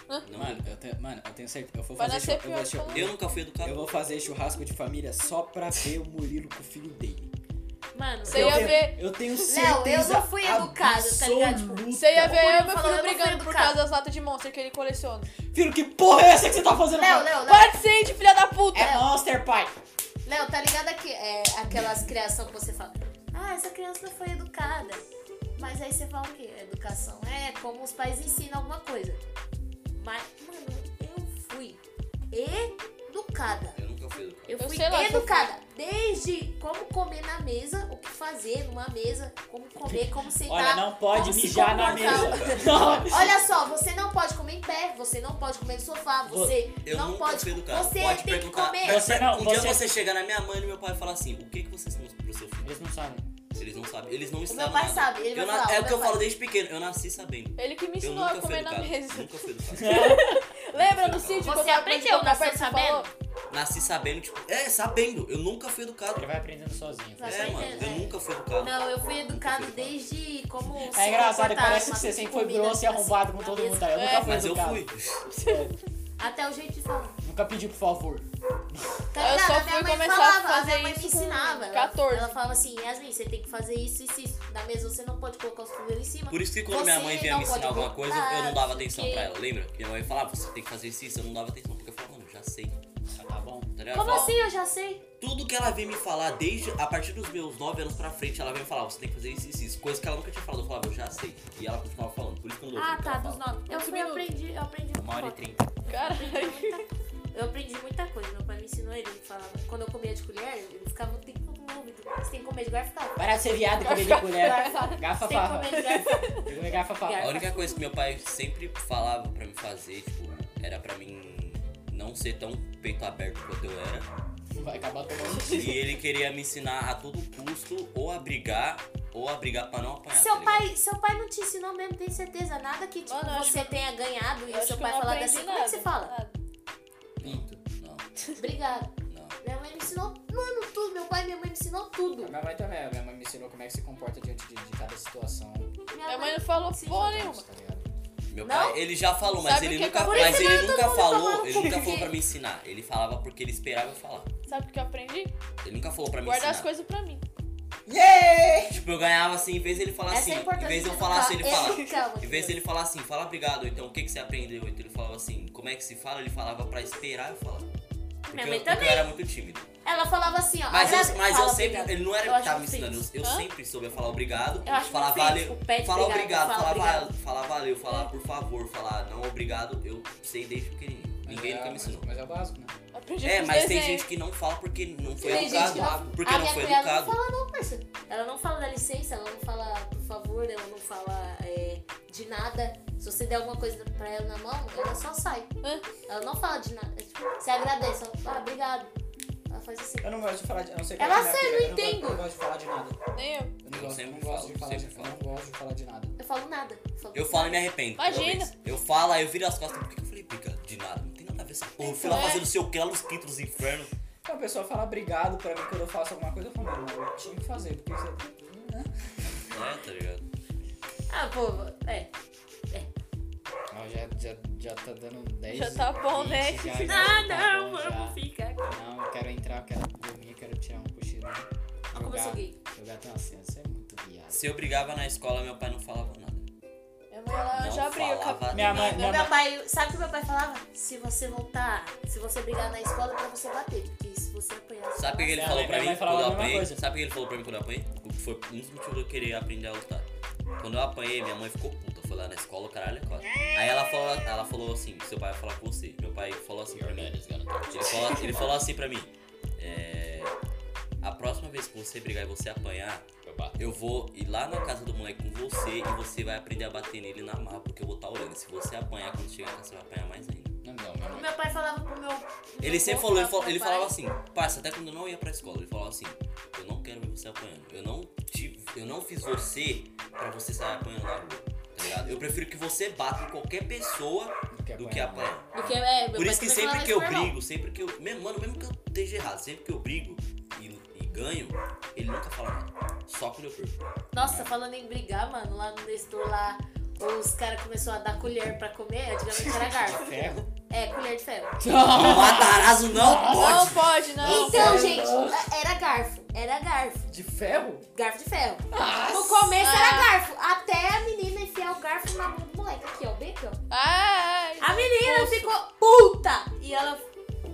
Speaker 4: Não, é?
Speaker 1: Mano, eu tenho, mano, eu tenho certeza. Eu vou
Speaker 3: Vai
Speaker 1: fazer
Speaker 3: nascer
Speaker 1: churrasco. Eu, vou
Speaker 3: pior,
Speaker 1: chu-
Speaker 3: então.
Speaker 4: eu nunca fui educado.
Speaker 1: eu vou fazer churrasco de família só pra ver o Murilo com o filho dele.
Speaker 2: Mano,
Speaker 3: Você
Speaker 1: eu
Speaker 3: ia
Speaker 1: tenho,
Speaker 3: ver-
Speaker 1: Eu tenho
Speaker 2: Léo,
Speaker 1: certeza.
Speaker 2: eu não fui educada, tá ligado? Tipo,
Speaker 1: absoluta.
Speaker 3: Você ia é ver eu e
Speaker 2: Falou,
Speaker 3: meu
Speaker 2: eu não
Speaker 3: filho
Speaker 2: fui
Speaker 3: brigando por
Speaker 2: educado.
Speaker 3: causa das latas de monster que ele coleciona.
Speaker 1: Filho, que porra é essa que você tá fazendo?
Speaker 2: Léo,
Speaker 1: pai?
Speaker 2: Léo, Léo,
Speaker 3: Para de ser de filha da puta!
Speaker 1: É Monster, pai.
Speaker 2: Léo, tá ligado aqui? É, aquelas criação que você fala. Ah, essa criança não foi educada. Mas aí você fala o quê? Educação é como os pais ensinam alguma coisa. Mas, mano, eu fui educada.
Speaker 4: Eu nunca fui educado.
Speaker 2: Eu
Speaker 3: Eu
Speaker 2: fui
Speaker 3: sei lá, se eu
Speaker 2: educada. Desde como comer na mesa, o que fazer numa mesa, como comer, como sentar.
Speaker 1: Olha, não pode
Speaker 2: como se
Speaker 1: mijar na mesa.
Speaker 2: comportar.
Speaker 1: Não.
Speaker 2: Olha só, você não pode comer em pé, você não pode comer no sofá, você
Speaker 4: Eu
Speaker 2: não
Speaker 4: nunca
Speaker 2: pode.
Speaker 4: fui educado.
Speaker 2: Você
Speaker 4: Pode
Speaker 2: tem que
Speaker 4: perguntar.
Speaker 2: comer.
Speaker 4: Mas
Speaker 1: Você não-
Speaker 4: um dia
Speaker 1: você-
Speaker 4: você chegar na minha mãe e no meu pai e falar assim, o que, que vocês ensinam pro seu filho?
Speaker 1: Eles não sabem.
Speaker 4: Se eles não sabem, eles não
Speaker 2: O
Speaker 4: ensinam
Speaker 2: meu pai
Speaker 4: nada.
Speaker 2: sabe, ele vai
Speaker 4: Eu na-
Speaker 2: falar.
Speaker 4: é o
Speaker 2: meu
Speaker 4: que eu
Speaker 2: pai.
Speaker 4: falo desde pequeno, eu nasci sabendo.
Speaker 3: Ele que me
Speaker 4: Eu
Speaker 3: ensinou a
Speaker 4: nunca fui
Speaker 3: comer na
Speaker 4: educado.
Speaker 3: mesa.
Speaker 4: Nunca fui educado.
Speaker 3: Lembra no sítio?
Speaker 2: Você
Speaker 3: quando eu aprendi a
Speaker 2: aprendeu,
Speaker 3: tocar
Speaker 2: nasceu
Speaker 3: perto, você
Speaker 2: sabendo?
Speaker 3: falou?
Speaker 4: Nasci sabendo, tipo, é, sabendo. Eu nunca fui educado.
Speaker 1: Ele vai aprendendo sozinho.
Speaker 2: Vai
Speaker 4: É, mano,
Speaker 2: aprendendo,
Speaker 4: eu
Speaker 2: é.
Speaker 4: nunca fui educado.
Speaker 2: Não, eu fui educado
Speaker 4: educado.
Speaker 2: desde como.
Speaker 1: É
Speaker 2: se
Speaker 1: engraçado,
Speaker 2: comportar
Speaker 1: parece
Speaker 2: numa
Speaker 1: que você sempre foi
Speaker 2: comida,
Speaker 1: grosso e arrombado
Speaker 2: assim,
Speaker 1: com
Speaker 2: na
Speaker 1: todo
Speaker 2: mesa.
Speaker 1: mundo. Aí eu
Speaker 3: É.
Speaker 1: nunca fui
Speaker 4: Mas eu
Speaker 1: educado.
Speaker 4: fui.
Speaker 1: É,
Speaker 2: Até o jeito de falar.
Speaker 1: nunca pedi por favor.
Speaker 2: Tá
Speaker 3: Eu
Speaker 2: ligado?
Speaker 3: só
Speaker 2: A minha
Speaker 3: fui
Speaker 2: mãe
Speaker 3: começar a
Speaker 2: falava,
Speaker 3: fazer
Speaker 2: minha mãe me
Speaker 3: isso com
Speaker 2: ensinava. Ela-
Speaker 3: 14.
Speaker 2: Ela falava assim, Yasmin, você tem que fazer isso e isso. Na mesa você não pode colocar os fogos em cima.
Speaker 4: Por isso que quando
Speaker 2: Você
Speaker 4: minha mãe vinha
Speaker 2: não
Speaker 4: me
Speaker 2: pode
Speaker 4: ensinar alguma
Speaker 2: voltar,
Speaker 4: coisa, eu não dava atenção
Speaker 2: porque-
Speaker 4: pra ela, lembra? Minha mãe falava, você tem que fazer isso, isso, eu não dava atenção, porque eu falava, mano, eu já sei, tá
Speaker 1: Ah, tá bom.
Speaker 4: ligado? Eu
Speaker 2: Como
Speaker 4: falava,
Speaker 2: assim? Eu já sei.
Speaker 4: Tudo que ela vem me falar, desde a partir dos meus 9 anos pra frente, ela vem me falar, você tem que fazer isso, isso, isso. Coisa que ela nunca tinha falado, eu falava, eu já sei. E ela continuava falando, por isso que eu não ouvi
Speaker 2: Ah,
Speaker 4: o que
Speaker 2: tá,
Speaker 4: ela
Speaker 2: dos
Speaker 4: fala.
Speaker 2: nove. Eu
Speaker 3: Uns
Speaker 2: fui, eu
Speaker 3: minutos.
Speaker 2: aprendi, eu aprendi
Speaker 4: Uma hora e
Speaker 2: muita coisa.
Speaker 4: trinta.
Speaker 3: Caralho.
Speaker 2: Eu aprendi muita coisa. Meu pai me ensinou, ele falava. Quando eu comia de colher, ele ficava tem que comer muito. Você tem que comer de garfo, ficava.
Speaker 1: Para de ser é viado e comer de colher. Gafa
Speaker 2: Você tem que
Speaker 1: farra.
Speaker 2: comer de garfo.
Speaker 1: Tem que comer gafa farra.
Speaker 4: A única coisa que meu pai sempre falava pra me fazer, tipo, era pra mim não ser tão peito aberto quanto eu era.
Speaker 1: Vai acabar tomando.
Speaker 4: E ele queria me ensinar a todo custo ou a brigar, ou a brigar pra não apanhar. tá
Speaker 2: Seu
Speaker 4: ligado?
Speaker 2: pai, seu pai não te ensinou mesmo, tem certeza. Nada que tipo,
Speaker 3: Mano, eu acho
Speaker 2: você
Speaker 3: que-
Speaker 2: tenha ganhado e
Speaker 3: Eu
Speaker 2: o
Speaker 3: acho
Speaker 2: seu
Speaker 3: que
Speaker 2: pai
Speaker 3: eu não
Speaker 2: falando
Speaker 3: aprendi
Speaker 2: assim. Como é que você
Speaker 3: nada,
Speaker 2: fala?
Speaker 3: nada.
Speaker 1: Pinto.
Speaker 4: Não,
Speaker 2: Obrigado.
Speaker 4: não.
Speaker 2: Minha mãe me ensinou, mano, tudo. Meu pai e minha mãe me ensinou tudo.
Speaker 1: Minha mãe também. Minha mãe me ensinou como é que se comporta diante de, de cada situação.
Speaker 3: Minha mãe não falou porra nenhuma.
Speaker 1: Tá ligado?
Speaker 4: Meu
Speaker 2: Não?
Speaker 4: pai, ele já falou, mas
Speaker 3: Sabe o
Speaker 4: ele
Speaker 2: é
Speaker 3: que
Speaker 4: nunca,
Speaker 3: que eu- Por
Speaker 4: mas
Speaker 2: isso
Speaker 4: ele
Speaker 2: mesmo,
Speaker 4: nunca
Speaker 2: todo mundo tomar
Speaker 4: falou,
Speaker 2: no
Speaker 4: ele
Speaker 2: cu,
Speaker 4: nunca
Speaker 2: porque-
Speaker 4: falou pra me ensinar. Ele falava porque ele esperava eu falar.
Speaker 3: Sabe o que eu aprendi?
Speaker 4: Ele nunca falou pra me
Speaker 3: Guardar as
Speaker 4: ensinar.
Speaker 3: coisas pra mim.
Speaker 4: Tipo, eu ganhava assim, em vez dele falar
Speaker 2: Essa
Speaker 4: assim,
Speaker 2: é a
Speaker 4: em
Speaker 2: importância
Speaker 4: vez de eu
Speaker 2: de
Speaker 4: falar assim, ele
Speaker 2: educar. é
Speaker 4: falava.
Speaker 2: Educar, meu
Speaker 4: Em vez
Speaker 2: Deus.
Speaker 4: dele falar assim, fala obrigado, ou então o que, que você aprendeu? Então ele falava assim, como é que se fala? Ele falava pra esperar eu falar. Porque,
Speaker 2: Minha
Speaker 4: eu,
Speaker 2: mãe
Speaker 4: porque eu
Speaker 2: também.
Speaker 4: era muito tímido.
Speaker 2: Ela falava assim, ó.
Speaker 4: Mas
Speaker 2: agrade-
Speaker 4: eu, mas eu
Speaker 2: fala
Speaker 4: sempre,
Speaker 2: obrigado.
Speaker 4: ele não era eu
Speaker 2: Eu
Speaker 4: que
Speaker 2: acho
Speaker 4: tava me
Speaker 2: muito
Speaker 4: ensinando, eu,
Speaker 2: feio.
Speaker 4: eu
Speaker 3: Hã?
Speaker 4: sempre soube falar obrigado,
Speaker 2: Eu acho
Speaker 4: falar
Speaker 2: muito feio,
Speaker 4: valeu,
Speaker 2: tipo, pede
Speaker 4: falar
Speaker 2: obrigado,
Speaker 4: obrigado, falar
Speaker 2: fala obrigado. Hum.
Speaker 4: valeu, falar valeu, falar por favor, falar não obrigado, eu sei desde pequenininho.
Speaker 1: Mas
Speaker 4: Ninguém
Speaker 1: é-
Speaker 4: nunca me
Speaker 1: mas-
Speaker 4: ensinou.
Speaker 1: Mas é o básico, né?
Speaker 3: Aprendi
Speaker 4: É,
Speaker 3: com os
Speaker 4: mas tem
Speaker 3: desenhos.
Speaker 4: gente que não fala porque não foi
Speaker 2: Tem gente que
Speaker 4: educado. ah,
Speaker 2: não-
Speaker 4: Porque
Speaker 2: a
Speaker 4: não
Speaker 2: minha
Speaker 4: foi
Speaker 2: cunhada
Speaker 4: educado.
Speaker 2: não fala não, parceiro. Ela não fala da licença, ela não fala por favor, ela não fala é, de nada. Se você der alguma coisa pra ela na mão, ela só sai.
Speaker 3: Hã?
Speaker 2: Ela não fala de nada. É, tipo, Você agradece, ela fala, ah, obrigado. Ela faz assim.
Speaker 1: Eu não gosto de falar de. Eu não sei
Speaker 2: Ela
Speaker 1: qual que é a
Speaker 2: sabe,
Speaker 1: minha
Speaker 2: eu
Speaker 1: pira, eu
Speaker 2: entendo.
Speaker 1: não gosto- Eu não gosto de falar de nada.
Speaker 3: Nem eu.
Speaker 1: Eu não
Speaker 4: Eu
Speaker 1: gosto, eu
Speaker 4: sempre
Speaker 1: não gosto
Speaker 4: falo,
Speaker 1: de falar de,
Speaker 4: sempre
Speaker 1: eu não gosto de falar de nada.
Speaker 2: Eu falo nada. falo-
Speaker 4: Eu falo e me arrependo.
Speaker 3: Imagina.
Speaker 4: talvez. Eu falo, aí eu viro as costas. Por que que eu falei obrigado? De nada. Não tem nada a ver essa porra. Eu fui lá
Speaker 3: É.
Speaker 2: Então
Speaker 4: fazendo seu que lá nos quintos dos infernos.
Speaker 1: Então a pessoa fala obrigado pra mim quando eu faço alguma coisa, eu falo, mano, eu tinha que fazer, porque você.
Speaker 4: É, tá ligado?
Speaker 2: Ah, pô, é.
Speaker 1: Não, já, já, já tá dando 10.
Speaker 3: Já tá bom, né?
Speaker 1: vinte, já- já
Speaker 2: Ah,
Speaker 1: tá
Speaker 2: não,
Speaker 1: bom, já.
Speaker 2: vamos ficar aqui.
Speaker 1: Não, eu quero entrar, eu quero dormir, eu quero tirar um cochilo.
Speaker 2: Ah, como eu sou gay.
Speaker 1: Jogar tem uma cena, você é muito viado.
Speaker 4: Se eu brigava na escola, meu pai não falava nada.
Speaker 3: Minha mãe, ela
Speaker 4: não
Speaker 3: já abriu.
Speaker 4: falava
Speaker 1: Minha
Speaker 4: nada.
Speaker 1: mãe, minha
Speaker 2: Meu
Speaker 1: mãe.
Speaker 2: pai, sabe o que meu pai falava? Se você voltar, se você brigar na escola, é pra você bater. Porque se você apanhar, você
Speaker 4: Sabe o que ele
Speaker 1: Minha
Speaker 4: falou
Speaker 1: mãe-
Speaker 4: pra
Speaker 1: minha
Speaker 4: mim
Speaker 1: mãe falava
Speaker 4: quando eu
Speaker 1: é a mesma
Speaker 4: apanhei?
Speaker 1: coisa.
Speaker 4: Sabe o que ele falou pra mim quando eu apanhei? O que Foi um dos motivos de eu querer aprender a lutar. Quando eu apanhei, minha mãe ficou puta. Foi lá na escola, caralho, é quase. Aí ela falou, ela falou assim: seu pai vai falar com você. Meu pai falou assim pra mim. Ele falou, ele falou assim pra mim: é, a próxima vez que você brigar e você apanhar, eu vou ir lá na casa do moleque com tá você e você vai aprender a bater nele na marra, porque eu vou estar olhando. Se você apanhar quando chegar em casa, você vai apanhar mais ainda.
Speaker 1: Não,
Speaker 8: não, minha
Speaker 2: O
Speaker 8: mãe.
Speaker 2: meu pai falava pro meu.
Speaker 4: Ele sempre
Speaker 2: avô
Speaker 4: falou, ele,
Speaker 2: pro
Speaker 4: falou-
Speaker 2: meu
Speaker 4: ele
Speaker 2: pai,
Speaker 4: falava assim, parça, até quando eu não ia pra escola, ele falava assim, eu não quero ver você apanhando. Eu não tive, eu não fiz você pra você sair apanhando na rua. Tá ligado? Eu prefiro que você bata em qualquer pessoa do que apanhar.
Speaker 2: Porque, é, meu
Speaker 4: Por
Speaker 2: pai
Speaker 4: isso que
Speaker 2: também
Speaker 4: sempre
Speaker 2: falava
Speaker 4: que eu
Speaker 2: pro meu irmão.
Speaker 4: brigo, sempre que eu. Mesmo, mano, mesmo que eu esteja errado, sempre que eu brigo e, e ganho, ele nunca fala nada. Só quando eu perco.
Speaker 2: Nossa, falando em brigar, mano, lá no Nestor lá, os caras começaram a dar colher pra comer, antigamente era garfo.
Speaker 1: Ferro.
Speaker 2: É, colher de ferro.
Speaker 4: O Matarazzo não
Speaker 3: Não
Speaker 4: pode!
Speaker 3: pode, não.
Speaker 2: Então, gente, era garfo, era garfo,
Speaker 1: De ferro?
Speaker 2: garfo de ferro. No começo era garfo, até a menina enfiar o garfo na mão do moleque, aqui ó, bem aqui ó.
Speaker 3: Ai,
Speaker 2: A menina ficou puta! E ela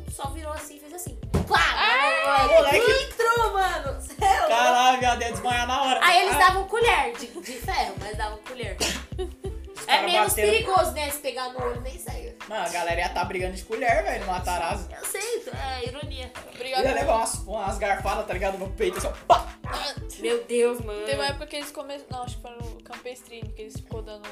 Speaker 2: só virou assim e fez assim. Pá!
Speaker 1: Ah,
Speaker 2: Ai,
Speaker 1: moleque.
Speaker 2: entrou, mano! Cê é louco.
Speaker 1: Caralho, viado, ia desmaiar na hora.
Speaker 2: Aí eles é
Speaker 1: Ah,
Speaker 2: davam colher de, de ferro, mas davam colher.
Speaker 1: os
Speaker 2: É
Speaker 1: caras
Speaker 2: menos
Speaker 1: bateram-
Speaker 2: perigoso, né? Se pegar no olho, nem saiu.
Speaker 1: Mano, a galera ia estar brigando de colher, velho, no Matarazzo.
Speaker 2: Eu sei, é ironia.
Speaker 1: Ia
Speaker 3: obrigado.
Speaker 1: levar umas, umas garfadas, tá ligado? No peito, assim, ó. Pá!
Speaker 2: Meu Deus, mano.
Speaker 3: Teve uma época que eles começaram. Não, acho que foi no Campestrini, que eles ficou dando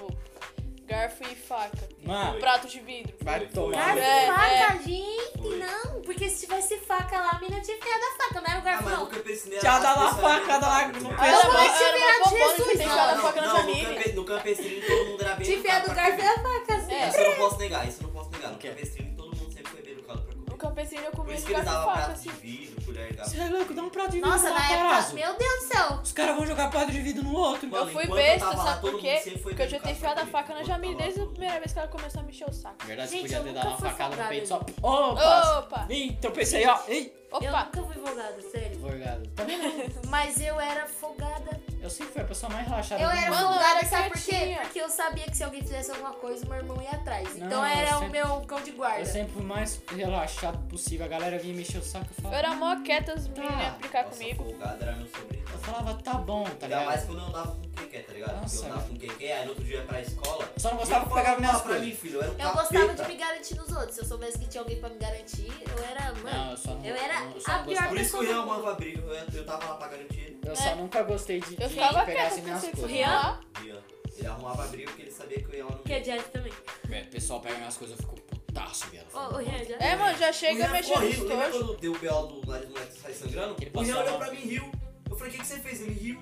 Speaker 3: garfo e faca.
Speaker 1: Mano,
Speaker 3: Prato de vidro.
Speaker 1: vai tomar.
Speaker 2: Garfo
Speaker 1: no-
Speaker 3: É,
Speaker 2: e faca,
Speaker 3: é.
Speaker 2: gente, não. Porque se tivesse faca lá, a menina tinha enfiado a faca, não era o
Speaker 8: Ah,
Speaker 2: garfo,
Speaker 8: mas
Speaker 2: não.
Speaker 8: nunca pensei nela.
Speaker 1: Tchau, dá uma facada lá no
Speaker 3: Ah, Era uma,
Speaker 1: pescoço.
Speaker 3: era uma bombona que foi deixada a
Speaker 8: Não,
Speaker 3: faca na
Speaker 8: não, no
Speaker 3: família.
Speaker 8: campe- No campestrinho todo mundo era bem
Speaker 2: Tinha enfiado o
Speaker 8: educado pra
Speaker 2: garfo e a faca, assim.
Speaker 3: É.
Speaker 8: Isso eu não posso negar, isso eu não posso negar. No
Speaker 1: O quê?
Speaker 8: campestrinho todo mundo sempre foi bem educado pra comer.
Speaker 3: No Campestrini eu
Speaker 8: Por
Speaker 3: comia
Speaker 8: isso
Speaker 3: de
Speaker 8: que eles
Speaker 3: garfo e
Speaker 8: davam
Speaker 3: faca,
Speaker 8: prato de
Speaker 3: assim.
Speaker 8: vidro, colher e garfo.
Speaker 1: Você é louco, dá um prato de vidro
Speaker 2: Nossa,
Speaker 1: no
Speaker 2: na época,
Speaker 1: Matarazzo.
Speaker 2: meu Deus do céu.
Speaker 1: Os caras vão jogar prato de vidro no outro.
Speaker 3: Eu
Speaker 8: Mano,
Speaker 3: fui
Speaker 8: enquanto eu
Speaker 3: besta,
Speaker 8: tava lá,
Speaker 3: sabe
Speaker 8: todo
Speaker 3: por
Speaker 8: mundo
Speaker 3: quê?
Speaker 8: sempre foi
Speaker 3: Porque eu já
Speaker 8: educado
Speaker 3: tinha enfiado
Speaker 8: pra
Speaker 3: a
Speaker 8: comer.
Speaker 3: faca na
Speaker 8: Enquanto eu
Speaker 3: Jamile
Speaker 8: tava lá,
Speaker 3: desde a
Speaker 8: todo
Speaker 3: primeira vez que ela começou a mexer o saco.
Speaker 1: Verdade,
Speaker 2: Gente,
Speaker 1: podia
Speaker 2: eu
Speaker 1: ter
Speaker 2: nunca
Speaker 1: dado uma
Speaker 2: fui
Speaker 1: facada no
Speaker 2: folgada,
Speaker 1: peito, só.
Speaker 2: gente.
Speaker 1: Opa!
Speaker 3: Opa!
Speaker 1: Então pensei, ó. Ei,
Speaker 2: Eu
Speaker 3: Opa!
Speaker 2: nunca fui folgada, sério.
Speaker 1: Morgado. Também não.
Speaker 2: Mas eu era folgada.
Speaker 1: Eu sempre fui a pessoa mais relaxada
Speaker 2: Eu
Speaker 1: do
Speaker 2: era
Speaker 1: mundo.
Speaker 3: Mano, eu
Speaker 2: folgada,
Speaker 3: era
Speaker 2: sabe por quê?
Speaker 3: quietinha.
Speaker 2: Porque eu sabia que se alguém fizesse alguma coisa, meu irmão ia atrás. Então
Speaker 1: Não,
Speaker 2: era
Speaker 1: eu
Speaker 2: o
Speaker 1: sempre-
Speaker 2: meu cão de guarda.
Speaker 1: Eu sempre fui o mais relaxado possível. A galera vinha mexer o saco e
Speaker 3: Eu
Speaker 1: falava.
Speaker 3: era mó quieta, as meninas
Speaker 1: Ah.
Speaker 3: iam brincar
Speaker 8: Nossa,
Speaker 3: comigo.
Speaker 8: folgado era meu sobrinho.
Speaker 1: Eu falava, tá bom, tá
Speaker 8: Ainda mais
Speaker 1: ligado?
Speaker 8: quando eu andava com o Keké, tá ligado? Porque
Speaker 1: Nossa,
Speaker 8: eu andava com o Keké, aí no outro dia ia pra escola.
Speaker 1: Só não gostava
Speaker 8: e
Speaker 1: que
Speaker 8: eu
Speaker 1: pegava minhas
Speaker 8: falava pra
Speaker 1: coisas.
Speaker 8: mim, filho. Eu era um
Speaker 2: Eu gostava
Speaker 8: capeta.
Speaker 2: de me garantir nos outros. Se eu soubesse que tinha alguém pra me garantir, eu era, mano.
Speaker 1: Não, eu só não.
Speaker 2: eu era
Speaker 1: eu só
Speaker 2: a
Speaker 1: não
Speaker 2: pior
Speaker 1: gostava-
Speaker 8: Por isso que o Rian é
Speaker 2: Todo mundo.
Speaker 8: amava briga, eu, eu tava lá pra garantir.
Speaker 1: Eu
Speaker 2: É.
Speaker 1: só nunca gostei de,
Speaker 3: Eu
Speaker 1: de pegar
Speaker 3: ficava quieta,
Speaker 1: assim minhas
Speaker 3: porque
Speaker 1: coisas.
Speaker 3: eu lá.
Speaker 8: Rian. Ele arrumava briga porque ele sabia que eu ia lá no.
Speaker 2: Que é diário também.
Speaker 1: Velho, O pessoal pega minhas coisas, eu fico putaço, viado.
Speaker 2: Ô, ô, Rian, já.
Speaker 3: É, mano, já
Speaker 8: O
Speaker 3: chega
Speaker 8: Rian ficou
Speaker 3: mexendo
Speaker 8: rindo.
Speaker 3: os
Speaker 8: Lembra
Speaker 3: dois.
Speaker 8: quando deu o B.O. do nariz do moleque que sai sangrando?
Speaker 1: Ele
Speaker 8: O
Speaker 1: passou
Speaker 8: Rian
Speaker 1: a
Speaker 8: olhou
Speaker 1: mão.
Speaker 8: pra mim e riu. Eu falei, o que, que você fez? Ele riu.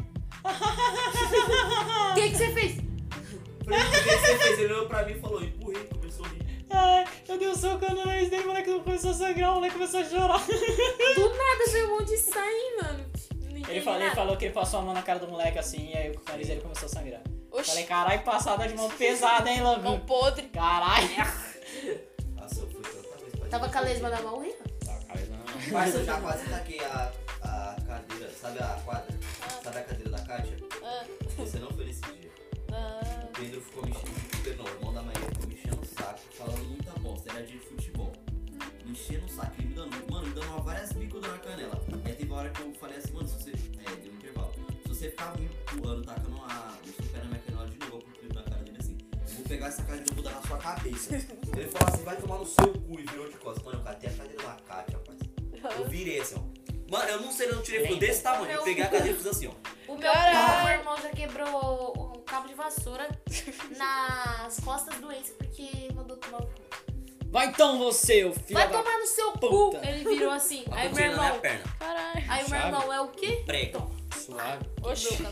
Speaker 2: O que, que você fez?
Speaker 8: Eu falei, o que, que você fez? Ele olhou pra mim e falou, empurrei, começou a rir.
Speaker 1: Ai, eu dei um soco no nariz dele, o moleque começou a sangrar, o moleque começou a chorar.
Speaker 2: Do nada veio um monte de sangue, mano. Não entendi
Speaker 1: Ele falou, ele
Speaker 2: nada.
Speaker 1: falou que ele passou a mão na cara do moleque assim, e aí o nariz dele começou a sangrar. Falei,
Speaker 3: Oxi,
Speaker 1: caralho, passada de mão pesada, hein, Langu?
Speaker 3: mão podre.
Speaker 1: Caralho!
Speaker 8: Nossa, eu fui tanta vez pra
Speaker 2: Tava com a
Speaker 8: dirigir.
Speaker 2: lesma na mão, Rian?
Speaker 8: Parça, eu já quase taquei a, a cadeira, sabe a quadra? Sabe a cadeira da Kátia?
Speaker 3: Ah,
Speaker 8: Você não foi nesse dia.
Speaker 3: ah.
Speaker 8: O Pedro ficou me enchendo, Pedro não, o irmão da Maria ficou me enchendo o saco, falando muita bosta, era dia de futebol. Me enchendo o saco, ele me dando, mano, me dando uma várias bicudas na canela. Aí teve uma hora que eu falei assim, mano, se você, é, deu um intervalo, se você ficar me empurrando, tacando a, o seu pé na minha canela de novo, eu vou pro Pedro na cara dele assim, eu vou pegar essa cadeira e vou dar na sua cabeça. ele falou assim, vai tomar no seu cu e virou de costas. Mano, eu catei a cadeira da Kátia, rapaz. Eu virei assim, ó. Mano, eu não sei não, eu tirei, ficou desse tamanho, eu peguei a cadeira e fiz assim, ó.
Speaker 2: O meu
Speaker 3: Caralho.
Speaker 2: primo, meu irmão já quebrou um cabo de vassoura nas costas do ex porque mandou tomar o cu.
Speaker 1: Vai então você, ô filho
Speaker 2: Vai
Speaker 1: da...
Speaker 2: tomar no seu
Speaker 1: puta.
Speaker 2: cu! Ele virou assim. Aí meu
Speaker 4: Aconteceu na minha
Speaker 2: irmão.
Speaker 4: perna.
Speaker 3: Caralho.
Speaker 2: Aí meu
Speaker 1: Chave.
Speaker 2: irmão é o quê?
Speaker 4: Prega.
Speaker 1: Então. Suave.
Speaker 3: Oxi.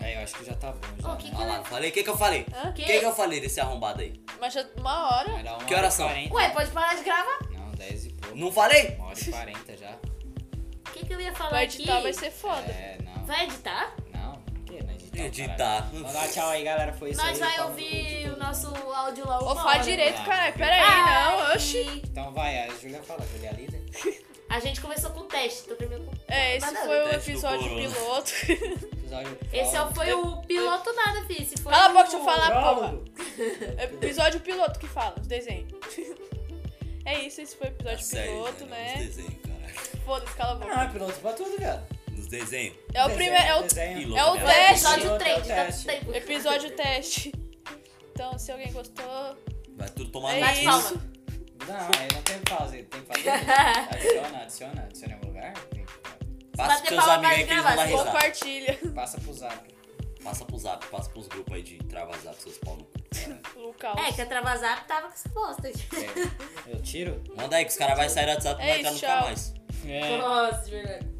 Speaker 1: É, eu acho que já tá bom já.
Speaker 2: Ô,
Speaker 1: né?
Speaker 2: que que
Speaker 4: Olha
Speaker 2: ele...
Speaker 4: lá, eu falei, o que que eu falei?
Speaker 3: Hã?
Speaker 4: O que que eu falei desse arrombado aí?
Speaker 3: Mas já uma hora.
Speaker 1: Era uma
Speaker 4: Que horas
Speaker 1: hora
Speaker 4: são?
Speaker 1: e 40.
Speaker 2: Ué, pode parar de gravar?
Speaker 1: Não, 10 e pouco.
Speaker 4: Não falei?
Speaker 1: Uma hora e 40 já.
Speaker 2: O que, que eu ia falar
Speaker 3: Pra
Speaker 2: aqui?
Speaker 3: editar vai ser foda.
Speaker 1: É, não.
Speaker 2: Vai editar?
Speaker 1: Não, por que não é editar?
Speaker 4: Editar.
Speaker 1: Vamos dar tchau aí, galera. Foi isso
Speaker 2: Nós
Speaker 1: aí. tá.
Speaker 2: vai
Speaker 1: Fala
Speaker 2: ouvir
Speaker 1: tudo.
Speaker 2: o nosso áudio lá.
Speaker 3: Ou
Speaker 2: uma
Speaker 3: fala
Speaker 2: hora.
Speaker 3: direito,
Speaker 1: Vai.
Speaker 3: caralho. Pera aí, não. Oxi.
Speaker 1: Então vai, a Julia fala, Julia Lida.
Speaker 2: A gente começou com o teste, tô terminando com...
Speaker 3: É, esse
Speaker 2: Nada.
Speaker 3: foi o
Speaker 4: Teste do
Speaker 3: episódio
Speaker 4: corona.
Speaker 3: piloto.
Speaker 1: Episódio.
Speaker 2: Esse é o- foi o piloto nada, fi. Esse foi
Speaker 3: Cala a
Speaker 2: o...
Speaker 3: boca, deixa eu falar.
Speaker 1: Prólogo.
Speaker 3: É, Episódio piloto que fala, os desenhos. É isso, esse foi o
Speaker 4: Tá
Speaker 3: episódio
Speaker 4: sério,
Speaker 3: piloto,
Speaker 4: Nos
Speaker 3: né?
Speaker 4: desenhos, caralho.
Speaker 3: Foda-se, cala a boca.
Speaker 1: Não, é piloto pra tudo, viado.
Speaker 4: Nos desenhos.
Speaker 3: É o primeiro. É o
Speaker 1: Desenho.
Speaker 4: Piloto.
Speaker 3: é o
Speaker 4: É o
Speaker 3: teste.
Speaker 2: Episódio
Speaker 1: Piloto é o
Speaker 2: 3, dá
Speaker 1: teste.
Speaker 2: tempo.
Speaker 3: Episódio teste. Então, se alguém gostou,
Speaker 4: Vai tudo tomar
Speaker 3: é
Speaker 4: no
Speaker 2: Bate
Speaker 4: cu.
Speaker 2: palma.
Speaker 3: isso.
Speaker 1: Não, aí não tem que fazer, tem que fazer. Adiciona, adiciona, adiciona em algum lugar. Tem que-
Speaker 4: Passa
Speaker 2: Bater
Speaker 4: pros seus
Speaker 2: palma,
Speaker 4: amigos aí que eles vão dar
Speaker 2: vai gravar,
Speaker 4: risada.
Speaker 3: Compartilha.
Speaker 1: Passa pro zap.
Speaker 4: Passa pro zap, passa pros grupos aí de trava zap, seus pau no cu. Caralho.
Speaker 3: Lucas.
Speaker 2: É, que a Travazap tava com essa bosta aqui.
Speaker 1: É, Eu tiro?
Speaker 4: Manda aí que os caras vão sair do WhatsApp e não vai
Speaker 3: Ei,
Speaker 4: entrar nunca
Speaker 3: tchau.
Speaker 4: mais.
Speaker 1: É.
Speaker 7: Nossa, de verdade.